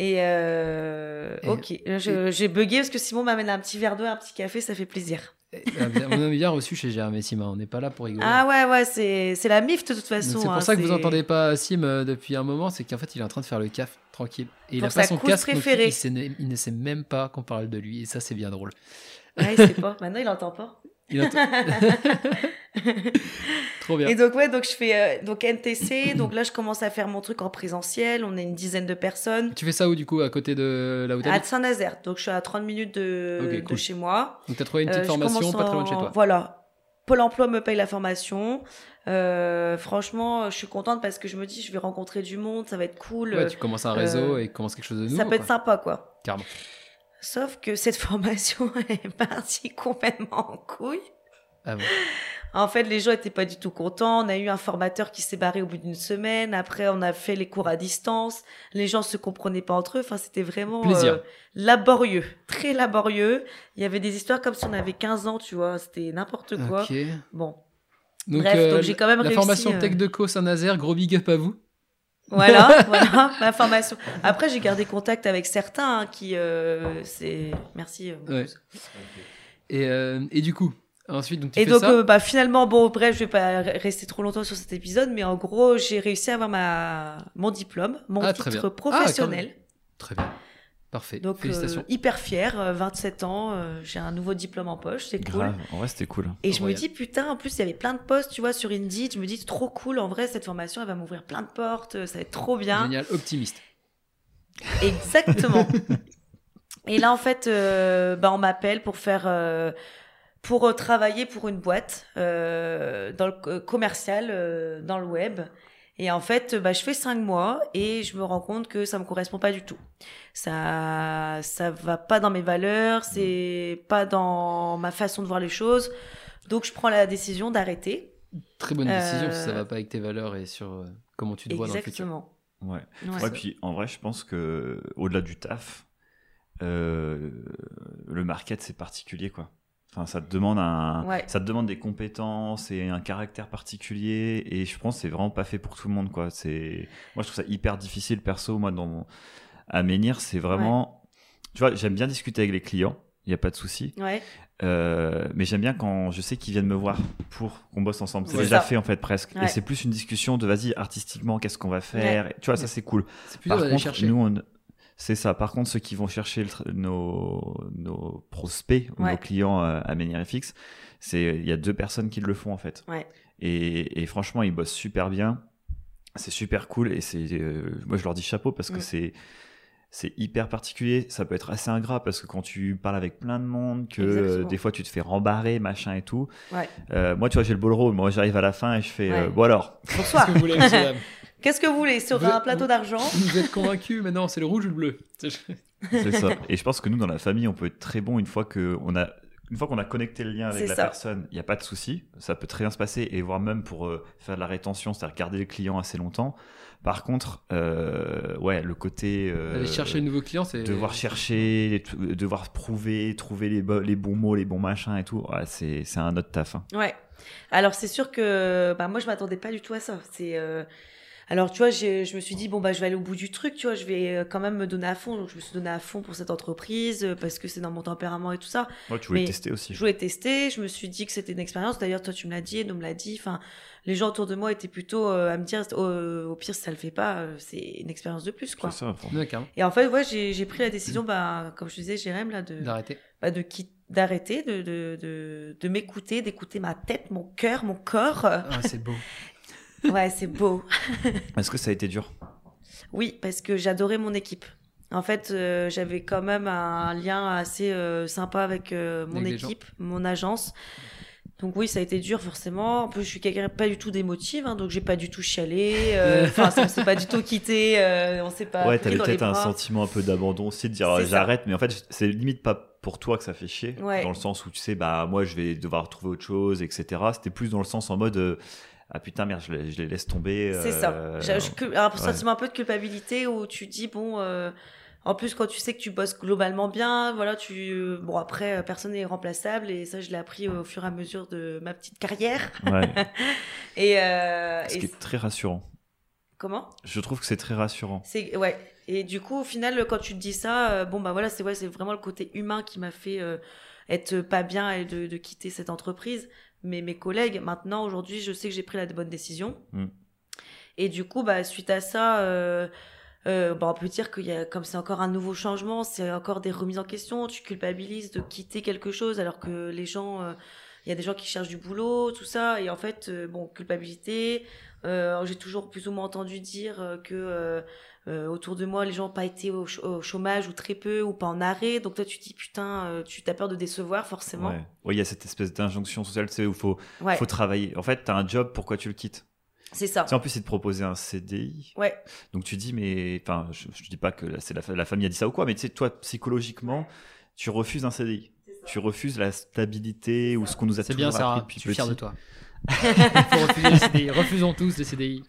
Speaker 1: Et, euh,
Speaker 3: Et-
Speaker 1: ok, Je- j'ai bugué parce que Simon m'amène un petit verre d'eau, un petit café, ça fait plaisir.
Speaker 3: Eh, bah, bien- on a bien reçu chez Jérémy Sima, on n'est pas là pour rigoler.
Speaker 1: Ah ouais, ouais, c'est c'est la mif de toute
Speaker 3: Donc,
Speaker 1: façon.
Speaker 3: c'est pour
Speaker 1: hein,
Speaker 3: ça que vous entendez pas Sim euh, depuis un moment, c'est qu'en fait il est en train de faire le caf, tranquille. Et il
Speaker 1: Pour
Speaker 3: a pas
Speaker 1: sa
Speaker 3: son
Speaker 1: course
Speaker 3: casque, donc
Speaker 1: préférée.
Speaker 3: il, sait ne- il ne sait même pas qu'on parle de lui, et ça c'est bien drôle.
Speaker 1: Ouais, il sait pas. Maintenant, il entend pas.
Speaker 3: Il entend- Trop bien.
Speaker 1: Et donc ouais, donc je fais euh, donc NTC, donc là je commence à faire mon truc en présentiel. On est une dizaine de personnes
Speaker 3: Tu fais ça où du coup à côté de là où
Speaker 1: à
Speaker 3: t'habites
Speaker 1: Saint-Nazaire. Donc je suis à 30 minutes de,
Speaker 3: Ok,
Speaker 1: de
Speaker 3: cool.
Speaker 1: chez moi.
Speaker 3: Donc t'as trouvé une
Speaker 1: Euh,
Speaker 3: petite
Speaker 1: je
Speaker 3: formation
Speaker 1: commence
Speaker 3: pas très loin de chez
Speaker 1: en-
Speaker 3: toi.
Speaker 1: Voilà. Pôle emploi me paye la formation. Euh, franchement, je suis contente parce que je me dis, je vais rencontrer du monde, ça va être cool.
Speaker 3: Ouais, tu commences un réseau
Speaker 1: euh,
Speaker 3: et commences quelque chose de nouveau.
Speaker 1: ça peut être
Speaker 3: quoi.
Speaker 1: sympa, quoi.
Speaker 3: Carrément.
Speaker 1: Sauf que cette formation elle est partie complètement en couille.
Speaker 3: Ah bon.
Speaker 1: En fait, les gens étaient pas du tout contents. On a eu un formateur qui s'est barré au bout d'une semaine. Après, on a fait les cours à distance. Les gens se comprenaient pas entre eux. Enfin, c'était vraiment
Speaker 3: Plaisir.
Speaker 1: euh, laborieux, très laborieux. Il y avait des histoires comme si on avait 15 ans, tu vois. C'était n'importe quoi.
Speaker 3: Ok.
Speaker 1: Bon,
Speaker 3: Donc,
Speaker 1: Bref,
Speaker 3: euh,
Speaker 1: donc j'ai quand même
Speaker 3: la
Speaker 1: réussi,
Speaker 3: formation
Speaker 1: euh,
Speaker 3: Tech de Co Saint-Nazaire, gros big up à vous.
Speaker 1: voilà, voilà ma formation. Après, j'ai gardé contact avec certains hein, qui, euh, c'est, merci. euh,
Speaker 3: Ouais. Et, euh, et du coup, ensuite, donc tu
Speaker 1: Et
Speaker 3: fais
Speaker 1: donc,
Speaker 3: ça.
Speaker 1: euh, bah, finalement, bon, bref, je vais pas re- rester trop longtemps sur cet épisode, mais en gros, j'ai réussi à avoir ma... mon diplôme, mon
Speaker 3: Ah, très
Speaker 1: titre
Speaker 3: bien.
Speaker 1: professionnel.
Speaker 3: Très bien. Parfait.
Speaker 1: donc, euh,
Speaker 3: Félicitations.
Speaker 1: hyper fière, euh, 27 ans, euh, j'ai un nouveau diplôme en poche, c'est cool.
Speaker 2: Grave. En vrai, c'était cool. hein.
Speaker 1: Et je me
Speaker 3: Royal.
Speaker 1: dis, putain, en plus, il y avait plein de postes, tu vois, sur Indeed. Je me dis, trop cool, en vrai, cette formation, elle va m'ouvrir plein de euh, portes, ça va être trop bien.
Speaker 3: Génial, optimiste.
Speaker 1: Exactement. Et là, en fait, euh, bah, on m'appelle pour faire, euh, pour euh, travailler pour une boîte euh, dans le co- commercial, euh, dans le web. Et en fait, bah, je fais cinq mois et je me rends compte que ça me correspond pas du tout. Ça, ça va pas dans mes valeurs, c'est pas dans ma façon de voir les choses. Donc, je prends la décision d'arrêter.
Speaker 3: Très bonne
Speaker 1: Euh,
Speaker 3: décision si ça va pas avec tes valeurs et sur euh, comment tu te vois dans le futur.
Speaker 1: Exactement.
Speaker 2: Ouais.
Speaker 1: Ouais.
Speaker 2: Ouais, puis en vrai, je pense que au-delà du taf, euh, le market c'est particulier quoi. Enfin, ça te demande un,
Speaker 1: Ouais.
Speaker 2: ça te demande des compétences et un caractère particulier. Et je pense que c'est vraiment pas fait pour tout le monde quoi. C'est, moi je trouve ça hyper difficile perso. Moi dans mon, à Menhir, c'est vraiment, tu vois, j'aime bien discuter avec les clients. Il n'y a pas de souci.
Speaker 1: Ouais.
Speaker 2: Euh, mais j'aime bien quand je sais qu'ils viennent me voir pour qu'on bosse ensemble. C'est
Speaker 3: Ouais.
Speaker 2: déjà
Speaker 1: C'est ça.
Speaker 2: fait en fait presque.
Speaker 1: Ouais.
Speaker 2: Et c'est plus une discussion de vas-y artistiquement qu'est-ce qu'on va faire. Et tu vois ça
Speaker 3: Ouais.
Speaker 2: c'est cool.
Speaker 3: C'est plutôt
Speaker 2: Par
Speaker 3: d'aller
Speaker 2: contre,
Speaker 3: chercher.
Speaker 2: nous, on- c'est ça. Par contre, ceux qui vont chercher le tra- nos, nos prospects, ou
Speaker 1: Ouais.
Speaker 2: nos clients euh, à Menhir FX, c'est il y a deux personnes qui le font en fait.
Speaker 1: Ouais.
Speaker 2: Et, et franchement, ils bossent super bien. C'est super cool et c'est euh, moi je leur dis chapeau parce que
Speaker 1: Mm.
Speaker 2: c'est c'est hyper particulier. Ça peut être assez ingrat parce que quand tu parles avec plein de monde, que euh,
Speaker 1: Exactement.
Speaker 2: des fois tu te fais rembarrer, machin et tout.
Speaker 1: Ouais.
Speaker 2: Euh, moi, tu vois, j'ai le ball roll. Moi, j'arrive à la fin et je fais
Speaker 1: Ouais.
Speaker 2: euh, bon alors.
Speaker 1: Bonsoir.
Speaker 3: Qu'est-ce que vous voulez, monsieur, dame
Speaker 1: Qu'est-ce que vous voulez sur
Speaker 3: Vous-
Speaker 1: un plateau d'argent
Speaker 3: Vous êtes convaincu maintenant, c'est le rouge ou le bleu
Speaker 2: C'est ça. Et je pense que nous, dans la famille, on peut être très bon une fois que on a une fois qu'on a connecté le lien avec
Speaker 1: C'est
Speaker 2: la
Speaker 1: ça.
Speaker 2: personne, il n'y a pas de souci, ça peut très bien se passer, et voire même pour euh, faire de la rétention, c'est-à-dire garder le client assez longtemps. Par contre, euh, ouais, le côté euh,
Speaker 3: Aller chercher de nouveaux clients, c'est.
Speaker 2: devoir chercher, t- devoir prouver, trouver les, bo- les bons mots, les bons machins et tout, ouais, c'est c'est un autre taf. hein.
Speaker 1: Ouais. Alors c'est sûr que bah moi je m'attendais pas du tout à ça. C'est euh, alors tu vois j'ai- je me suis dit bon bah je vais aller au bout du truc tu vois je vais euh, quand même me donner à fond donc je me suis donné à fond pour cette entreprise euh, parce que c'est dans mon tempérament et tout ça.
Speaker 2: Moi, tu voulais
Speaker 1: Mais
Speaker 2: tester aussi.
Speaker 1: Je voulais tester, je me suis dit que c'était une expérience. D'ailleurs toi tu me l'as dit, Edo me l'a dit. Enfin les gens autour de moi étaient plutôt euh, à me dire oh, au pire si ça le fait pas euh, c'est une expérience de plus quoi.
Speaker 2: C'est ça, franchement.
Speaker 3: Ouais, carrément.
Speaker 1: Et en fait ouais j'ai j'ai pris la décision bah comme je te disais Jérém là de
Speaker 3: D'arrêter.
Speaker 1: bah, de quitter d'arrêter de, de, de, de m'écouter d'écouter ma tête mon cœur mon corps euh,
Speaker 3: Ah, c'est beau.
Speaker 1: Ouais, c'est beau.
Speaker 2: Est-ce que ça a été dur
Speaker 1: Oui, parce que j'adorais mon équipe. En fait, euh, j'avais quand même un lien assez euh, sympa avec euh, mon
Speaker 3: Avec les gens.
Speaker 1: équipe, mon agence. Donc oui, ça a été dur forcément. En plus, je suis quelqu'un pas du tout d'émotive, hein, donc j'ai pas du tout chialé. euh, Enfin, ça ne s'est pas du tout quitté. euh, on s'est pas
Speaker 2: Ouais,
Speaker 1: pris
Speaker 2: t'avais
Speaker 1: dans les
Speaker 2: peut-être un
Speaker 1: bras.
Speaker 2: sentiment un peu d'abandon aussi, de dire
Speaker 1: C'est
Speaker 2: euh,
Speaker 1: ça.
Speaker 2: j'arrête, mais en fait, c'est limite pas pour toi que ça fait chier,
Speaker 1: Ouais.
Speaker 2: dans le sens où tu sais, bah moi je vais devoir trouver autre chose, etc. C'était plus dans le sens en mode euh, ah putain, merde, je les, je les laisse tomber.
Speaker 1: C'est ça.
Speaker 2: euh,
Speaker 1: J'ai je cul- un
Speaker 2: ouais.
Speaker 1: sentiment un peu de culpabilité où tu dis bon. euh, en plus, quand tu sais que tu bosses globalement bien, voilà, tu euh, bon après euh, personne n'est remplaçable et ça je l'ai appris au fur et à mesure de ma petite carrière.
Speaker 2: ouais.
Speaker 1: Et, euh,
Speaker 2: Ce
Speaker 1: et
Speaker 2: qui est très rassurant.
Speaker 1: comment
Speaker 2: Je trouve que c'est très rassurant.
Speaker 1: C'est ouais. Et du coup, au final, quand tu te dis ça, euh, bon bah voilà, c'est ouais, c'est vraiment le côté humain qui m'a fait euh, être pas bien et de, de quitter cette entreprise. Mais mes collègues, maintenant aujourd'hui, je sais que j'ai pris la bonne décision.
Speaker 2: Mm.
Speaker 1: Et du coup, bah suite à ça. Euh, euh, bah, on peut dire qu'il y a, comme c'est encore un nouveau changement, c'est encore des remises en question. Tu culpabilises de quitter quelque chose alors que les gens, euh, il y a des gens qui cherchent du boulot, tout ça. Et en fait, euh, bon, culpabilité. euh, j'ai toujours plus ou moins entendu dire euh, que euh, euh, autour de moi, les gens n'ont pas été au, ch- au chômage ou très peu ou pas en arrêt. Donc toi, tu te dis putain, euh, tu t'as peur de décevoir forcément.
Speaker 2: Ouais. Ouais, il y a cette espèce d'injonction sociale, tu sais, où faut,
Speaker 1: Ouais,
Speaker 2: faut travailler. En fait, t'as un job, pourquoi tu le quittes
Speaker 1: c'est ça.
Speaker 2: Tu sais, en plus, c'est de proposer un CDI.
Speaker 1: Ah. Ouais,
Speaker 2: Donc tu dis, mais enfin, je, je dis pas que la- c'est la, fa- la famille a dit ça ou quoi, mais tu sais, toi, psychologiquement, tu refuses un CDI. Tu refuses la stabilité ou ce qu'on nous a
Speaker 3: C'est
Speaker 2: toujours
Speaker 3: bien,
Speaker 2: appris
Speaker 3: Sarah.
Speaker 2: depuis
Speaker 3: Je suis fier de
Speaker 2: petit.
Speaker 3: toi. Faut refuser les CDI. Refusons tous les CDI.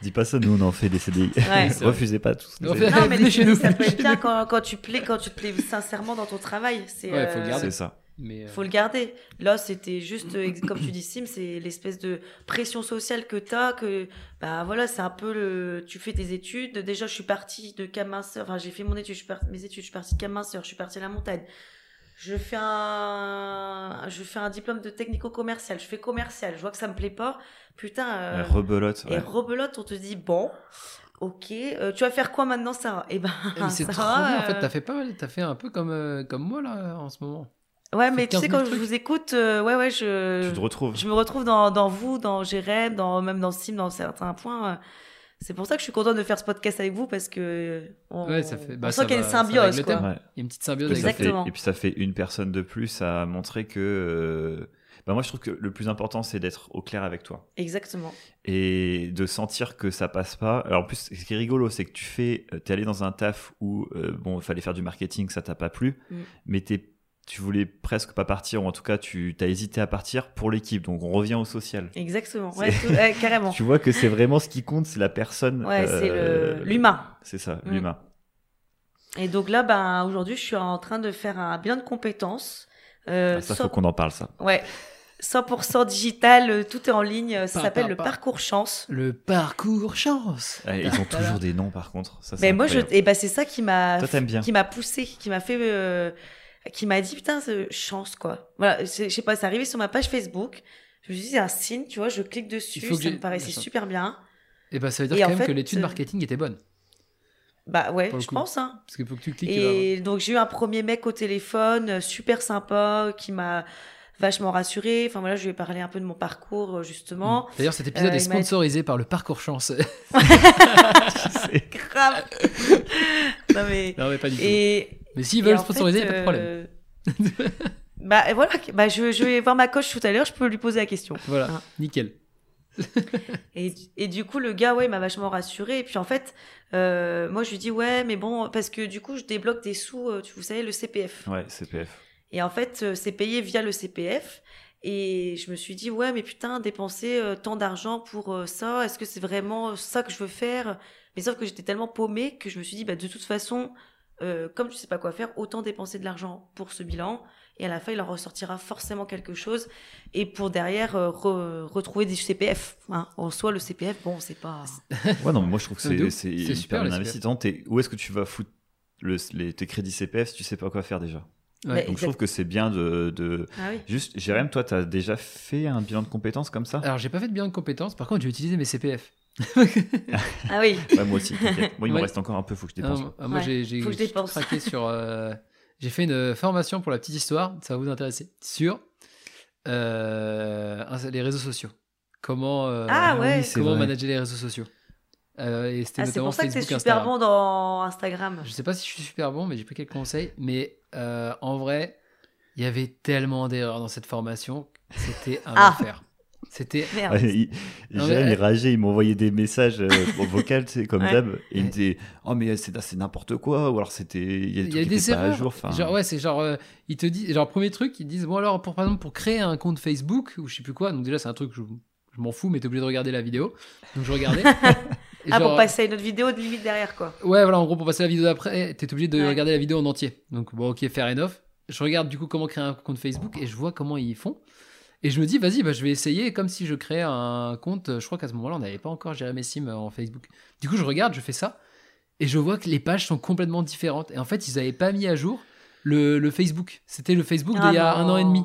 Speaker 2: Dis pas ça, nous on en fait des CDI.
Speaker 1: ouais.
Speaker 3: C'est vrai.
Speaker 2: Refusez pas tous. les
Speaker 3: Non,
Speaker 2: CDI.
Speaker 1: Non, mais
Speaker 3: Venez
Speaker 1: les
Speaker 3: chez
Speaker 1: CDI,
Speaker 3: nous,
Speaker 1: ça
Speaker 3: venez
Speaker 1: peut être
Speaker 3: chez
Speaker 1: bien
Speaker 3: nous.
Speaker 1: quand, quand tu plais, quand tu te plais sincèrement dans ton travail. C'est,
Speaker 3: Ouais, faut le
Speaker 1: euh,
Speaker 3: garder.
Speaker 2: C'est ça.
Speaker 3: Mais euh,
Speaker 1: faut le garder. Là, c'était juste, euh, ex- comme tu dis, Sim, c'est l'espèce de pression sociale que t'as, que, bah voilà, c'est un peu le, tu fais tes études. Déjà, je suis partie de Caminceur, enfin, j'ai fait mon étude, je suis partie, mes études, je suis partie de Caminceur, je suis partie à la montagne. Je fais un, je fais un diplôme de technico-commercial, je fais commercial, je vois que ça me plaît pas. Putain, euh,
Speaker 2: Elle rebelote.
Speaker 1: et
Speaker 2: ouais.
Speaker 1: rebelote, on te dit, bon, ok, euh, tu vas faire quoi maintenant, Sarah? Et ben,
Speaker 3: Eh, mais c'est trop
Speaker 1: Sarah,
Speaker 3: bien. En fait,
Speaker 1: euh,
Speaker 3: t'as fait pas mal. T'as fait un peu comme euh, comme moi là en ce moment.
Speaker 1: euh, Ouais, mais tu
Speaker 3: 15
Speaker 1: sais,
Speaker 3: 000
Speaker 1: quand je
Speaker 3: trucs.
Speaker 1: vous écoute, euh, ouais, ouais, je.
Speaker 2: Tu te retrouves.
Speaker 1: Je me retrouve dans, dans vous, dans Jérém, dans, même dans Sim, dans certains points. euh, C'est pour ça que je suis contente de faire ce podcast avec vous parce que on,
Speaker 3: Ouais, ça fait- bah,
Speaker 1: on
Speaker 3: ça
Speaker 1: sent qu'il y a une
Speaker 3: va- ça règle
Speaker 1: symbiose.
Speaker 3: le
Speaker 1: Quoi.
Speaker 3: thème.
Speaker 2: Ouais.
Speaker 3: Il y a une petite symbiose
Speaker 2: Parce que ça
Speaker 3: avec
Speaker 2: fait-
Speaker 1: Exactement.
Speaker 2: et puis ça fait une personne de plus à montrer que. euh, bah, moi, je trouve que le plus important, c'est d'être au clair avec toi
Speaker 1: Exactement.
Speaker 2: et de sentir que ça passe pas. Alors en plus, ce qui est rigolo, c'est que tu fais, euh, t'es allé dans un taf où euh, bon, il fallait faire du marketing, ça t'a pas plu,
Speaker 1: Mm.
Speaker 2: mais t'es tu voulais presque pas partir, ou en tout cas, tu as hésité à partir pour l'équipe. Donc, on revient au social.
Speaker 1: Exactement. Ouais, tout- ouais, carrément.
Speaker 2: Tu vois que c'est vraiment ce qui compte, c'est la personne.
Speaker 1: Ouais, c'est
Speaker 2: euh,
Speaker 1: le- l'humain.
Speaker 2: C'est ça,
Speaker 1: Mm.
Speaker 2: l'humain.
Speaker 1: Et donc là, ben, aujourd'hui, je suis en train de faire un bilan de compétences. Euh,
Speaker 2: Ah, ça,
Speaker 1: cent-
Speaker 2: faut qu'on en parle, ça.
Speaker 1: Ouais. 100% digital, euh, tout est en ligne. euh, Ça
Speaker 3: Pas,
Speaker 1: s'appelle
Speaker 3: pas,
Speaker 1: le
Speaker 3: pas.
Speaker 1: parcours chance.
Speaker 3: Le parcours chance.
Speaker 2: Ah, Ils ont toujours des noms, par contre. Ça, c'est
Speaker 1: Mais moi, je,
Speaker 2: incroyable.
Speaker 1: et ben, c'est ça qui m'a,
Speaker 2: Toi, t'aimes bien.
Speaker 1: qui m'a poussé, qui m'a fait, euh, qui m'a dit putain, c'est- chance quoi. Voilà, c'est- je sais pas, c'est arrivé sur ma page Facebook. Je me suis dit c'est un signe, tu vois, je clique
Speaker 3: Il
Speaker 1: dessus,
Speaker 3: faut que
Speaker 1: ça
Speaker 3: j'ai-
Speaker 1: me paraissait
Speaker 3: Attends.
Speaker 1: super bien.
Speaker 3: Et bah ça veut
Speaker 1: Et
Speaker 3: dire quand
Speaker 1: en
Speaker 3: même que
Speaker 1: fait,
Speaker 3: l'étude
Speaker 1: euh,
Speaker 3: marketing était bonne.
Speaker 1: Bah ouais,
Speaker 3: Pour le
Speaker 1: je
Speaker 3: coup.
Speaker 1: pense. Hein.
Speaker 3: Parce qu'il faut que tu cliques. tu vas voir.
Speaker 1: Et donc j'ai eu un premier mec au téléphone, euh, super sympa, qui m'a vachement rassuré. Enfin voilà, je lui ai parlé un peu de mon parcours euh, justement.
Speaker 3: Mm. D'ailleurs, cet épisode
Speaker 1: Euh,
Speaker 3: est
Speaker 1: il m'a-
Speaker 3: sponsorisé par le parcours chance.
Speaker 1: Grave. non mais
Speaker 3: non, mais pas du tout.
Speaker 1: et
Speaker 3: Mais s'ils
Speaker 1: et
Speaker 3: veulent
Speaker 1: en fait,
Speaker 3: sponsoriser, y a pas de problème.
Speaker 1: euh, bah voilà, bah je, je vais voir ma coach tout à l'heure, je peux lui poser la question.
Speaker 3: Voilà,
Speaker 1: ah.
Speaker 3: nickel.
Speaker 1: Et, et du coup, le gars, ouais, il m'a vachement rassuré. Et puis en fait, euh, moi, je lui dis, ouais, mais bon, parce que du coup, je débloque des sous, euh, tu vous savez, le CPF.
Speaker 2: Ouais, CPF.
Speaker 1: Et en fait, euh, c'est payé via le CPF. Et je me suis dit, ouais, mais putain, dépenser euh, tant d'argent pour euh, ça, est-ce que c'est vraiment euh, ça que je veux faire Mais sauf que j'étais tellement paumée que je me suis dit, bah, de toute façon, euh, comme tu sais pas quoi faire, autant dépenser de l'argent pour ce bilan. Et à la fin, il en ressortira forcément quelque chose. Et pour derrière, euh, re- retrouver des CPF. hein. En soi, le CPF, bon, c'est pas.
Speaker 2: Ouais, non, mais moi, je trouve que
Speaker 3: Non, de
Speaker 2: c'est
Speaker 3: ouf.
Speaker 2: c'est
Speaker 3: C'est
Speaker 2: hyper
Speaker 3: super,
Speaker 2: bien
Speaker 3: les
Speaker 2: investi. Tant, t'es- Où est-ce que tu vas foutre le- les- tes crédits CPF si tu sais pas quoi faire déjà
Speaker 1: Mais
Speaker 2: Donc, je trouve que c'est bien de. de-
Speaker 1: Ah oui.
Speaker 2: Juste, Jérém, toi, t'as déjà fait un bilan de compétences comme ça
Speaker 3: Alors, j'ai pas fait de bilan de compétences, par contre, j'ai utilisé mes CPF.
Speaker 1: Ah oui.
Speaker 2: Ouais, moi aussi, t'inquiète. Moi, il me
Speaker 3: Euh. Ouais.
Speaker 2: reste encore un peu, faut que je
Speaker 3: Ah,
Speaker 2: dépense.
Speaker 3: moi, ah, moi,
Speaker 1: Ouais,
Speaker 3: j'ai- j'ai
Speaker 1: faut que je dépense.
Speaker 3: craqué sur. euh, j'ai fait une formation pour la petite histoire, ça va vous intéresser, sur euh, ins- les réseaux sociaux. Comment, euh,
Speaker 1: Ah ouais.
Speaker 2: oui, c'est
Speaker 3: comment
Speaker 2: vrai.
Speaker 3: manager les réseaux sociaux. Euh, et c'était
Speaker 1: Ah, c'est
Speaker 3: notamment
Speaker 1: pour ça que c'est
Speaker 3: Facebook,
Speaker 1: super
Speaker 3: Instagram.
Speaker 1: bon dans Instagram.
Speaker 3: Je sais pas si je suis super bon, mais j'ai pris quelques conseils. Mais euh, en vrai, il y avait tellement d'erreurs dans cette formation. C'était un
Speaker 1: Ah.
Speaker 3: enfer. C'était.
Speaker 1: Merde.
Speaker 2: Ouais, il-
Speaker 3: Non,
Speaker 2: Jérém,
Speaker 3: mais- euh,
Speaker 2: il rageait, il m'envoyait des messages euh, en vocal, tu sais, comme
Speaker 1: Ouais.
Speaker 2: d'hab. Et il
Speaker 3: Ouais.
Speaker 2: me disait, oh, mais c'est c'est n'importe quoi. Ou alors, c'était. Il y a des
Speaker 3: Il y
Speaker 2: trucs
Speaker 3: a
Speaker 2: qui
Speaker 3: des
Speaker 2: étaient pas à
Speaker 3: erreurs.
Speaker 2: jour. enfin.
Speaker 3: Genre, ouais, c'est genre. euh, ils te disent. Genre, premier truc, ils disent Bon, alors, pour, par exemple, pour créer un compte Facebook, ou je sais plus quoi. Donc, déjà, c'est un truc, je, je m'en fous, mais t'es obligé de regarder la vidéo. Donc, je regardais. Et
Speaker 1: Ah,
Speaker 3: genre,
Speaker 1: pour passer à une autre vidéo de limite derrière, quoi.
Speaker 3: Ouais, voilà, en gros, pour passer à la vidéo d'après, eh, t'es obligé de
Speaker 1: Ouais.
Speaker 3: regarder la vidéo en entier. Donc, bon, ok, fair enough. Je regarde du coup comment créer un compte Facebook et je vois comment ils font. Et je me dis, vas-y, bah, je vais essayer comme si je créais un compte. euh, Je crois qu'à ce moment-là, on n'avait pas encore géré mes sims euh, en Facebook. Du coup, je regarde, je fais ça et je vois que les pages sont complètement différentes. Et en fait, ils n'avaient pas mis à jour le, le Facebook. C'était le Facebook
Speaker 1: Ah
Speaker 3: d'il y a un
Speaker 1: non.
Speaker 3: an et demi.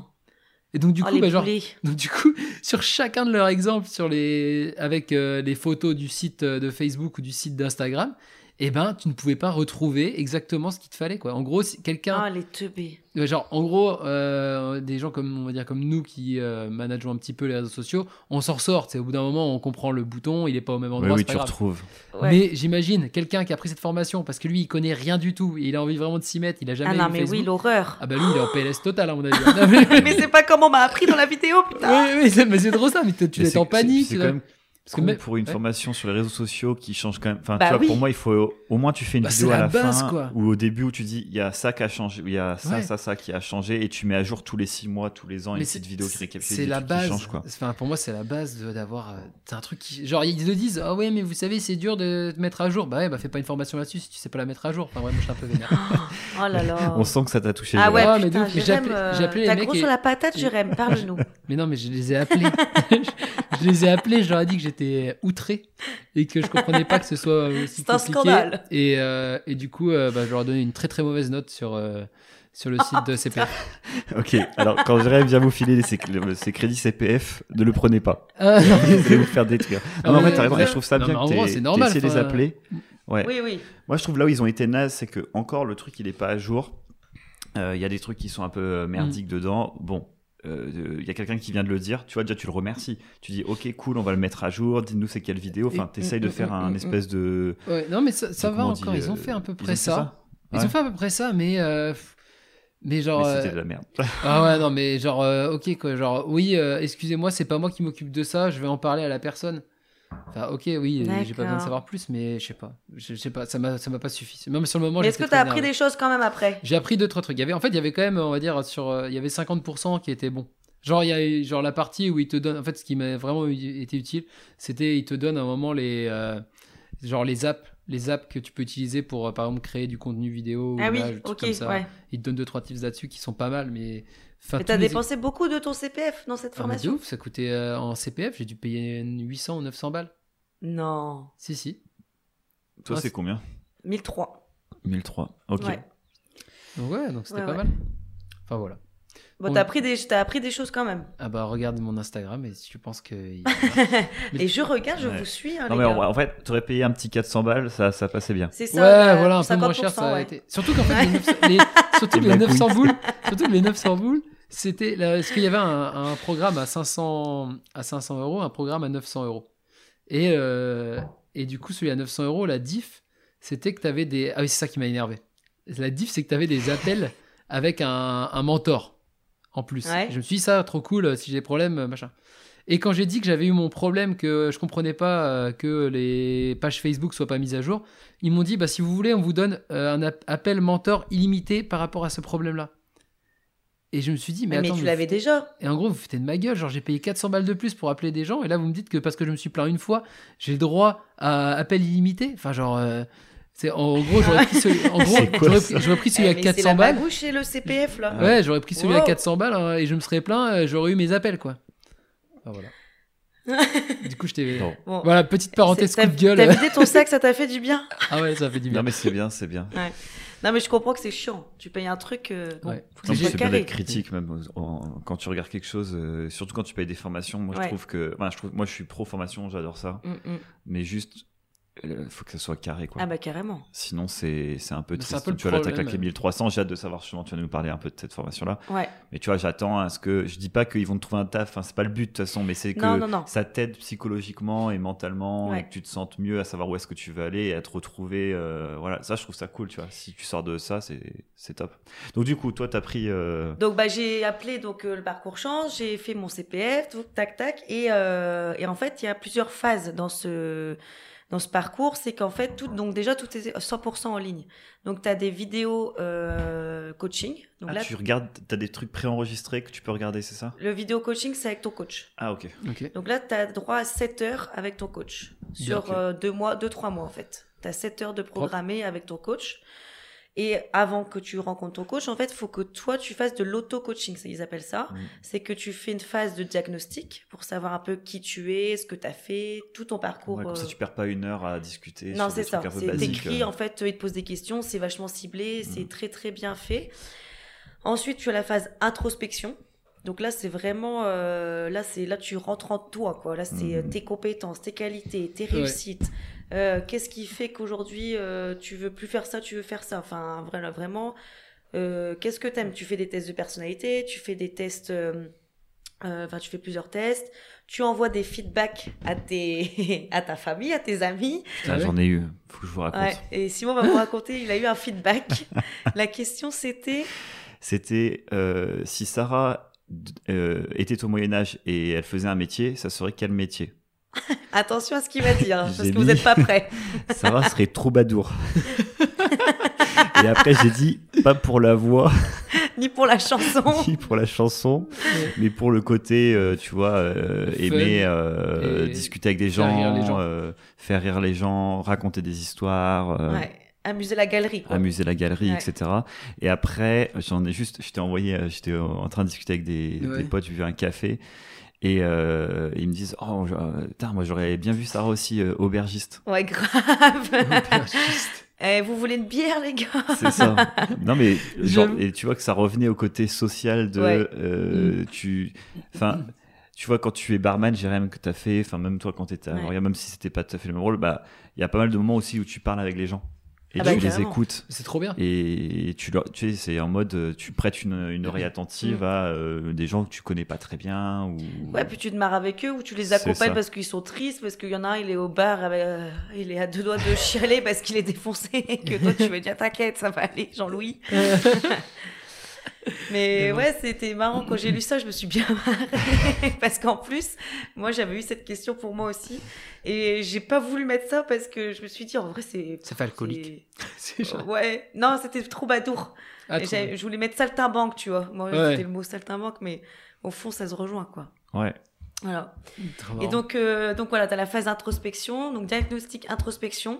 Speaker 3: Et donc, du
Speaker 1: Oh,
Speaker 3: coup,
Speaker 1: les
Speaker 3: bah, genre,
Speaker 1: poulets.
Speaker 3: donc du coup, sur chacun de leurs exemples, sur les, avec euh, les photos du site euh, de Facebook ou du site d'Instagram, eh ben, tu ne pouvais pas retrouver exactement ce qu'il te fallait, quoi. En gros, si quelqu'un,
Speaker 1: Ah, les teubés.
Speaker 3: ouais, genre, en gros, euh, des gens comme, on va dire, comme nous qui euh, manageons un petit peu les réseaux sociaux, on s'en sort. C'est au bout d'un moment, on comprend le bouton, il est pas au même
Speaker 2: Oui,
Speaker 3: endroit.
Speaker 2: oui,
Speaker 3: c'est pas
Speaker 2: tu
Speaker 3: grave.
Speaker 2: retrouves.
Speaker 1: Ouais. Ah,
Speaker 3: Mais j'imagine quelqu'un qui a pris cette formation parce que lui, il connaît rien du tout, et il a envie vraiment de s'y mettre, il a jamais
Speaker 1: ah
Speaker 3: eu
Speaker 1: non, mais
Speaker 3: Facebook.
Speaker 1: oui, l'horreur.
Speaker 3: ah bah lui, il est en PLS total, à mon avis. Non, mais-
Speaker 1: mais c'est pas comme on m'a appris dans la vidéo, putain.
Speaker 3: Oui, oui, c'est- mais c'est trop ça, mais tu
Speaker 2: Mais
Speaker 3: es
Speaker 2: c'est-
Speaker 3: en
Speaker 2: c'est-
Speaker 3: panique.
Speaker 2: C'est
Speaker 3: tu
Speaker 2: quand
Speaker 3: dois-
Speaker 2: même. hein,
Speaker 3: Parce que
Speaker 2: con
Speaker 3: même-
Speaker 2: pour une
Speaker 3: ouais.
Speaker 2: formation sur les réseaux sociaux qui change quand même. Enfin,
Speaker 1: Bah
Speaker 2: tu vois, pour
Speaker 1: oui.
Speaker 2: moi, il faut au moins tu fais une
Speaker 3: Bah,
Speaker 2: vidéo
Speaker 3: c'est
Speaker 2: à
Speaker 3: la
Speaker 2: la
Speaker 3: base,
Speaker 2: fin
Speaker 3: quoi.
Speaker 2: ou au début où tu dis il y a ça qui a changé, il y a ça,
Speaker 3: Ouais.
Speaker 2: ça, ça qui a changé et tu mets à jour tous les six mois, tous les ans une
Speaker 3: c'est-
Speaker 2: petite vidéo qui
Speaker 3: c'est-
Speaker 2: récapitule
Speaker 3: C'est
Speaker 2: des
Speaker 3: la
Speaker 2: trucs
Speaker 3: base.
Speaker 2: qui changent quoi.
Speaker 3: Enfin, pour moi, c'est la base de- d'avoir. euh, C'est un truc qui. Genre, ils te disent Ah ouais, mais vous savez, c'est dur de te mettre à jour. Bah ouais, bah fais pas une formation là-dessus si tu sais pas la mettre à jour. Enfin, ouais, moi, je suis un peu vénère.
Speaker 1: Oh là là.
Speaker 2: On sent que ça t'a touché.
Speaker 1: Ah
Speaker 2: Jérôme.
Speaker 1: ouais,
Speaker 3: Ah, mais de
Speaker 1: putain,
Speaker 3: ouf, mais
Speaker 1: Jérém,
Speaker 3: j'appelais-
Speaker 1: euh,
Speaker 3: j'appelais les
Speaker 1: t'as
Speaker 3: mecs
Speaker 1: gros
Speaker 3: et-
Speaker 1: sur la patate, Jérém, parle-nous.
Speaker 3: mais non, mais je les ai appelés. je les ai appelés, je leur ai dit que j'étais outré et que je comprenais pas que ce soit aussi
Speaker 1: C'est un
Speaker 3: compliqué.
Speaker 1: scandale.
Speaker 3: Et, euh, et du coup, euh, bah, je leur ai donné une très très mauvaise note sur. euh, sur le site de CPF.
Speaker 2: Ok. Alors quand Jérém vient vous filer ses, le- ses crédits CPF, ne le prenez pas.
Speaker 3: Ah, non, mais
Speaker 2: Vous allez vous faire détruire.
Speaker 3: Ah
Speaker 2: Non, mais en
Speaker 3: oui,
Speaker 2: fait, t'as raison.
Speaker 3: oui.
Speaker 2: Et je trouve ça
Speaker 3: Non,
Speaker 2: bien
Speaker 3: mais en
Speaker 2: que
Speaker 3: gros,
Speaker 2: t'aies-
Speaker 3: c'est
Speaker 2: t'aies
Speaker 3: normal,
Speaker 2: essayé de les
Speaker 3: enfin,
Speaker 2: appeler. Ouais.
Speaker 1: Oui, oui.
Speaker 3: Oh,
Speaker 2: Moi, je trouve là où ils ont été nazes, c'est que
Speaker 3: Mm.
Speaker 2: encore le truc, il est pas à jour. Euh, Il y a des trucs qui sont un peu euh, merdiques dedans. Bon, euh, de- y a quelqu'un qui vient de le dire, tu vois, déjà tu le remercies. Tu dis, ok, cool, on va le mettre à jour, dis-nous c'est quelle vidéo. Enfin,
Speaker 3: Et-
Speaker 2: t'essayes de
Speaker 3: mm,
Speaker 2: faire
Speaker 3: mm,
Speaker 2: un
Speaker 3: mm,
Speaker 2: espèce de.
Speaker 3: Ouais, non, mais ça, ça
Speaker 2: de-
Speaker 3: va
Speaker 2: comment on dit,
Speaker 3: encore. ils ont
Speaker 2: euh,
Speaker 3: fait à peu
Speaker 2: ils ont
Speaker 3: près
Speaker 2: fait
Speaker 3: ça. Ils
Speaker 2: Ouais.
Speaker 3: ont fait à peu près ça, mais. euh, mais genre.
Speaker 2: Mais c'était
Speaker 3: euh,
Speaker 2: de la merde.
Speaker 3: Ah ouais, non, mais genre, euh, ok, quoi. Genre, oui, euh, excusez-moi, c'est pas moi qui m'occupe de ça, je vais en parler à la personne. Enfin, ok, oui, euh, j'ai pas besoin de
Speaker 1: D'accord.
Speaker 3: savoir plus, mais je sais pas. Je je sais pas, ça m'a ça m'a pas suffi. Même sur le moment,
Speaker 1: Mais est-ce
Speaker 3: j'étais
Speaker 1: que
Speaker 3: très
Speaker 1: t'as appris
Speaker 3: énervé.
Speaker 1: des choses quand même après
Speaker 3: J'ai appris deux, trois trucs. Il y avait, en fait, il y avait quand même, on va dire, sur, euh, il y avait 50% qui étaient bons. Genre, il y a eu- genre la partie où il te donne, en fait, ce qui m'a vraiment eu- été utile, c'était, il te donne à un moment les, euh, genre les apps, les apps que tu peux utiliser pour, euh, par exemple, créer du contenu vidéo. ou
Speaker 1: Ah oui,
Speaker 3: image, des trucs
Speaker 1: ok,
Speaker 3: comme ça.
Speaker 1: ouais.
Speaker 3: Il te donne deux, trois tips là-dessus qui sont pas mal, mais. Enfin,
Speaker 1: Et
Speaker 3: tous
Speaker 1: t'as
Speaker 3: les-
Speaker 1: dépensé beaucoup de ton CPF dans cette
Speaker 3: Ah, mais de
Speaker 1: formation
Speaker 3: ouf, ça coûtait euh, en CPF, j'ai dû payer 800 ou 900 balles.
Speaker 1: Non.
Speaker 3: Si, si.
Speaker 2: Toi,
Speaker 3: Ah,
Speaker 2: c'est
Speaker 3: c'est-
Speaker 2: combien
Speaker 1: 1003.
Speaker 2: 1003. Ok.
Speaker 1: Ouais.
Speaker 3: Donc, ouais, donc c'était
Speaker 1: Ouais,
Speaker 3: pas
Speaker 1: ouais.
Speaker 3: mal. Enfin, voilà.
Speaker 1: Bon,
Speaker 3: On-
Speaker 1: t'as appris, des... t'as appris des choses quand même.
Speaker 3: Ah bah, regarde mon Instagram et si tu penses que. Mais-
Speaker 1: Et je regarde, je
Speaker 2: Ouais.
Speaker 1: vous suis. hein,
Speaker 2: Non,
Speaker 1: les
Speaker 2: mais en,
Speaker 1: gars.
Speaker 2: en fait, t'aurais payé un petit 400 balles, ça, ça passait bien.
Speaker 1: C'est ça.
Speaker 3: Ouais,
Speaker 1: euh,
Speaker 3: voilà, un peu moins
Speaker 1: 50%,
Speaker 3: cher, ça a
Speaker 1: ouais.
Speaker 3: été. Surtout qu'en fait, les 900 les- surtout
Speaker 2: Et
Speaker 3: que
Speaker 2: de la
Speaker 3: les 900 boules, surtout que les 900 boules, c'était. la- Parce qu'il y avait un, un programme à 500, à 500 euros, un programme à 900 euros. Et, euh, et du coup, celui à 900 euros, la diff, c'était que t'avais des. Ah oui, c'est ça qui m'a énervé. La diff, c'est que t'avais des appels avec un, un mentor en plus.
Speaker 1: Ouais.
Speaker 3: Je me suis dit, ça, trop cool, euh, si j'ai des problèmes, euh, machin. Et quand j'ai dit que j'avais eu mon problème, que je comprenais pas euh, que les pages Facebook soient pas mises à jour, ils m'ont dit, bah, si vous voulez, on vous donne euh, un ap- appel mentor illimité par rapport à ce problème-là. Et je me suis dit, mais,
Speaker 1: Ah, Mais,
Speaker 3: attends,
Speaker 1: tu
Speaker 3: mais
Speaker 1: l'avais
Speaker 3: vous-
Speaker 1: déjà.
Speaker 3: Et en gros, vous vous foutez de ma gueule, genre j'ai payé 400 balles de plus pour appeler des gens, et là vous me dites que parce que je me suis plaint une fois, j'ai le droit à appel illimité. Enfin, genre, euh, c'est en gros, j'aurais pris celui, en gros,
Speaker 2: C'est quoi
Speaker 3: j'aurais
Speaker 2: ça
Speaker 3: pris- j'aurais pris celui
Speaker 1: Eh,
Speaker 3: à
Speaker 1: mais
Speaker 3: 400
Speaker 1: C'est la
Speaker 3: balles.
Speaker 1: magouille chez le CPF là.
Speaker 2: Ah
Speaker 3: Ouais, j'aurais pris celui à
Speaker 1: Wow.
Speaker 3: 400 balles hein, et je me serais plaint, euh, j'aurais eu mes appels quoi. Enfin, voilà. du coup, je t'ai.
Speaker 2: Non.
Speaker 1: Bon.
Speaker 3: Voilà, petite parenthèse
Speaker 1: C'est-
Speaker 3: coup
Speaker 1: t'as-
Speaker 3: de gueule.
Speaker 1: T'as vidé ton sac, ça t'a fait du bien.
Speaker 3: Ah ouais, ça fait du bien.
Speaker 2: Non, mais c'est bien, c'est bien.
Speaker 1: Non mais je comprends que c'est chiant. Tu payes un truc. euh, bon,
Speaker 3: Ouais.
Speaker 1: faut que
Speaker 2: Non,
Speaker 1: ça
Speaker 2: mais
Speaker 1: soit
Speaker 2: c'est bien
Speaker 1: carré.
Speaker 2: d'être critique même en- en- quand tu regardes quelque chose, euh, surtout quand tu payes des formations. Moi, je
Speaker 1: Ouais.
Speaker 2: trouve que, enfin, je trouve, moi, je suis pro formation, j'adore ça,
Speaker 1: Mm, mm.
Speaker 2: mais juste, il faut que ça soit carré, quoi.
Speaker 1: Ah bah carrément.
Speaker 2: Sinon, c'est c'est un peu
Speaker 3: Mais c'est un
Speaker 2: triste.
Speaker 3: peu le
Speaker 2: tu vois, là, t'as
Speaker 3: problème.
Speaker 2: claqué 1300. J'ai hâte de savoir justement, tu vas nous parler un peu de cette formation-là.
Speaker 1: Ouais.
Speaker 2: Mais tu vois, j'attends à ce que. Je dis pas qu'ils vont te trouver un taf, hein, c'est pas le but de toute façon, mais c'est que
Speaker 1: Non, non, non.
Speaker 2: ça t'aide psychologiquement et mentalement
Speaker 1: Ouais.
Speaker 2: et que tu te sentes mieux à savoir où est-ce que tu veux aller et à te retrouver. euh, voilà, ça, je trouve ça cool, tu vois. Si tu sors de ça, c'est c'est top. Donc, du coup, toi, t'as pris. euh,
Speaker 1: Donc bah j'ai appelé donc euh, le parcours chance, j'ai fait mon CPF, tout, tac tac et euh, et en fait il y a plusieurs phases dans ce dans ce parcours, c'est qu'en fait tout donc déjà tout est 100% en ligne. Donc tu as des vidéos euh, coaching. Donc
Speaker 2: ah,
Speaker 1: là
Speaker 2: tu regardes, t'as des trucs préenregistrés que tu peux regarder, c'est ça
Speaker 1: le vidéo coaching c'est avec ton coach.
Speaker 2: Ah, ok.
Speaker 3: Ok.
Speaker 1: Donc là tu as droit à 7 heures avec ton coach sur
Speaker 2: Ok.
Speaker 1: euh, deux mois, deux trois mois en fait. Tu as 7 heures de programmer avec ton coach. Et avant que tu rencontres ton coach, en fait, faut que toi tu fasses de l'auto-coaching, c'est- ils appellent ça.
Speaker 2: Mm.
Speaker 1: c'est que tu fais une phase de diagnostic pour savoir un peu qui tu es, ce que tu as fait, tout ton parcours.
Speaker 2: Ouais, comme ça,
Speaker 1: euh,
Speaker 2: tu perds pas une heure à discuter.
Speaker 1: Non,
Speaker 2: sur des
Speaker 1: c'est ça.
Speaker 2: trucs un peu
Speaker 1: C'est
Speaker 2: basiques,
Speaker 1: écrit,
Speaker 2: euh.
Speaker 1: en fait, ils te posent des questions, c'est vachement ciblé, c'est
Speaker 2: Mm.
Speaker 1: très très bien fait. Ensuite, tu as la phase introspection. Donc là, c'est vraiment, euh, là, c'est là, tu rentres en toi, quoi. Là, c'est
Speaker 2: Mm.
Speaker 1: euh, tes compétences, tes qualités, tes
Speaker 3: Ouais.
Speaker 1: réussites. Euh, Qu'est-ce qui fait qu'aujourd'hui euh, tu veux plus faire ça, tu veux faire ça. Enfin, vra- vraiment, euh, qu'est-ce que t'aimes Tu fais des tests de personnalité, tu fais des tests, euh, euh, enfin, tu fais plusieurs tests. Tu envoies des feedbacks à tes, à ta famille, à tes amis.
Speaker 2: Putain,
Speaker 3: Ah ouais.
Speaker 2: j'en ai eu. Faut que je vous raconte.
Speaker 1: Ouais, et Simon va vous raconter, il a eu un feedback. La question c'était
Speaker 2: C'était euh, si Sarah d- euh, était au Moyen Âge et elle faisait un métier, ça serait quel métier
Speaker 1: attention à ce qu'il va dire, hein, parce
Speaker 2: J'ai
Speaker 1: que vous
Speaker 2: mis-
Speaker 1: n'êtes pas prêts.
Speaker 2: Sarah serait troubadour. et après j'ai dit pas pour la voix
Speaker 1: Ni pour la chanson,
Speaker 2: ni pour la chanson, mais pour le côté, euh, tu vois, euh,
Speaker 3: Fun
Speaker 2: aimer euh,
Speaker 3: et
Speaker 2: discuter avec des
Speaker 3: faire
Speaker 2: gens,
Speaker 3: rire les gens.
Speaker 2: euh, faire rire les gens, raconter des histoires. euh,
Speaker 1: ouais, amuser la galerie. quoi.
Speaker 2: amuser la galerie,
Speaker 1: Ouais.
Speaker 2: etc. Et après, j'en ai juste, j'étais envoyé, euh, j'étais euh, en train de discuter avec des,
Speaker 3: Ouais.
Speaker 2: des potes, j'ai vu un café. Et euh, ils me disent, oh, je- euh, putain, moi j'aurais bien vu Sarah aussi euh, aubergiste.
Speaker 1: Ouais, grave.
Speaker 3: Aubergiste.
Speaker 1: Eh, vous voulez une bière, les gars
Speaker 2: C'est ça. non mais genre,
Speaker 3: J'avoue.
Speaker 2: et tu vois que ça revenait au côté social de,
Speaker 1: Ouais. Mm.
Speaker 2: euh, tu, enfin. Tu vois, quand tu es barman, j'ai rien que t'as fait, enfin, même toi quand t'étais à
Speaker 1: Ouais.
Speaker 2: Moria, même si c'était pas tout à fait le même rôle, bah, il y a pas mal de moments aussi où tu parles avec les gens. Et
Speaker 1: Ah bah,
Speaker 2: tu les
Speaker 1: carrément.
Speaker 2: écoutes.
Speaker 3: C'est trop bien.
Speaker 2: Et tu, leur- tu sais, c'est en mode, euh, tu prêtes une, une oreille attentive à euh, des gens que tu connais pas très bien. Ou...
Speaker 1: Mm. Ouais, puis tu te marres avec eux ou tu les
Speaker 2: C'est ça.
Speaker 1: accompagnes parce qu'ils sont tristes, parce qu'il y en a un, il est au bar, avec, euh, il est à deux doigts de chialer parce qu'il est défoncé et que toi tu veux dire t'inquiète, ça va aller, Jean-Louis. Mais ouais, c'était marrant quand j'ai lu ça, je me suis bien marrée parce qu'en plus, moi j'avais eu cette question pour moi aussi et j'ai pas voulu mettre ça parce que je me suis dit en vrai c'est.
Speaker 3: Ça fait alcoolique. C'est
Speaker 1: c'est-
Speaker 3: genre-
Speaker 1: Ouais, non, c'était trop badour.
Speaker 3: Ah,
Speaker 1: Et
Speaker 3: trop
Speaker 1: j'avais-
Speaker 3: bien.
Speaker 1: je voulais mettre saltimbanque, tu vois. Moi,
Speaker 3: Ouais.
Speaker 1: c'était le mot saltimbanque, mais au fond, ça se rejoint, quoi.
Speaker 2: Ouais.
Speaker 1: Voilà.
Speaker 3: Trop
Speaker 1: Et
Speaker 3: marrant.
Speaker 1: donc, euh, donc voilà, tu as la phase introspection, donc diagnostic, introspection.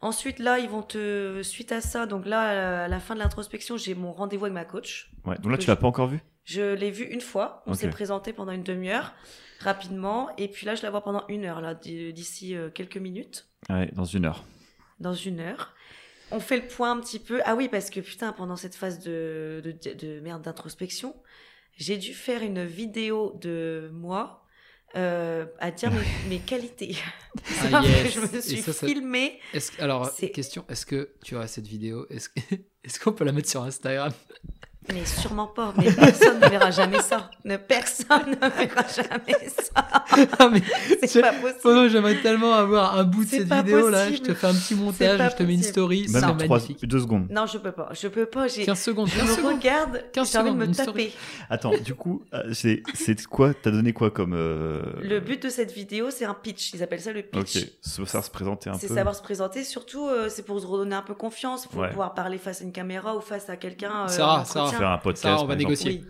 Speaker 1: Ensuite, là, ils vont te. Suite à ça, donc là, à la fin de l'introspection, j'ai mon rendez-vous avec ma coach.
Speaker 2: ouais. Donc là,
Speaker 1: Que
Speaker 2: tu l'as pas encore vu
Speaker 1: Je l'ai vue une fois, on
Speaker 2: Ok.
Speaker 1: s'est présenté pendant une demi-heure, rapidement, et puis là, je la vois pendant une heure, là, d- d'ici euh, quelques minutes,
Speaker 2: Ouais, dans une heure.
Speaker 1: dans une heure. On fait le point un petit peu. Ah oui, parce que putain, pendant cette phase de, de, de merde d'introspection, j'ai dû faire une vidéo de moi euh, à dire mes- mes qualités.
Speaker 3: Ah,
Speaker 1: Parce que
Speaker 3: yes.
Speaker 1: je me
Speaker 3: Et
Speaker 1: suis
Speaker 3: ça, ça-
Speaker 1: filmée.
Speaker 3: Est-ce que- alors,
Speaker 1: C'est-
Speaker 3: question, est-ce que tu as cette vidéo Est-ce que- est-ce qu'on peut la mettre sur Instagram
Speaker 1: Mais sûrement pas. Mais personne ne verra jamais ça. Ne personne ne verra jamais ça.
Speaker 3: Ah, mais
Speaker 1: C'est
Speaker 3: C'est-
Speaker 1: pas
Speaker 3: oh
Speaker 1: possible.
Speaker 3: non, j'aimerais tellement avoir un bout de
Speaker 1: C'est
Speaker 3: cette
Speaker 1: pas
Speaker 3: vidéo là. Je
Speaker 1: possible.
Speaker 3: te fais un petit montage,
Speaker 1: pas
Speaker 3: je te mets une
Speaker 1: possible.
Speaker 3: story, c'est
Speaker 2: Même en trois-
Speaker 3: magnifique.
Speaker 2: deux secondes.
Speaker 1: Non, je peux pas. Je peux pas. J'ai.
Speaker 3: 15 secondes,
Speaker 1: Je
Speaker 3: 15
Speaker 1: me
Speaker 3: secondes.
Speaker 1: regarde.
Speaker 3: 15
Speaker 1: J'ai envie de
Speaker 3: secondes,
Speaker 1: me
Speaker 3: une
Speaker 1: taper.
Speaker 2: Attends, du coup, euh, c'est c'est quoi T'as donné quoi comme. euh,
Speaker 1: Le but de cette vidéo, c'est un pitch. Ils appellent ça le
Speaker 2: Ok,
Speaker 1: pitch.
Speaker 2: c'est pour ça se présenter un
Speaker 1: C'est
Speaker 2: peu.
Speaker 1: savoir se présenter. Surtout, euh, c'est pour se redonner un peu confiance, pour
Speaker 2: Ouais.
Speaker 1: pouvoir parler face à une caméra ou face à quelqu'un. euh,
Speaker 3: Sarah,
Speaker 1: en entretien.
Speaker 3: Sarah.
Speaker 2: Faire un podcast.
Speaker 3: Ça, on va
Speaker 2: par exemple.
Speaker 3: négocier.
Speaker 1: Oui.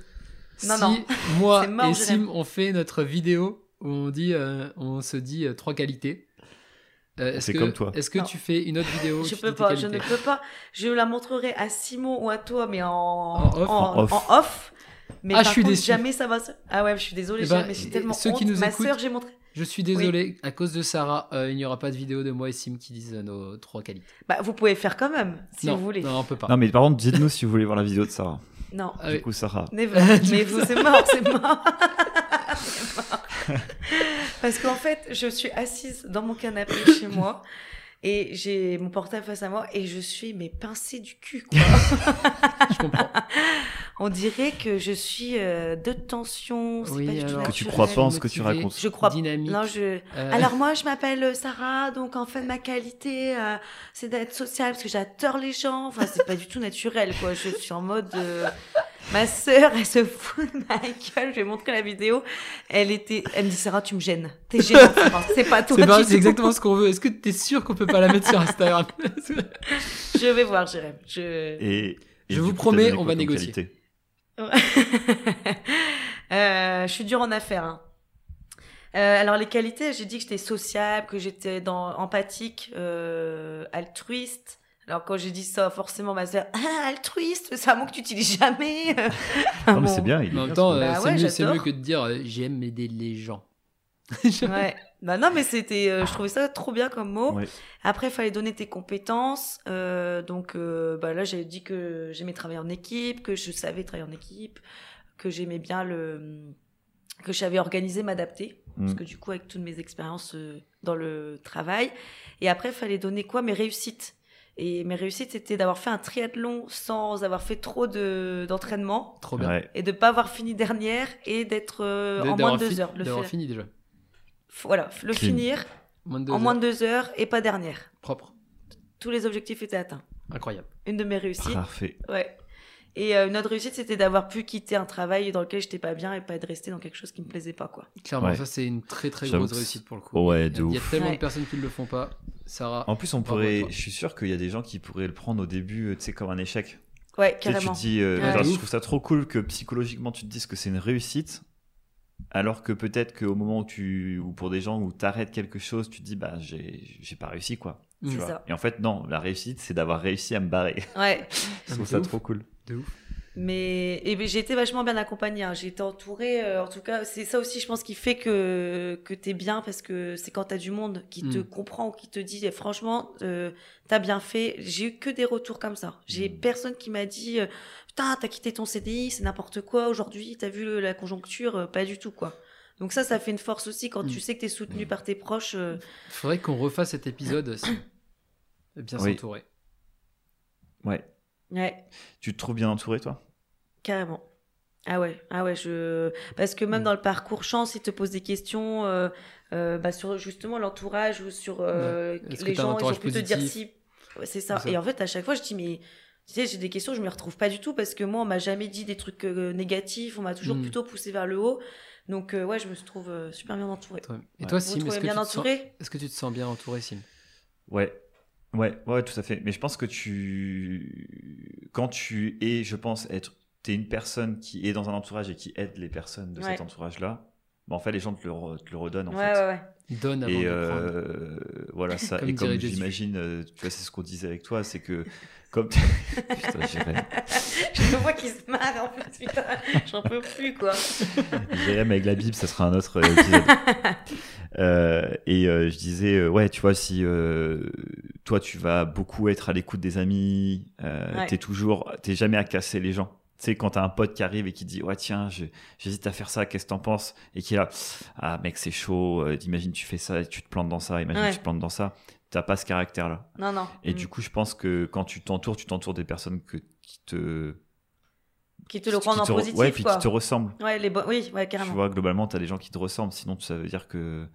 Speaker 1: Non,
Speaker 3: si
Speaker 1: non.
Speaker 3: moi
Speaker 1: C'est mort,
Speaker 3: et
Speaker 1: je
Speaker 3: Sim
Speaker 1: l'aime.
Speaker 3: on fait notre vidéo où on dit, euh, on se dit euh, trois qualités. euh, est-ce
Speaker 2: C'est
Speaker 3: que-
Speaker 2: comme toi.
Speaker 3: Est-ce que
Speaker 1: Non.
Speaker 3: tu fais une autre vidéo où
Speaker 1: Je
Speaker 3: tu
Speaker 1: peux
Speaker 3: dis tes
Speaker 1: pas, je ne
Speaker 3: qualités
Speaker 1: peux pas. Je la montrerai à Simon ou à toi, mais en,
Speaker 3: En off.
Speaker 1: en-
Speaker 2: En off.
Speaker 1: en off. Mais
Speaker 3: Ah,
Speaker 1: par
Speaker 3: je suis
Speaker 1: contre,
Speaker 3: déçue.
Speaker 1: jamais ça va se... Ah ouais, je suis désolée,
Speaker 3: Eh ben,
Speaker 1: jamais, je suis
Speaker 3: et-
Speaker 1: tellement
Speaker 3: ceux qui
Speaker 1: honte.
Speaker 3: nous
Speaker 1: Ma
Speaker 3: écoutent-
Speaker 1: sœur, j'ai montré...
Speaker 3: Je suis désolé, à cause de Sarah, euh, il n'y aura pas de vidéo de moi et Sim qui disent euh, nos trois qualités.
Speaker 1: Bah, vous pouvez faire quand même, si
Speaker 3: non,
Speaker 1: vous voulez.
Speaker 3: non, on peut pas.
Speaker 2: Non, mais par contre, dites-nous si vous voulez voir la vidéo de Sarah.
Speaker 1: Non.
Speaker 3: Ah oui.
Speaker 2: Du coup, Sarah.
Speaker 1: Never.
Speaker 3: Euh, Du
Speaker 1: Mais
Speaker 3: coup,
Speaker 1: vous,
Speaker 3: ça-
Speaker 1: c'est mort, c'est mort. C'est mort. Parce qu'en fait, je suis assise dans mon canapé chez moi et j'ai mon portable face à moi et je suis mais pincée du cul quoi.
Speaker 3: je comprends.
Speaker 1: On dirait que je suis euh, de tension, c'est
Speaker 3: Oui,
Speaker 1: pas du tout
Speaker 3: alors-
Speaker 2: Que tu
Speaker 1: naturel.
Speaker 2: crois pas en ce que tu
Speaker 3: Motivée.
Speaker 2: racontes.
Speaker 1: Je crois
Speaker 3: Dynamique.
Speaker 1: Non, je
Speaker 3: Euh,
Speaker 1: Alors moi, je m'appelle euh, Sarah, donc en fait, ma qualité, euh, c'est d'être sociale parce que j'adore les gens. Enfin, c'est pas du tout naturel, quoi. Je suis en mode... euh, Ma sœur, elle se fout de ma gueule. Je vais montrer la vidéo. Elle était, elle me dit Sarah, tu me gênes. T'es gênante. Sarah. C'est pas toi.
Speaker 3: c'est pas-
Speaker 1: du
Speaker 3: c'est
Speaker 1: tout.
Speaker 3: exactement ce qu'on veut. Est-ce que t'es sûr qu'on peut pas la mettre sur Instagram
Speaker 1: Je vais voir, Jérém. Je.
Speaker 2: Et, et
Speaker 3: Je
Speaker 2: du
Speaker 3: vous
Speaker 2: coup, t'as
Speaker 3: promets,
Speaker 2: donné
Speaker 3: on
Speaker 2: quoi
Speaker 3: va
Speaker 2: comme
Speaker 3: négocier.
Speaker 2: qualité
Speaker 1: Euh, je suis dure en affaires. hein. Euh, alors les qualités, j'ai dit que j'étais sociable, que j'étais dans empathique, euh, altruiste. Alors quand j'ai dit ça, forcément ma sœur, ah, altruiste, c'est un mot que tu utilises jamais.
Speaker 2: Non, mais c'est bien. Il est
Speaker 3: Mais En même
Speaker 2: bien,
Speaker 3: temps,
Speaker 2: ce
Speaker 3: euh,
Speaker 2: mot.
Speaker 1: Bah
Speaker 3: c'est
Speaker 1: ouais,
Speaker 3: mieux, c'est
Speaker 1: j'adore.
Speaker 3: mieux que de dire euh, j'aime aider les gens.
Speaker 1: Ouais. Bah non, mais c'était, euh, je trouvais ça trop bien comme
Speaker 3: euh,
Speaker 1: mot.
Speaker 2: Ouais.
Speaker 1: Après, il fallait donner tes compétences. Euh, donc euh, bah là, j'avais dit que j'aimais travailler en équipe, que je savais travailler en équipe, que j'aimais bien le, que je savais organiser, m'adapter. Parce
Speaker 2: Mm.
Speaker 1: que du coup, avec toutes mes expériences euh, dans le travail. Et après, il fallait donner quoi Mes réussites. Et mes réussites, c'était d'avoir fait un triathlon sans avoir fait trop de d'entraînement
Speaker 3: Trop bien.
Speaker 2: Ouais.
Speaker 1: et de pas avoir fini dernière et d'être euh,
Speaker 3: D-
Speaker 1: en moins
Speaker 3: d'avoir
Speaker 1: de deux
Speaker 3: fi-
Speaker 1: heures. Le
Speaker 3: D'avoir
Speaker 1: fait-
Speaker 3: fini déjà.
Speaker 1: voilà, le
Speaker 2: Clean.
Speaker 1: finir
Speaker 3: Moins de deux
Speaker 1: en moins
Speaker 3: heures.
Speaker 1: de deux heures et pas dernière.
Speaker 3: Propre.
Speaker 1: Tous les objectifs étaient atteints.
Speaker 3: Incroyable.
Speaker 1: Une de mes réussites.
Speaker 2: Parfait.
Speaker 1: Ouais. Et euh, une autre réussite, c'était d'avoir pu quitter un travail dans lequel j'étais pas bien et pas de rester dans quelque chose qui me plaisait pas, quoi.
Speaker 3: Clairement,
Speaker 2: Ouais.
Speaker 3: ça c'est une très très
Speaker 2: J'avoue
Speaker 3: grosse
Speaker 2: que c'est-
Speaker 3: réussite pour le coup.
Speaker 2: Ouais,
Speaker 3: Il y a-
Speaker 2: de
Speaker 3: il y a
Speaker 2: ouf. Oh,
Speaker 3: tellement
Speaker 1: Ouais.
Speaker 3: de personnes qui ne le font pas. Sarah,
Speaker 2: En plus, on
Speaker 3: Bravo à
Speaker 2: pourrait.
Speaker 3: toi.
Speaker 2: Je suis sûr qu'il y a des gens qui pourraient le prendre au début, euh, tu sais, comme un échec.
Speaker 1: Ouais,
Speaker 2: Tu sais, tu
Speaker 1: carrément.
Speaker 2: te dis, euh,
Speaker 1: Ouais.
Speaker 2: genre,
Speaker 3: De
Speaker 2: je
Speaker 3: ouf.
Speaker 2: trouve ça trop cool que psychologiquement tu te dises que c'est une réussite, alors que peut-être qu'au moment où tu, ou pour des gens où t'arrêtes quelque chose, tu te dis, bah, j'ai j'ai pas réussi quoi. Tu
Speaker 1: C'est
Speaker 2: vois.
Speaker 1: ça.
Speaker 2: Et en fait, non, la réussite, c'est d'avoir réussi à me barrer.
Speaker 1: Ouais.
Speaker 2: je
Speaker 3: mais
Speaker 2: trouve
Speaker 3: c'est
Speaker 2: ça
Speaker 3: ouf.
Speaker 2: trop cool.
Speaker 3: de ouf.
Speaker 1: Mais et ben, j'ai été vachement bien accompagnée. hein. J'ai été entourée. euh, en tout cas, c'est ça aussi, je pense, qui fait que que t'es bien parce que c'est quand t'as du monde qui te
Speaker 3: Mm.
Speaker 1: comprend ou qui te dit eh, franchement, euh, t'as bien fait. J'ai eu que des retours comme ça. J'ai
Speaker 2: Mm.
Speaker 1: personne qui m'a dit euh, putain t'as quitté ton CDI, c'est n'importe quoi aujourd'hui. T'as vu le- la conjoncture, Euh, pas du tout quoi. Donc ça, ça fait une force aussi quand
Speaker 3: Mm.
Speaker 1: tu sais que t'es soutenu
Speaker 2: Mm.
Speaker 1: par tes proches. euh,
Speaker 3: Faudrait qu'on refasse cet épisode. Sim. Bien
Speaker 2: Oui.
Speaker 3: s'entourer.
Speaker 2: Ouais.
Speaker 1: Ouais,
Speaker 2: Tu te trouves bien entouré, toi
Speaker 1: carrément. Ah ouais, ah ouais, je parce que
Speaker 3: Mm.
Speaker 1: même dans le parcours chance, ils te posent des questions euh, euh, bah, sur justement l'entourage ou sur euh,
Speaker 3: Est-ce que
Speaker 1: les gens,
Speaker 3: t'as un
Speaker 1: ils ont
Speaker 3: entourage
Speaker 1: pu te dire si.
Speaker 3: positif
Speaker 1: Ouais, c'est ça.
Speaker 3: C'est ça.
Speaker 1: Et en fait, à chaque fois, je dis mais tu sais, j'ai des questions, je me retrouve pas du tout parce que moi, on m'a jamais dit des trucs euh, négatifs, on m'a toujours
Speaker 3: Mm.
Speaker 1: plutôt poussé vers le haut. Donc euh, ouais, je me trouve euh, super bien entourée.
Speaker 3: Toi- Et
Speaker 2: Ouais.
Speaker 3: toi,
Speaker 1: Vous
Speaker 3: Sim,
Speaker 1: vous
Speaker 3: est-ce
Speaker 1: trouvez
Speaker 3: que, tu
Speaker 1: bien
Speaker 3: te sens...
Speaker 1: entourée
Speaker 3: est-ce que tu te sens bien entouré, Sim
Speaker 2: Ouais. Ouais, ouais, tout à fait. Mais je pense que tu. Quand tu es, je pense, être. T'es une personne qui est dans un entourage et qui aide les personnes de cet
Speaker 1: Ouais.
Speaker 2: entourage-là, bah, en fait, les gens te le, re- te le redonnent, en
Speaker 1: Ouais,
Speaker 2: fait.
Speaker 1: ouais, ouais.
Speaker 3: Donne avant
Speaker 2: Et
Speaker 3: de prendre.
Speaker 2: euh, voilà ça.
Speaker 3: Comme
Speaker 2: et comme
Speaker 3: dirait Jésus.
Speaker 2: j'imagine, euh, tu vois, c'est ce qu'on disait avec toi, c'est que comme Putain, Jérém.
Speaker 1: Je vois qu'il se marre en fait, putain, j'en peux plus quoi.
Speaker 2: Jérém avec la Bible, ça sera un autre euh, épisode. Euh, et euh, je disais, euh, ouais, tu vois, si euh, toi tu vas beaucoup être à l'écoute des amis, euh,
Speaker 1: Ouais.
Speaker 2: t'es toujours, t'es jamais à casser les gens. Tu sais, quand t'as un pote qui arrive et qui dit, ouais, tiens, je- j'hésite à faire ça, qu'est-ce que t'en penses Et qui est là, ah, mec, c'est chaud, euh, imagine tu fais ça, et tu te plantes dans ça, imagine
Speaker 1: Ouais.
Speaker 2: tu te plantes dans ça. T'as pas ce caractère-là.
Speaker 1: Non, non.
Speaker 2: Et
Speaker 1: Mm.
Speaker 2: du coup, je pense que quand tu t'entoures, tu t'entoures des personnes que, qui te.
Speaker 1: qui te le prennent
Speaker 2: qui
Speaker 1: en
Speaker 2: te re-
Speaker 1: positif
Speaker 2: Ouais, puis
Speaker 1: quoi.
Speaker 2: qui te ressemblent.
Speaker 1: Ouais, les bo- oui, ouais,
Speaker 2: Tu
Speaker 1: carrément.
Speaker 2: vois, globalement, t'as des gens qui te ressemblent. Sinon, ça veut dire que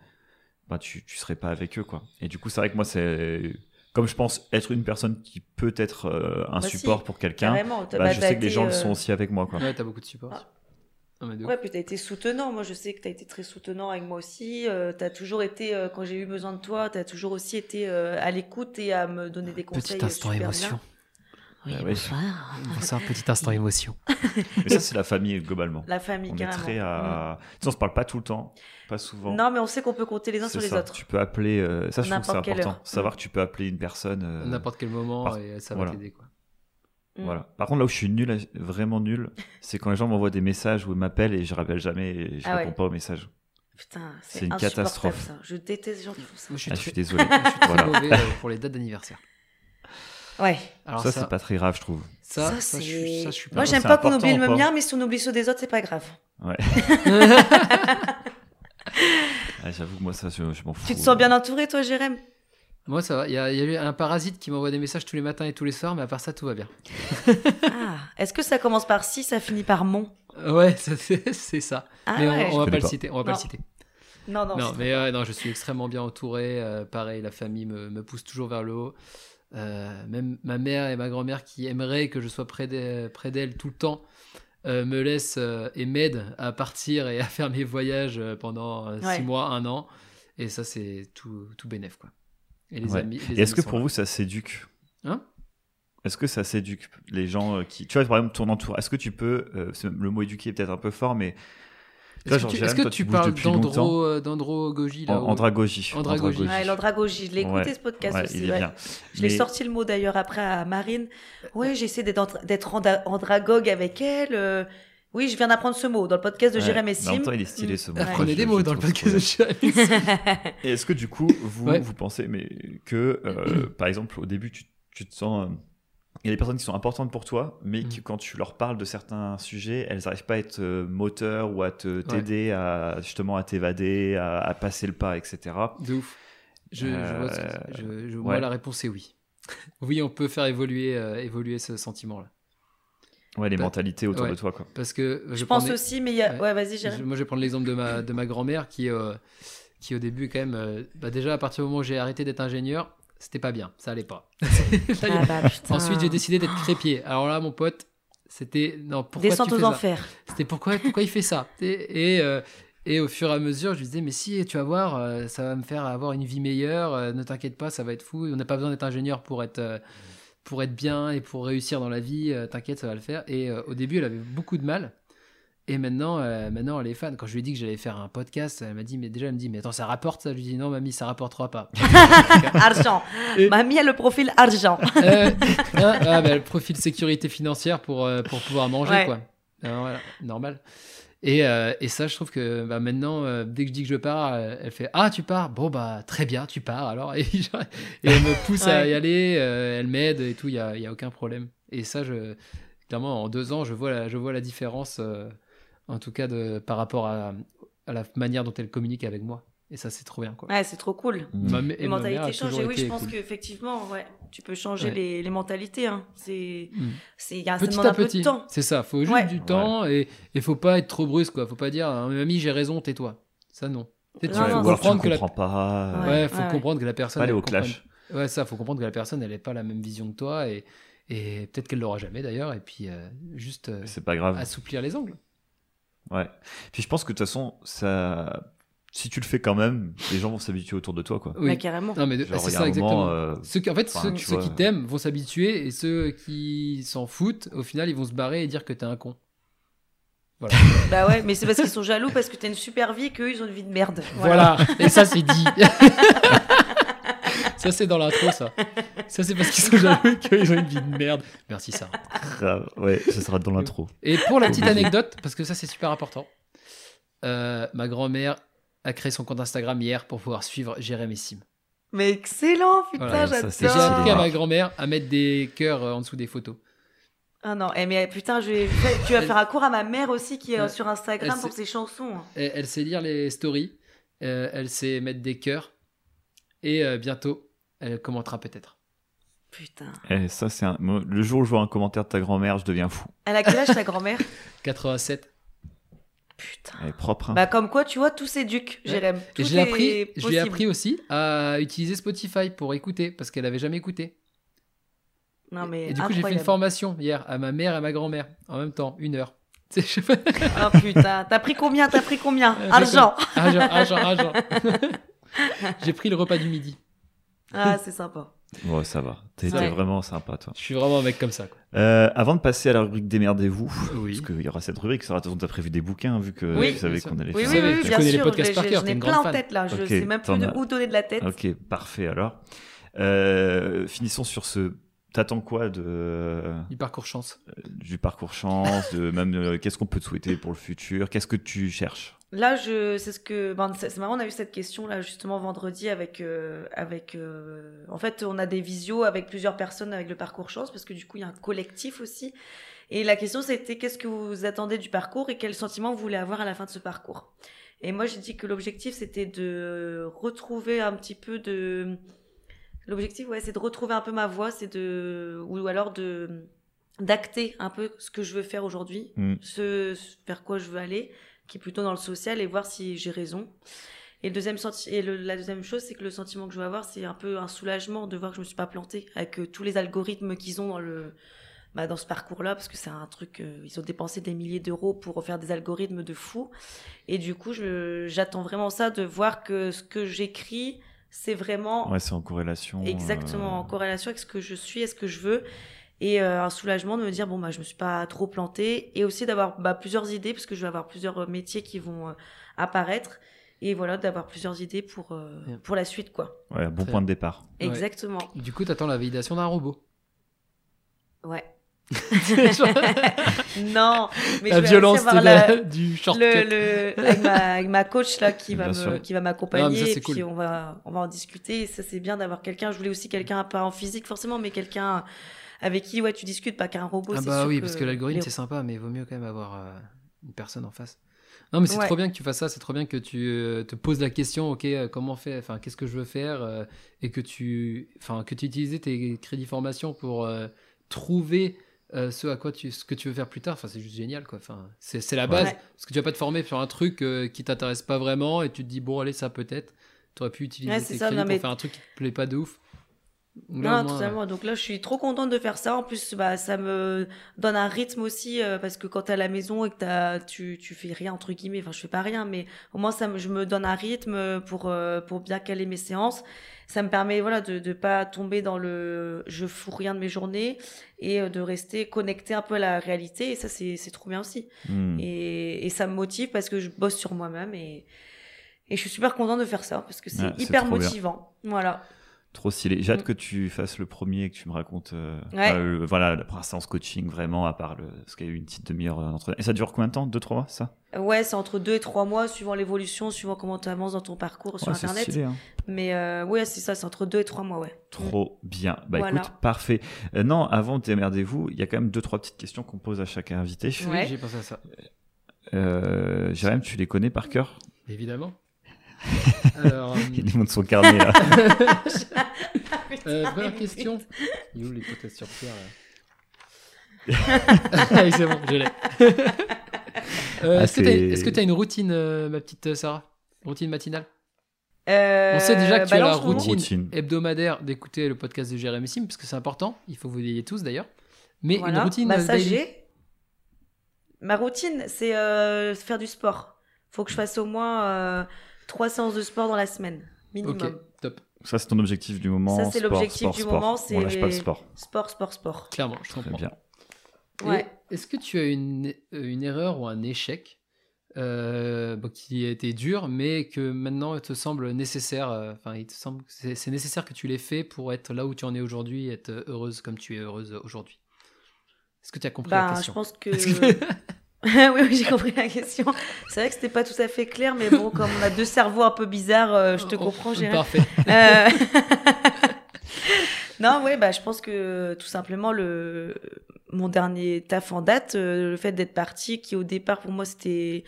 Speaker 2: bah, tu, tu serais pas avec eux, quoi. Et du coup, c'est vrai que moi, c'est. Comme je pense être une personne qui peut être euh,
Speaker 1: Bah,
Speaker 2: un
Speaker 1: si,
Speaker 2: support pour quelqu'un,
Speaker 1: Carrément. t'as-
Speaker 2: bah,
Speaker 1: bah,
Speaker 2: je
Speaker 1: t'as
Speaker 2: sais que les
Speaker 1: été,
Speaker 2: gens le
Speaker 1: euh,
Speaker 2: sont aussi avec moi, quoi.
Speaker 3: Ouais, t'as beaucoup de support.
Speaker 1: Ah.
Speaker 3: Non, mais de
Speaker 1: Ouais, puis t'as été soutenant. Moi, je sais que t'as été très soutenant avec moi aussi. Euh, t'as toujours été, euh, quand j'ai eu besoin de toi, t'as toujours aussi été euh, à l'écoute et à me donner des conseils.
Speaker 3: Petit instant
Speaker 1: super bien.
Speaker 3: émotion.
Speaker 4: Oui,
Speaker 2: Ah ouais.
Speaker 4: bonsoir.
Speaker 3: Bonsoir, petit instant émotion.
Speaker 2: Mais ça, c'est la famille, globalement.
Speaker 1: La famille,
Speaker 2: On est
Speaker 1: carrément.
Speaker 2: très à. Tu sais, on se parle pas tout le temps, pas souvent.
Speaker 1: Mm. Non, mais on sait qu'on peut compter les uns
Speaker 2: C'est
Speaker 1: sur les
Speaker 2: ça.
Speaker 1: autres.
Speaker 2: Tu peux appeler. euh, Ça, je trouve que c'est
Speaker 1: N'importe quelle
Speaker 2: important.
Speaker 1: heure. Mm.
Speaker 2: Savoir que tu peux appeler une personne.
Speaker 3: À
Speaker 2: euh,
Speaker 3: N'importe quel moment,
Speaker 2: par-
Speaker 3: et ça va
Speaker 2: voilà.
Speaker 3: t'aider. quoi.
Speaker 1: Mm.
Speaker 2: Voilà. Par contre, là où je suis nul, vraiment nul, c'est quand les gens m'envoient des messages ou ils m'appellent et je rappelle jamais et je
Speaker 1: Ah ouais.
Speaker 2: réponds pas aux messages.
Speaker 1: Putain,
Speaker 2: C'est
Speaker 1: c'est
Speaker 2: une
Speaker 1: une
Speaker 2: catastrophe.
Speaker 1: Ça. Je déteste les gens qui font ça.
Speaker 3: Moi, je suis
Speaker 2: Ah, je
Speaker 3: très,
Speaker 2: suis désolé.
Speaker 3: je suis très
Speaker 2: Voilà.
Speaker 3: mauvais euh, pour les dates d'anniversaire.
Speaker 1: Ouais.
Speaker 3: Alors
Speaker 2: ça,
Speaker 3: ça,
Speaker 2: c'est pas très grave, je trouve.
Speaker 3: ça,
Speaker 1: Ça,
Speaker 3: ça,
Speaker 1: c'est-
Speaker 3: je suis- ça, je suis pas.
Speaker 1: Moi,
Speaker 2: C'est
Speaker 1: j'aime pas qu'on
Speaker 2: important
Speaker 1: oublie
Speaker 2: ou
Speaker 1: le
Speaker 2: pas
Speaker 1: mien, mais si on oublie ceux des autres, c'est pas grave.
Speaker 2: Ah, J'avoue que moi, ça, je, je m'en fous.
Speaker 1: Tu te sens bien entouré, toi, Jérém
Speaker 3: Moi, ça va. Il y, a- il y a eu un parasite qui m'envoie des messages tous les matins et tous les soirs, mais à part ça, tout va bien.
Speaker 1: Ah, est-ce que ça commence par si, ça finit par mon
Speaker 3: Ouais, ça, c'est c'est ça.
Speaker 1: Ah
Speaker 3: mais on,
Speaker 1: ouais.
Speaker 3: on va
Speaker 2: Je
Speaker 3: pas,
Speaker 2: connais
Speaker 3: le
Speaker 2: pas.
Speaker 3: citer. On va pas
Speaker 1: Non.
Speaker 3: le citer.
Speaker 1: Non, non.
Speaker 3: Non,
Speaker 1: c'est-
Speaker 3: mais ouais, non, je suis extrêmement bien entouré. euh, pareil, la famille me, me pousse toujours vers le haut. Euh, même ma mère et ma grand-mère qui aimeraient que je sois près d'e- près d'elles tout le temps euh, me laissent euh, et m'aident à partir et à faire mes voyages euh, pendant euh,
Speaker 1: Ouais.
Speaker 3: six mois, un an. Et ça, c'est tout, tout bénef, quoi. Et les
Speaker 2: Ouais.
Speaker 3: amis. les
Speaker 2: Et est-ce
Speaker 3: amis
Speaker 2: que
Speaker 3: sont
Speaker 2: pour
Speaker 3: là.
Speaker 2: vous, ça s'éduque
Speaker 3: Hein
Speaker 2: Est-ce que ça s'éduque les gens euh, qui. Tu vois, par exemple, ton entourage. Est-ce que tu peux. euh, c'est- le mot éduquer est peut-être un peu fort, mais. Toi,
Speaker 3: Est-ce que
Speaker 2: genre,
Speaker 3: tu,
Speaker 2: Jérém,
Speaker 3: est-ce que
Speaker 2: toi,
Speaker 3: tu
Speaker 2: tu bouges
Speaker 3: parles
Speaker 2: depuis longtemps.
Speaker 3: d'Andro, euh, d'Andro Gogi là
Speaker 2: En-
Speaker 3: où-
Speaker 2: Andragogie.
Speaker 3: Andragogie.
Speaker 1: Ouais, l'andragogie, je l'ai écouté
Speaker 2: Ouais.
Speaker 1: ce podcast
Speaker 2: Ouais,
Speaker 1: aussi.
Speaker 2: il est
Speaker 1: ouais.
Speaker 2: bien.
Speaker 1: Je l'ai
Speaker 2: Mais-
Speaker 1: sorti le mot d'ailleurs après à Marine. Ouais, j'essaie d'être andra- d'être andra- andragogue avec elle. euh, Oui, je viens d'apprendre ce mot dans le podcast de
Speaker 2: Ouais.
Speaker 1: Jérémy
Speaker 2: Mais En même temps,
Speaker 1: Sim.
Speaker 2: il est stylé ce mot.
Speaker 1: Ouais.
Speaker 3: Prenez
Speaker 2: Je-
Speaker 3: des
Speaker 2: je
Speaker 3: mots
Speaker 2: le
Speaker 3: dans le
Speaker 2: trouve trop
Speaker 3: podcast de Jérémy.
Speaker 2: Et est-ce que du coup, vous,
Speaker 3: Ouais.
Speaker 2: vous pensez mais, que, euh, par exemple, au début, tu, tu te sens... euh, Il y a des personnes qui sont importantes pour toi,
Speaker 3: Mm.
Speaker 2: mais qui, quand tu leur parles de certains sujets, elles n'arrivent pas à être euh, moteurs ou à te- t'aider à justement à t'évader, à, à passer le pas, etc.
Speaker 3: De ouf. Je, je vois ce que-
Speaker 2: Euh,
Speaker 3: je- je- Moi,
Speaker 2: ouais.
Speaker 3: la réponse est oui. oui, on peut faire évoluer, euh, évoluer ce sentiment-là.
Speaker 2: Ouais, les
Speaker 3: Bah,
Speaker 2: mentalités autour
Speaker 3: ouais.
Speaker 2: de toi, quoi.
Speaker 3: Parce que
Speaker 1: Je,
Speaker 3: vais
Speaker 1: pense
Speaker 3: prendre-
Speaker 1: aussi, mais il y a...
Speaker 3: Ouais.
Speaker 1: ouais, vas-y,
Speaker 3: je-
Speaker 1: Jérémy.
Speaker 3: moi, je vais prendre l'exemple de ma, de ma grand-mère qui, euh, qui, au début, quand même, euh, bah, déjà, à partir du moment où j'ai arrêté d'être ingénieur, c'était pas bien. Ça allait pas. Là, il y a-
Speaker 1: Ah bah, putain.
Speaker 3: Ensuite, j'ai décidé d'être crépier. Alors là, mon pote, c'était. Non, pourquoi
Speaker 1: Descente
Speaker 3: tu fais
Speaker 1: aux
Speaker 3: ça
Speaker 1: enfers.
Speaker 3: C'était pourquoi, pourquoi il fait ça Et, et, euh, et au fur et à mesure, je lui disais, mais si, tu vas voir, euh, ça va me faire avoir une vie meilleure, euh, ne t'inquiète pas, ça va être fou, on n'a pas besoin d'être ingénieur pour être, euh, pour être bien et pour réussir dans la vie, euh, t'inquiète, ça va le faire. Et euh, au début, elle avait beaucoup de mal. Et maintenant, euh, maintenant, elle est fan. Quand je lui ai dit que j'allais faire un podcast, elle m'a dit, mais déjà, elle me dit, mais attends, ça rapporte ça Je lui dis, non, mamie, ça rapportera pas.
Speaker 1: Argent.
Speaker 3: Et-
Speaker 1: Mamie a le profil argent.
Speaker 3: Euh, ah, ah, bah, le profil sécurité financière pour, euh, pour pouvoir manger,
Speaker 1: Ouais.
Speaker 3: quoi. Ah, voilà, normal. Et, euh, et ça, je trouve que bah, maintenant, euh, dès que je dis que je pars, euh, elle fait Ah, tu pars Bon, bah, très bien, tu pars alors. Et, je- et elle me pousse à
Speaker 1: Ouais.
Speaker 3: y aller, euh, elle m'aide et tout, il n'y a, y a aucun problème. Et ça, je, clairement, en deux ans, je vois la, je vois la différence, euh, en tout cas, de, par rapport à, à la manière dont elle communique avec moi. Et ça, c'est trop bien, quoi.
Speaker 1: Ouais, c'est trop cool.
Speaker 2: Mm.
Speaker 3: mère- et
Speaker 1: les
Speaker 3: ma mère
Speaker 1: mentalités
Speaker 3: a toujours
Speaker 1: changent. Et oui,
Speaker 3: été
Speaker 1: je pense
Speaker 3: cool.
Speaker 1: qu'effectivement, ouais, tu peux changer
Speaker 3: Ouais.
Speaker 1: les, les mentalités. Hein. C'est,
Speaker 3: Mm.
Speaker 1: c'est, il y a, Ah, ça
Speaker 3: Petit
Speaker 1: demande
Speaker 3: à
Speaker 1: un peu
Speaker 3: petit.
Speaker 1: de temps.
Speaker 3: C'est ça, faut juste
Speaker 1: Ouais.
Speaker 3: du temps et il faut pas être trop brusque, quoi. Faut pas dire, Ah, mamie, j'ai raison, tais-toi. Ça, non. Tu
Speaker 1: Non,
Speaker 3: sais,
Speaker 1: non,
Speaker 3: tu vas
Speaker 2: Ouais,
Speaker 1: non.
Speaker 2: ou alors tu
Speaker 3: comprendre que la-
Speaker 2: comprends pas. euh,
Speaker 1: Ouais.
Speaker 3: Ouais, faut
Speaker 1: ouais.
Speaker 3: comprendre que la personne.
Speaker 2: Pas aller
Speaker 3: elle
Speaker 2: au
Speaker 3: comprenne-
Speaker 2: clash.
Speaker 3: Ouais, ça, faut comprendre que la personne, elle n'est pas la même vision que toi et, et peut-être qu'elle l'aura jamais d'ailleurs. Et puis, euh, juste euh,
Speaker 2: C'est pas grave.
Speaker 3: assouplir les angles.
Speaker 2: Ouais. Puis je pense que de toute façon, ça, si tu le fais quand même, les gens vont s'habituer autour de toi, quoi.
Speaker 1: Ouais, Bah, carrément.
Speaker 3: Non, mais de-
Speaker 2: Genre,
Speaker 3: Ah, c'est
Speaker 2: il y a
Speaker 3: ça
Speaker 2: un
Speaker 3: exactement.
Speaker 2: moment, euh,
Speaker 3: Ceux qui, en fait,
Speaker 2: enfin,
Speaker 3: ceux,
Speaker 2: tu
Speaker 3: ceux qui
Speaker 2: vois.
Speaker 3: t'aiment vont s'habituer et ceux qui s'en foutent, au final, ils vont se barrer et dire que t'es un con.
Speaker 1: bah ouais, mais c'est parce qu'ils sont jaloux parce que t'as une super vie qu'eux, ils ont une vie de merde.
Speaker 3: Voilà, et ça, c'est dit. ça, c'est dans l'intro, ça. Ça, c'est parce qu'ils sont jaloux qu'ils ont une vie de merde. Merci, ça.
Speaker 2: grave. Ouais, ça sera dans l'intro.
Speaker 3: Et pour la petite anecdote, parce que ça c'est super important, euh, ma grand-mère a créé son compte Instagram hier pour pouvoir suivre Jérémy Sim.
Speaker 1: Mais excellent, putain,
Speaker 3: Voilà,
Speaker 2: ça, c'est
Speaker 3: J'ai
Speaker 2: Ah.
Speaker 1: j'adore.
Speaker 3: appris à ma grand-mère à mettre des cœurs euh, en dessous des photos.
Speaker 1: Ah non, eh, mais putain, je vais... tu vas faire un cours à ma mère aussi qui est
Speaker 3: Ouais.
Speaker 1: euh, sur Instagram
Speaker 3: Elle
Speaker 1: pour ses
Speaker 3: sait-
Speaker 1: chansons. hein.
Speaker 3: Et elle sait lire les stories, euh, elle sait mettre des cœurs, et euh, bientôt elle commentera peut-être.
Speaker 1: Putain.
Speaker 2: Eh, ça, c'est un... moi, Le jour où je vois un commentaire de ta grand-mère, je deviens fou.
Speaker 1: Elle a quel âge ta grand-mère
Speaker 3: 87.
Speaker 1: Putain.
Speaker 2: Elle est propre. hein.
Speaker 1: Bah comme quoi, tu vois, tout s'éduque,
Speaker 3: Ouais.
Speaker 1: Jérém. Tout
Speaker 3: Et je l'ai
Speaker 1: est
Speaker 3: appris, je lui
Speaker 1: possible.
Speaker 3: ai appris aussi à utiliser Spotify pour écouter parce qu'elle avait jamais écouté.
Speaker 1: Non, mais
Speaker 3: et du coup j'ai fait une
Speaker 1: incroyable.
Speaker 3: formation hier à ma mère et à ma grand-mère en même temps, une heure. Tu sais, je sais pas-
Speaker 1: Oh putain, t'as pris combien T'as pris combien
Speaker 3: Euh,
Speaker 1: Argent.
Speaker 3: Argent, argent, argent. J'ai pris le repas du midi.
Speaker 1: Ah, c'est sympa.
Speaker 2: Ouais, ça va. T'as
Speaker 1: Ça
Speaker 2: été
Speaker 1: va.
Speaker 2: vraiment sympa, toi.
Speaker 3: Je suis vraiment un mec comme ça. quoi.
Speaker 2: Euh, avant de passer à la rubrique Démerdez-vous,
Speaker 3: Oui.
Speaker 2: parce qu'il y aura cette rubrique, ça aura- t'as prévu des bouquins, vu que
Speaker 1: Oui,
Speaker 2: tu savais
Speaker 3: bien sûr.
Speaker 2: qu'on allait
Speaker 1: Oui,
Speaker 2: faire
Speaker 1: oui,
Speaker 2: ça.
Speaker 1: oui,
Speaker 3: tu
Speaker 1: bien
Speaker 3: connais les
Speaker 1: sûr.
Speaker 3: podcasts
Speaker 1: j'ai-
Speaker 3: par
Speaker 1: j'ai-
Speaker 3: cœur,
Speaker 1: J'en
Speaker 3: t'es
Speaker 1: ai
Speaker 3: une
Speaker 1: plein
Speaker 3: grande
Speaker 1: en
Speaker 3: fan.
Speaker 1: tête là. Je
Speaker 2: Ok,
Speaker 1: sais même
Speaker 2: t'en
Speaker 1: plus de
Speaker 2: as-
Speaker 1: où donner de la tête.
Speaker 2: Ok, parfait alors. Euh, finissons sur ce. T'attends quoi de,
Speaker 3: Du parcours chance.
Speaker 2: du parcours chance, de même euh, qu'est-ce qu'on peut te souhaiter pour le futur, qu'est-ce que tu cherches
Speaker 1: Là, je, c'est ce que, ben, c'est c'est marrant, on a eu cette question là justement vendredi avec, euh, avec, euh, en fait, on a des visios avec plusieurs personnes avec le parcours chance parce que du coup, il y a un collectif aussi. Et la question, c'était qu'est-ce que vous attendez du parcours et quel sentiment vous voulez avoir à la fin de ce parcours. Et moi, j'ai dit que l'objectif, c'était de retrouver un petit peu de, l'objectif, ouais, c'est de retrouver un peu ma voix, c'est de, ou alors de, d'acter un peu ce que je veux faire aujourd'hui,
Speaker 2: Mm.
Speaker 1: ce, ce- vers quoi je veux aller qui est plutôt dans le social et voir si j'ai raison. Et, le deuxième senti- et le- la deuxième chose, c'est que le sentiment que je vais avoir, c'est un peu un soulagement de voir que je me suis pas plantée avec euh, tous les algorithmes qu'ils ont dans le bah, dans ce parcours-là, parce que c'est un truc, euh, ils ont dépensé des milliers d'euros pour faire des algorithmes de fou. Et du coup, je- j'attends vraiment ça de voir que ce que j'écris, c'est vraiment
Speaker 2: Ouais, c'est en corrélation.
Speaker 1: Oh. Exactement, en
Speaker 2: euh,
Speaker 1: corrélation avec ce que je suis et ce que je veux. Et euh, un soulagement de me dire, bon, bah, je me suis pas trop plantée. Et aussi d'avoir bah, plusieurs idées, parce que je vais avoir plusieurs euh, métiers qui vont euh, apparaître. Et voilà, d'avoir plusieurs idées pour, euh,
Speaker 3: Bien.
Speaker 1: pour la suite, quoi.
Speaker 2: ouais, bon
Speaker 3: Très
Speaker 2: point de départ.
Speaker 3: Ouais.
Speaker 1: Exactement.
Speaker 3: Du coup, t'attends la validation d'un robot.
Speaker 1: Ouais.
Speaker 3: la
Speaker 1: non, mais je vais
Speaker 3: violence
Speaker 1: aussi avoir
Speaker 3: de
Speaker 1: la-
Speaker 3: la- du shortcut.
Speaker 1: le, le- avec, ma, avec ma coach là qui va
Speaker 2: Bien
Speaker 1: me,
Speaker 2: sûr.
Speaker 1: qui va
Speaker 3: Non, mais ça,
Speaker 1: m'accompagner
Speaker 3: c'est
Speaker 1: et puis
Speaker 3: cool.
Speaker 1: on va on va en discuter Et ça c'est bien d'avoir quelqu'un je voulais aussi quelqu'un pas en physique forcément mais quelqu'un avec qui ouais tu discutes pas qu'un robot
Speaker 3: Ah
Speaker 1: Oh, c'est
Speaker 3: bah
Speaker 1: sûr
Speaker 3: oui, parce que l'algorithme
Speaker 1: les-
Speaker 3: c'est sympa, mais il vaut mieux quand même avoir euh, une personne en face. Non, mais c'est
Speaker 1: Ouais.
Speaker 3: trop bien que tu fasses ça. C'est trop bien que tu euh, te poses la question. Ok, euh, comment faire Enfin, qu'est-ce que je veux faire euh, Et que tu, enfin, que tu utilises tes crédits formation pour euh, trouver euh, ce à quoi tu, ce que tu veux faire plus tard. Enfin, c'est juste génial, quoi. Enfin, c'est c'est la base.
Speaker 1: Ouais.
Speaker 3: Parce que tu vas pas te former sur un truc euh, qui t'intéresse pas vraiment, et tu te dis bon, allez, ça peut-être. Tu aurais pu utiliser
Speaker 1: Ouais, c'est
Speaker 3: tes
Speaker 1: ça,
Speaker 3: crédits
Speaker 1: non,
Speaker 3: pour
Speaker 1: mais-
Speaker 3: faire un truc qui te plaît pas de ouf. Là,
Speaker 1: Non,
Speaker 3: au moins,
Speaker 1: totalement. Donc là, je suis trop contente de faire ça. En plus, bah, ça me donne un rythme aussi, euh, parce que quand t'es à la maison et que t'as, tu, tu fais rien, entre guillemets, enfin, je fais pas rien, mais au moins, ça me, je me donne un rythme euh, pour, euh, pour bien caler mes séances. Ça me permet, voilà, de, de pas tomber dans le, je fous rien de mes journées et euh, de rester connecté un peu à la réalité. Et ça, c'est, c'est trop bien aussi.
Speaker 2: Hmm.
Speaker 1: Et, et ça me motive parce que je bosse sur moi-même et, et je suis super contente de faire ça parce que c'est
Speaker 2: Ouais, c'est
Speaker 1: hyper
Speaker 2: trop bien.
Speaker 1: motivant. Voilà.
Speaker 2: Trop stylé. J'ai hâte
Speaker 1: Mm.
Speaker 2: que tu fasses le premier et que tu me racontes euh,
Speaker 1: Ouais.
Speaker 2: enfin, le- voilà, la première séance coaching vraiment, à part le, parce qu'il y a eu une petite demi-heure euh, d'entretien. Et ça dure combien de temps Deux, trois mois, ça
Speaker 1: Ouais, c'est entre deux et trois mois, suivant l'évolution, suivant comment tu avances dans ton parcours sur
Speaker 2: Ouais, c'est
Speaker 1: Internet.
Speaker 2: stylé, hein.
Speaker 1: Mais euh, ouais, c'est ça, c'est entre deux et trois mois, ouais.
Speaker 2: Trop bien. Bah
Speaker 1: Voilà.
Speaker 2: écoute, parfait. Euh, non, avant, démerdez-vous, il y a quand même deux, trois petites questions qu'on pose à chaque invité.
Speaker 3: euh, Oui,
Speaker 1: Ouais.
Speaker 3: j'ai pensé à ça.
Speaker 2: Euh, Jérém, tu les connais par cœur
Speaker 3: Évidemment. Alors, euh,
Speaker 2: Il monte son carnet là.
Speaker 3: euh, première question. Il est où les potes sur pierre là Allez, C'est bon, je l'ai.
Speaker 1: Ah,
Speaker 3: Euh,
Speaker 2: Ah,
Speaker 3: Est-ce que t'as-
Speaker 2: c'est-
Speaker 3: est-ce que tu as une routine, euh, ma petite euh, Sarah Routine matinale
Speaker 1: Euh,
Speaker 3: On sait déjà que tu
Speaker 1: bah
Speaker 3: as
Speaker 1: là,
Speaker 3: la
Speaker 1: en ce moment-
Speaker 3: routine,
Speaker 2: Routine.
Speaker 3: hebdomadaire d'écouter le podcast de Jérémy Sim, parce que c'est important, il faut que vous l'ayez tous d'ailleurs. Mais
Speaker 1: Voilà.
Speaker 3: une routine
Speaker 1: Bah,
Speaker 3: euh,
Speaker 1: ça,
Speaker 3: daily.
Speaker 1: j'ai. Ma routine, c'est euh, faire du sport. Faut que je fasse au moins euh, trois séances de sport dans la semaine, minimum.
Speaker 3: Ok, top,
Speaker 2: Ça, c'est ton objectif du moment.
Speaker 1: Ça, c'est
Speaker 2: Sport,
Speaker 1: l'objectif
Speaker 2: sport,
Speaker 1: du
Speaker 2: sport.
Speaker 1: moment,
Speaker 2: On
Speaker 1: c'est-
Speaker 2: lâche pas le sport.
Speaker 1: Sport, sport, sport.
Speaker 3: clairement, je
Speaker 2: Très
Speaker 3: comprends.
Speaker 2: bien.
Speaker 3: Et
Speaker 1: Ouais.
Speaker 3: Est-ce que tu as une, euh, une erreur ou un échec euh, bon, qui a été dur, mais que maintenant il te semble nécessaire, euh, enfin il te semble que c'est c'est nécessaire que tu l'aies fait pour être là où tu en es aujourd'hui, et être heureuse comme tu es heureuse aujourd'hui. Est-ce que tu as compris la
Speaker 1: Bah, je
Speaker 3: question
Speaker 1: pense que.
Speaker 3: Est-ce que-
Speaker 1: oui, oui, j'ai compris la question. C'est vrai que c'était pas tout à fait clair, mais bon, comme on a deux cerveaux un peu bizarres, euh, je te
Speaker 3: Oh,
Speaker 1: comprends, Jérémy.
Speaker 3: Parfait.
Speaker 1: Euh, non, ouais, bah, je pense que tout simplement le mon dernier taf en date, euh, le fait d'être parti, qui au départ pour moi c'était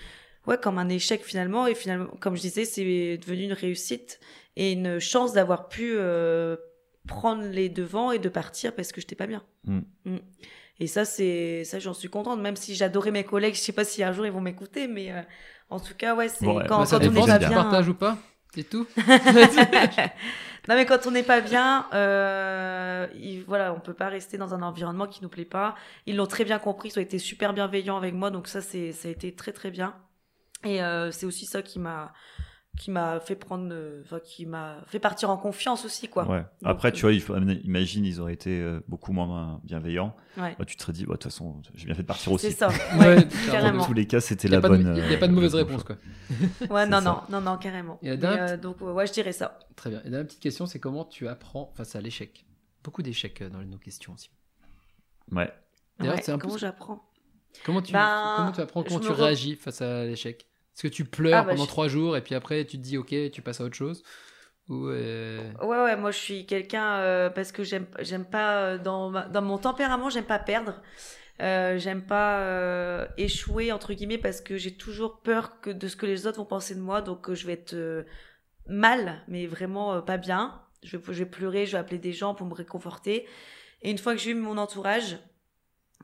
Speaker 1: ouais comme un échec finalement, et finalement, comme je disais, c'est devenu une réussite et une chance d'avoir pu euh, prendre les devants et de partir parce que j'étais pas bien.
Speaker 2: Mm.
Speaker 1: Mm. Et ça, c'est ça, j'en suis contente. Même si j'adorais mes collègues, je sais pas si un jour ils vont m'écouter, mais euh, en tout cas, ouais, c'est
Speaker 2: Bon, ouais,
Speaker 1: quand,
Speaker 2: bah,
Speaker 1: quand
Speaker 3: ça
Speaker 1: on n'est
Speaker 3: dépend si
Speaker 1: pas hein.
Speaker 3: tu
Speaker 2: bien.
Speaker 3: partages ou pas, c'est tout.
Speaker 1: non mais quand on n'est pas bien, euh, il- voilà, on peut pas rester dans un environnement qui nous plaît pas. Ils l'ont très bien compris, ils ont été super bienveillants avec moi, donc ça c'est ça a été très très bien. Et euh, c'est aussi ça qui m'a qui m'a fait prendre, euh, enfin qui m'a fait partir en confiance aussi quoi. euh,
Speaker 2: Ouais. Après, tu vois, il faut- imagine, ils auraient été euh, beaucoup moins bienveillants.
Speaker 1: Ouais.
Speaker 2: Bah, tu te serais dit, bah, de toute façon, j'ai bien fait de partir aussi.
Speaker 1: C'est ça.
Speaker 3: Ouais,
Speaker 1: Ouais,
Speaker 3: clairement.
Speaker 2: Dans
Speaker 1: carrément.
Speaker 2: tous les cas, c'était
Speaker 3: Il n'y
Speaker 2: la
Speaker 3: a, pas de-
Speaker 2: bonne.
Speaker 3: il y a
Speaker 2: euh,
Speaker 3: pas de mauvaise
Speaker 2: bonne
Speaker 3: réponse,
Speaker 2: chose.
Speaker 3: quoi.
Speaker 1: Ouais, non
Speaker 2: ça.
Speaker 1: non non non carrément.
Speaker 3: Et la
Speaker 1: Mais,
Speaker 3: dernière
Speaker 1: euh, donc ouais, je dirais ça.
Speaker 3: Très bien. Et la petite question, c'est comment tu apprends face à l'échec Beaucoup d'échecs euh, dans nos questions aussi.
Speaker 2: Ouais.
Speaker 3: D'ailleurs,
Speaker 1: Ouais,
Speaker 3: c'est un peu
Speaker 1: comment
Speaker 3: ce-
Speaker 1: j'apprends
Speaker 3: Comment tu,
Speaker 1: Ben,
Speaker 3: comment tu apprends,
Speaker 1: je
Speaker 3: comment
Speaker 1: me
Speaker 3: tu
Speaker 1: re-
Speaker 3: réagis face à l'échec Est-ce que tu pleures
Speaker 1: Ah, bah,
Speaker 3: pendant
Speaker 1: je-
Speaker 3: trois jours et puis après tu te dis ok, tu passes à autre chose Ou euh,
Speaker 1: Ouais, ouais, moi je suis quelqu'un euh, parce que j'aime, j'aime pas euh, dans, ma- dans mon tempérament, j'aime pas perdre, Euh, j'aime pas euh, échouer entre guillemets parce que j'ai toujours peur que de ce que les autres vont penser de moi, donc euh, je vais être euh, mal, mais vraiment euh, pas bien. Je, vais- je vais pleurer, je vais appeler des gens pour me réconforter. Et une fois que j'ai eu mon entourage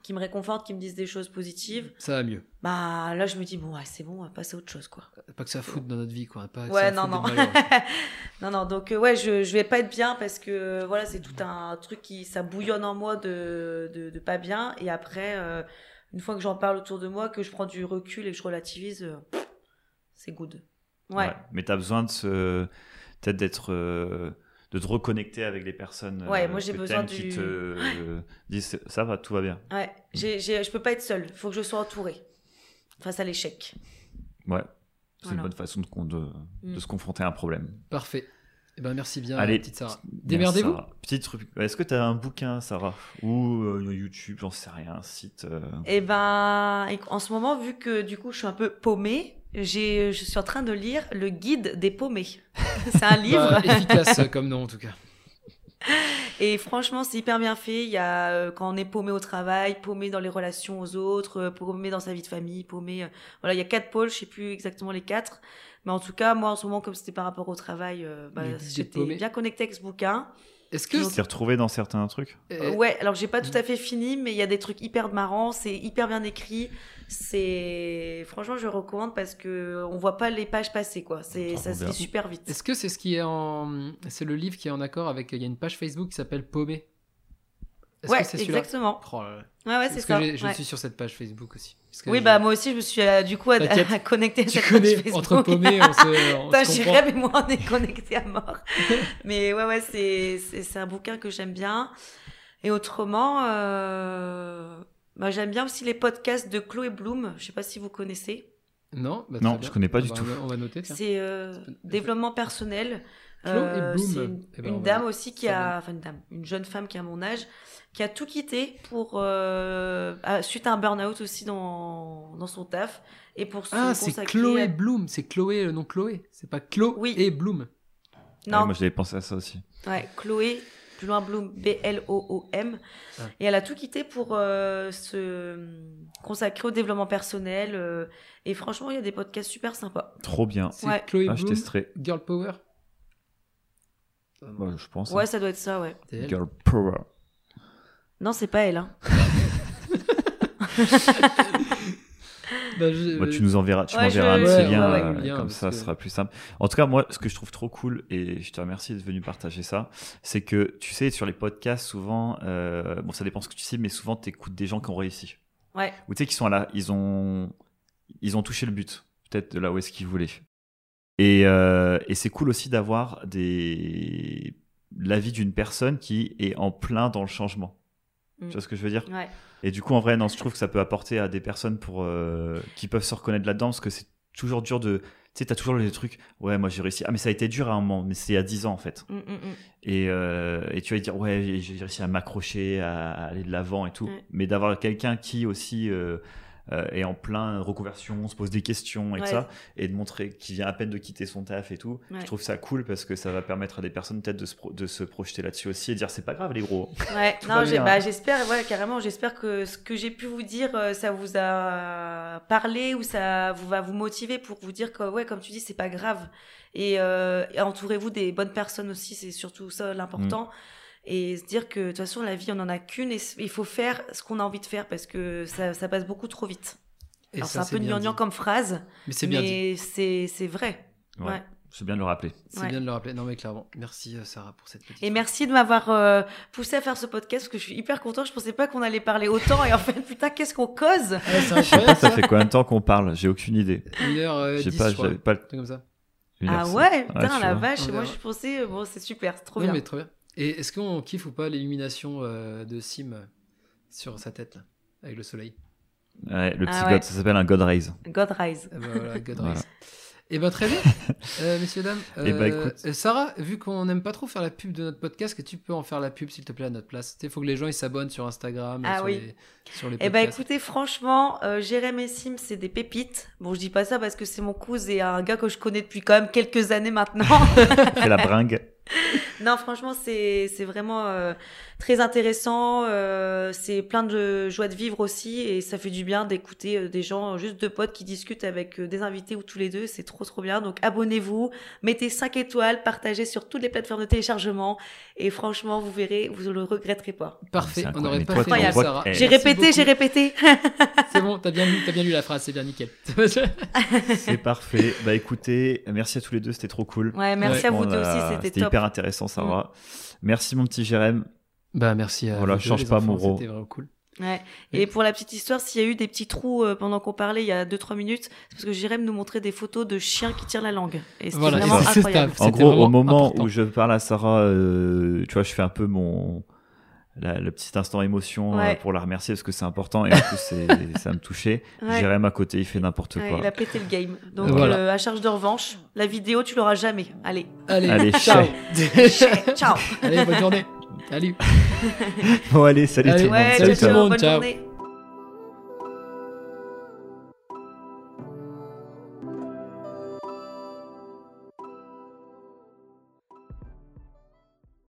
Speaker 1: qui me réconforte, qui me disent des choses positives,
Speaker 3: ça va mieux
Speaker 1: bah là je me dis bon, ouais, c'est bon, on va passer à autre chose quoi.
Speaker 3: Pas que ça foute dans notre vie, quoi. Pas que
Speaker 1: Ouais,
Speaker 3: ça
Speaker 1: non,
Speaker 3: foute
Speaker 1: non.
Speaker 3: d'être malheureux.
Speaker 1: non, non, donc euh, ouais, je, je vais pas être bien parce que euh, voilà, c'est tout un truc qui, ça bouillonne en moi de, de, de pas bien. Et après, euh, une fois que j'en parle autour de moi, que je prends du recul et que je relativise, euh, pff, c'est good. Ouais,
Speaker 2: Ouais. Mais t'as besoin de se... peut-être d'être. euh, de te reconnecter avec les personnes
Speaker 1: Ouais,
Speaker 2: euh,
Speaker 1: moi, j'ai
Speaker 2: que
Speaker 1: besoin
Speaker 2: t'aimes qui
Speaker 1: du-
Speaker 2: te euh, disent ça va tout va bien
Speaker 1: ouais. J'ai, j'ai, je peux pas être seule, faut que je sois entourée face à l'échec.
Speaker 2: ouais c'est
Speaker 1: Voilà.
Speaker 2: une bonne façon de, con- de, de
Speaker 1: Mm.
Speaker 2: se confronter à un problème
Speaker 3: Parfait. Eh ben, merci bien,
Speaker 2: Allez.
Speaker 3: petite Sarah.
Speaker 2: Merci,
Speaker 3: Démerdez-vous.
Speaker 2: Sarah. Petit truc. Est-ce que tu as un bouquin, Sarah Ou euh, YouTube, j'en sais rien, un site. euh,
Speaker 1: Et ben, éc- en ce moment, vu que du coup, je suis un peu paumée, j'ai, je suis en train de lire le guide des paumés. c'est un livre.
Speaker 3: Bah, efficace euh, comme nom, en tout cas.
Speaker 1: Et franchement, c'est hyper bien fait. Il y a euh, quand on est paumé au travail, paumé dans les relations aux autres, euh, paumé dans sa vie de famille, paumé. euh, voilà, il y a quatre pôles. Je sais plus exactement les quatre, mais en tout cas, moi en ce moment, comme c'était par rapport au travail, euh, bah,
Speaker 3: Le guide des
Speaker 1: j'étais
Speaker 3: paumés.
Speaker 1: bien connectée avec ce bouquin.
Speaker 3: Est-ce que.
Speaker 2: Tu t'es retrouvé dans certains trucs
Speaker 1: Euh,
Speaker 3: euh,
Speaker 1: ouais, alors j'ai pas tout à fait fini, mais il y a des trucs hyper marrants. C'est hyper bien écrit. C'est franchement, je recommande parce que on voit pas les pages passer quoi. C'est
Speaker 2: Trop
Speaker 1: ça se
Speaker 2: bien.
Speaker 1: lit super vite.
Speaker 3: Est-ce que c'est ce qui est en. C'est le livre qui est en accord avec. Il y a une page Facebook qui s'appelle Paumé. Est-ce
Speaker 1: Ouais,
Speaker 3: que c'est celui-là
Speaker 1: exactement.
Speaker 3: Oh là là.
Speaker 1: Ouais, ouais, c'est
Speaker 3: Parce
Speaker 1: ça.
Speaker 3: que j'ai- je
Speaker 1: ouais.
Speaker 3: suis sur cette page Facebook aussi. Parce que
Speaker 1: Oui,
Speaker 3: j'ai-
Speaker 1: bah moi aussi, je me suis euh, du coup à,
Speaker 3: T'inquiète.
Speaker 1: à connecter à
Speaker 3: Tu
Speaker 1: cette
Speaker 3: connais,
Speaker 1: page Facebook.
Speaker 3: entre paumés, on se, on
Speaker 1: Putain,
Speaker 3: se
Speaker 1: j'ai
Speaker 3: comprend.
Speaker 1: rêvé, moi, on est connectés à mort. Mais ouais, ouais, c'est, c'est, c'est un bouquin que j'aime bien. Et autrement, euh, bah, j'aime bien aussi les podcasts de Chloé Bloom. Je sais pas si vous connaissez.
Speaker 3: Non, bah,
Speaker 2: Non,
Speaker 3: très
Speaker 2: je
Speaker 3: bien.
Speaker 2: connais pas
Speaker 3: Ah
Speaker 2: du
Speaker 3: bah,
Speaker 2: tout.
Speaker 3: On va, on va noter. tiens.
Speaker 1: C'est euh, développement personnel. Euh,
Speaker 3: Chloé Bloom.
Speaker 1: C'est une,
Speaker 3: Eh ben,
Speaker 1: une
Speaker 3: on va-
Speaker 1: dame aussi qui
Speaker 3: ça
Speaker 1: a,
Speaker 3: donne.
Speaker 1: enfin une dame, une jeune femme qui a mon âge, qui a tout quitté pour euh, à- suite à un burn-out aussi dans dans son taf et pour se
Speaker 3: Ah, c'est
Speaker 1: consacrer.
Speaker 3: Chloé
Speaker 1: à-
Speaker 3: Bloom. C'est Chloé, le nom Chloé. C'est pas Chloé
Speaker 1: Oui.
Speaker 3: et Bloom.
Speaker 2: Ouais,
Speaker 1: Non,
Speaker 2: Moi, j'avais pensé à ça aussi.
Speaker 1: ouais, Chloé plus loin Bloom, B-L-O-O-M.
Speaker 3: Ah.
Speaker 1: Et elle a tout quitté pour euh, se consacrer au développement personnel. euh, et franchement, il y a des podcasts super sympas.
Speaker 2: Trop bien.
Speaker 3: C'est
Speaker 1: Ouais.
Speaker 3: Chloé
Speaker 2: Ah, je
Speaker 3: Bloom,
Speaker 2: testerai.
Speaker 3: Girl Power.
Speaker 2: Bah, je pense.
Speaker 1: Ouais,
Speaker 2: hein.
Speaker 1: ça doit être ça, ouais.
Speaker 3: C'est elle.
Speaker 2: Girl power.
Speaker 1: Non, c'est pas elle. Hein.
Speaker 3: Bah, je-
Speaker 2: Bah, tu nous enverras, tu
Speaker 1: Ouais,
Speaker 2: m'enverras
Speaker 1: je-
Speaker 2: un petit
Speaker 1: ouais,
Speaker 2: lien,
Speaker 1: ouais, ouais.
Speaker 2: euh,
Speaker 3: Le lien,
Speaker 2: comme
Speaker 3: parce
Speaker 2: ça,
Speaker 3: que-
Speaker 2: ce sera plus simple. En tout cas, moi, ce que je trouve trop cool, et je te remercie d'être venu partager ça, c'est que, tu sais, sur les podcasts, souvent, euh, bon, ça dépend ce que tu cibles, mais souvent, t'écoutes des gens qui ont réussi.
Speaker 1: Ouais.
Speaker 2: Ou tu sais, qui sont là, ils ont, ils ont touché le but, peut-être de là où est-ce qu'ils voulaient. Et, euh, et c'est cool aussi d'avoir des, l'avis d'une personne qui est en plein dans le changement.
Speaker 1: Mm.
Speaker 2: Tu vois ce que je veux dire?
Speaker 1: Ouais.
Speaker 2: Et du coup, en vrai, non, je trouve que ça peut apporter à des personnes pour, euh, qui peuvent se reconnaître là-dedans, parce que c'est toujours dur de... Tu sais, t'as toujours les trucs, ouais, moi j'ai réussi. Ah, mais ça a été dur à un moment, mais c'est à 10 ans en fait.
Speaker 1: Mm, mm, mm.
Speaker 2: Et, euh, et tu vas dire, ouais, j'ai j'ai réussi à m'accrocher, à, à aller de l'avant et tout.
Speaker 1: Ouais.
Speaker 2: Mais d'avoir quelqu'un qui aussi euh, euh, est en plein reconversion, se pose des questions et tout
Speaker 1: Ouais.
Speaker 2: ça, et de montrer qu'il vient à peine de quitter son taf et tout,
Speaker 1: Ouais.
Speaker 2: je trouve ça cool parce que ça va permettre à des personnes peut-être de se, pro- de se projeter là-dessus aussi et dire, c'est pas grave les gros.
Speaker 1: Ouais.
Speaker 2: Tout va
Speaker 1: non, j'ai-
Speaker 2: bien.
Speaker 1: bah, j'espère, ouais, carrément, j'espère que ce que j'ai pu vous dire, euh, ça vous a parlé ou ça vous va vous motiver pour vous dire que, ouais, comme tu dis, c'est pas grave. Et, euh, et entourez-vous des bonnes personnes aussi, c'est surtout ça l'important.
Speaker 3: Mm.
Speaker 1: Et se dire que de toute façon, la vie, on en a qu'une et c- il faut faire ce qu'on a envie de faire parce que ça, ça passe beaucoup trop vite.
Speaker 3: Et
Speaker 1: Alors, c'est
Speaker 3: ça,
Speaker 1: un peu
Speaker 3: bien
Speaker 1: gnangnan
Speaker 3: dit.
Speaker 1: comme phrase,
Speaker 3: Mais c'est bien dit.
Speaker 1: mais c'est c'est vrai.
Speaker 2: Ouais.
Speaker 1: Ouais.
Speaker 2: C'est bien de le rappeler.
Speaker 3: C'est
Speaker 1: Ouais.
Speaker 3: bien de le rappeler. Non, mais clairement. Merci, euh, Sarah, pour cette petite.
Speaker 1: Et merci de m'avoir euh, poussé à faire ce podcast parce que je suis hyper contente. Je pensais pas qu'on allait parler autant et en fait, putain, qu'est-ce qu'on cause
Speaker 3: Ah,
Speaker 2: Je
Speaker 3: c'est
Speaker 2: sais pas,
Speaker 3: incroyable.
Speaker 2: ça
Speaker 3: ça.
Speaker 2: fait combien de temps qu'on parle J'ai aucune idée.
Speaker 3: 1h10.
Speaker 2: Je sais pas, j'avais pas le
Speaker 3: comme ça.
Speaker 2: une heure
Speaker 1: Ah
Speaker 2: cinq.
Speaker 1: ouais,
Speaker 2: Ouais,
Speaker 1: putain,
Speaker 2: tu
Speaker 1: la
Speaker 2: vois.
Speaker 1: vache.
Speaker 3: On
Speaker 1: Moi,
Speaker 3: verra.
Speaker 1: je pensais, euh, bon, c'est super, c'est trop
Speaker 3: Oui,
Speaker 1: bien.
Speaker 3: mais trop bien. Et est-ce qu'on kiffe ou pas l'illumination euh, de Sim euh, sur sa tête, là, avec le soleil
Speaker 2: Ouais, le petit
Speaker 1: Ah ouais.
Speaker 2: god, ça s'appelle un god raise.
Speaker 1: God Rise.
Speaker 3: Eh ben voilà, God
Speaker 2: Voilà.
Speaker 3: Rays. Eh ben très bien, Euh, messieurs, dames.
Speaker 2: Eh ben,
Speaker 3: Euh,
Speaker 2: écoute.
Speaker 3: euh, Sarah, vu qu'on n'aime pas trop faire la pub de notre podcast, que tu peux en faire la pub, s'il te plaît, à notre place. Il faut que les gens ils s'abonnent sur Instagram,
Speaker 1: Ah
Speaker 3: sur,
Speaker 1: oui.
Speaker 3: les, sur les
Speaker 1: Eh
Speaker 3: podcasts.
Speaker 1: ben écoutez, franchement, euh, Jérém et Sim, c'est des pépites. Bon, je dis pas ça parce que c'est mon cousin et un gars que je connais depuis quand même quelques années maintenant.
Speaker 2: Fais la bringue.
Speaker 1: Non, franchement, c'est c'est vraiment euh, très intéressant. euh, c'est plein de joie de vivre aussi. Et ça fait du bien d'écouter euh, des gens, euh, juste deux potes qui discutent avec euh, des invités ou tous les deux. C'est trop, trop bien. Donc, abonnez-vous, mettez 5 étoiles, partagez sur toutes les plateformes de téléchargement. Et franchement, vous verrez, vous ne le regretterez pas.
Speaker 3: Parfait,
Speaker 2: C'est
Speaker 3: on
Speaker 2: incroyable.
Speaker 3: n'aurait
Speaker 2: Mais
Speaker 3: pas
Speaker 2: toi,
Speaker 3: fait
Speaker 1: t'es
Speaker 3: mieux,
Speaker 1: en voie-
Speaker 3: Sarah.
Speaker 2: Eh,
Speaker 1: J'ai
Speaker 3: Merci
Speaker 1: répété, j'ai
Speaker 3: beaucoup.
Speaker 1: répété.
Speaker 3: C'est bon, t'as bien, lu- t'as bien lu la phrase, c'est bien nickel.
Speaker 2: C'est parfait. Bah écoutez, merci à tous les deux, c'était trop cool.
Speaker 1: Ouais, merci
Speaker 3: Ouais,
Speaker 1: à vous
Speaker 2: On
Speaker 1: deux
Speaker 2: a-
Speaker 1: aussi. C'était
Speaker 2: C'était
Speaker 1: top. Mm.
Speaker 2: hyper intéressant, Sarah. Merci mon petit Jérém.
Speaker 3: bah merci. À
Speaker 2: Voilà,
Speaker 3: vous deux,
Speaker 2: Oh change
Speaker 3: les
Speaker 2: pas,
Speaker 3: enfants,
Speaker 2: mon gros.
Speaker 3: C'était vraiment cool.
Speaker 1: Ouais. Et pour la petite histoire, s'il y a eu des petits trous euh, pendant qu'on parlait il y a 2-3 minutes, c'est parce que Jérém nous montrait des photos de chiens qui tirent la langue. Et c'était
Speaker 3: Voilà,
Speaker 1: vraiment
Speaker 3: c'est- c'est
Speaker 1: incroyable.
Speaker 3: ça.
Speaker 2: En
Speaker 3: C'était
Speaker 2: gros,
Speaker 3: vraiment
Speaker 2: au moment
Speaker 3: important.
Speaker 2: où je parle à Sarah, euh, tu vois, je fais un peu mon la- le petit instant émotion
Speaker 1: Ouais.
Speaker 2: euh, pour la remercier parce que c'est important et en plus c'est- ça me touchait.
Speaker 1: Ouais.
Speaker 2: Jérém à côté, il fait n'importe
Speaker 1: Ouais,
Speaker 2: quoi.
Speaker 1: Ah, il a pété le game. Donc,
Speaker 3: Voilà.
Speaker 1: euh, à charge de revanche, la vidéo, tu l'auras jamais. Allez,
Speaker 3: Allez,
Speaker 2: Allez,
Speaker 3: ciao.
Speaker 1: ciao.
Speaker 3: Allez, bonne journée. Salut.
Speaker 2: Bon allez, salut
Speaker 3: Allez,
Speaker 2: tout le monde.
Speaker 1: Ouais,
Speaker 3: Salut
Speaker 1: ciao,
Speaker 3: tout le
Speaker 1: ciao,
Speaker 3: monde,
Speaker 1: bonne
Speaker 3: ciao.
Speaker 1: journée.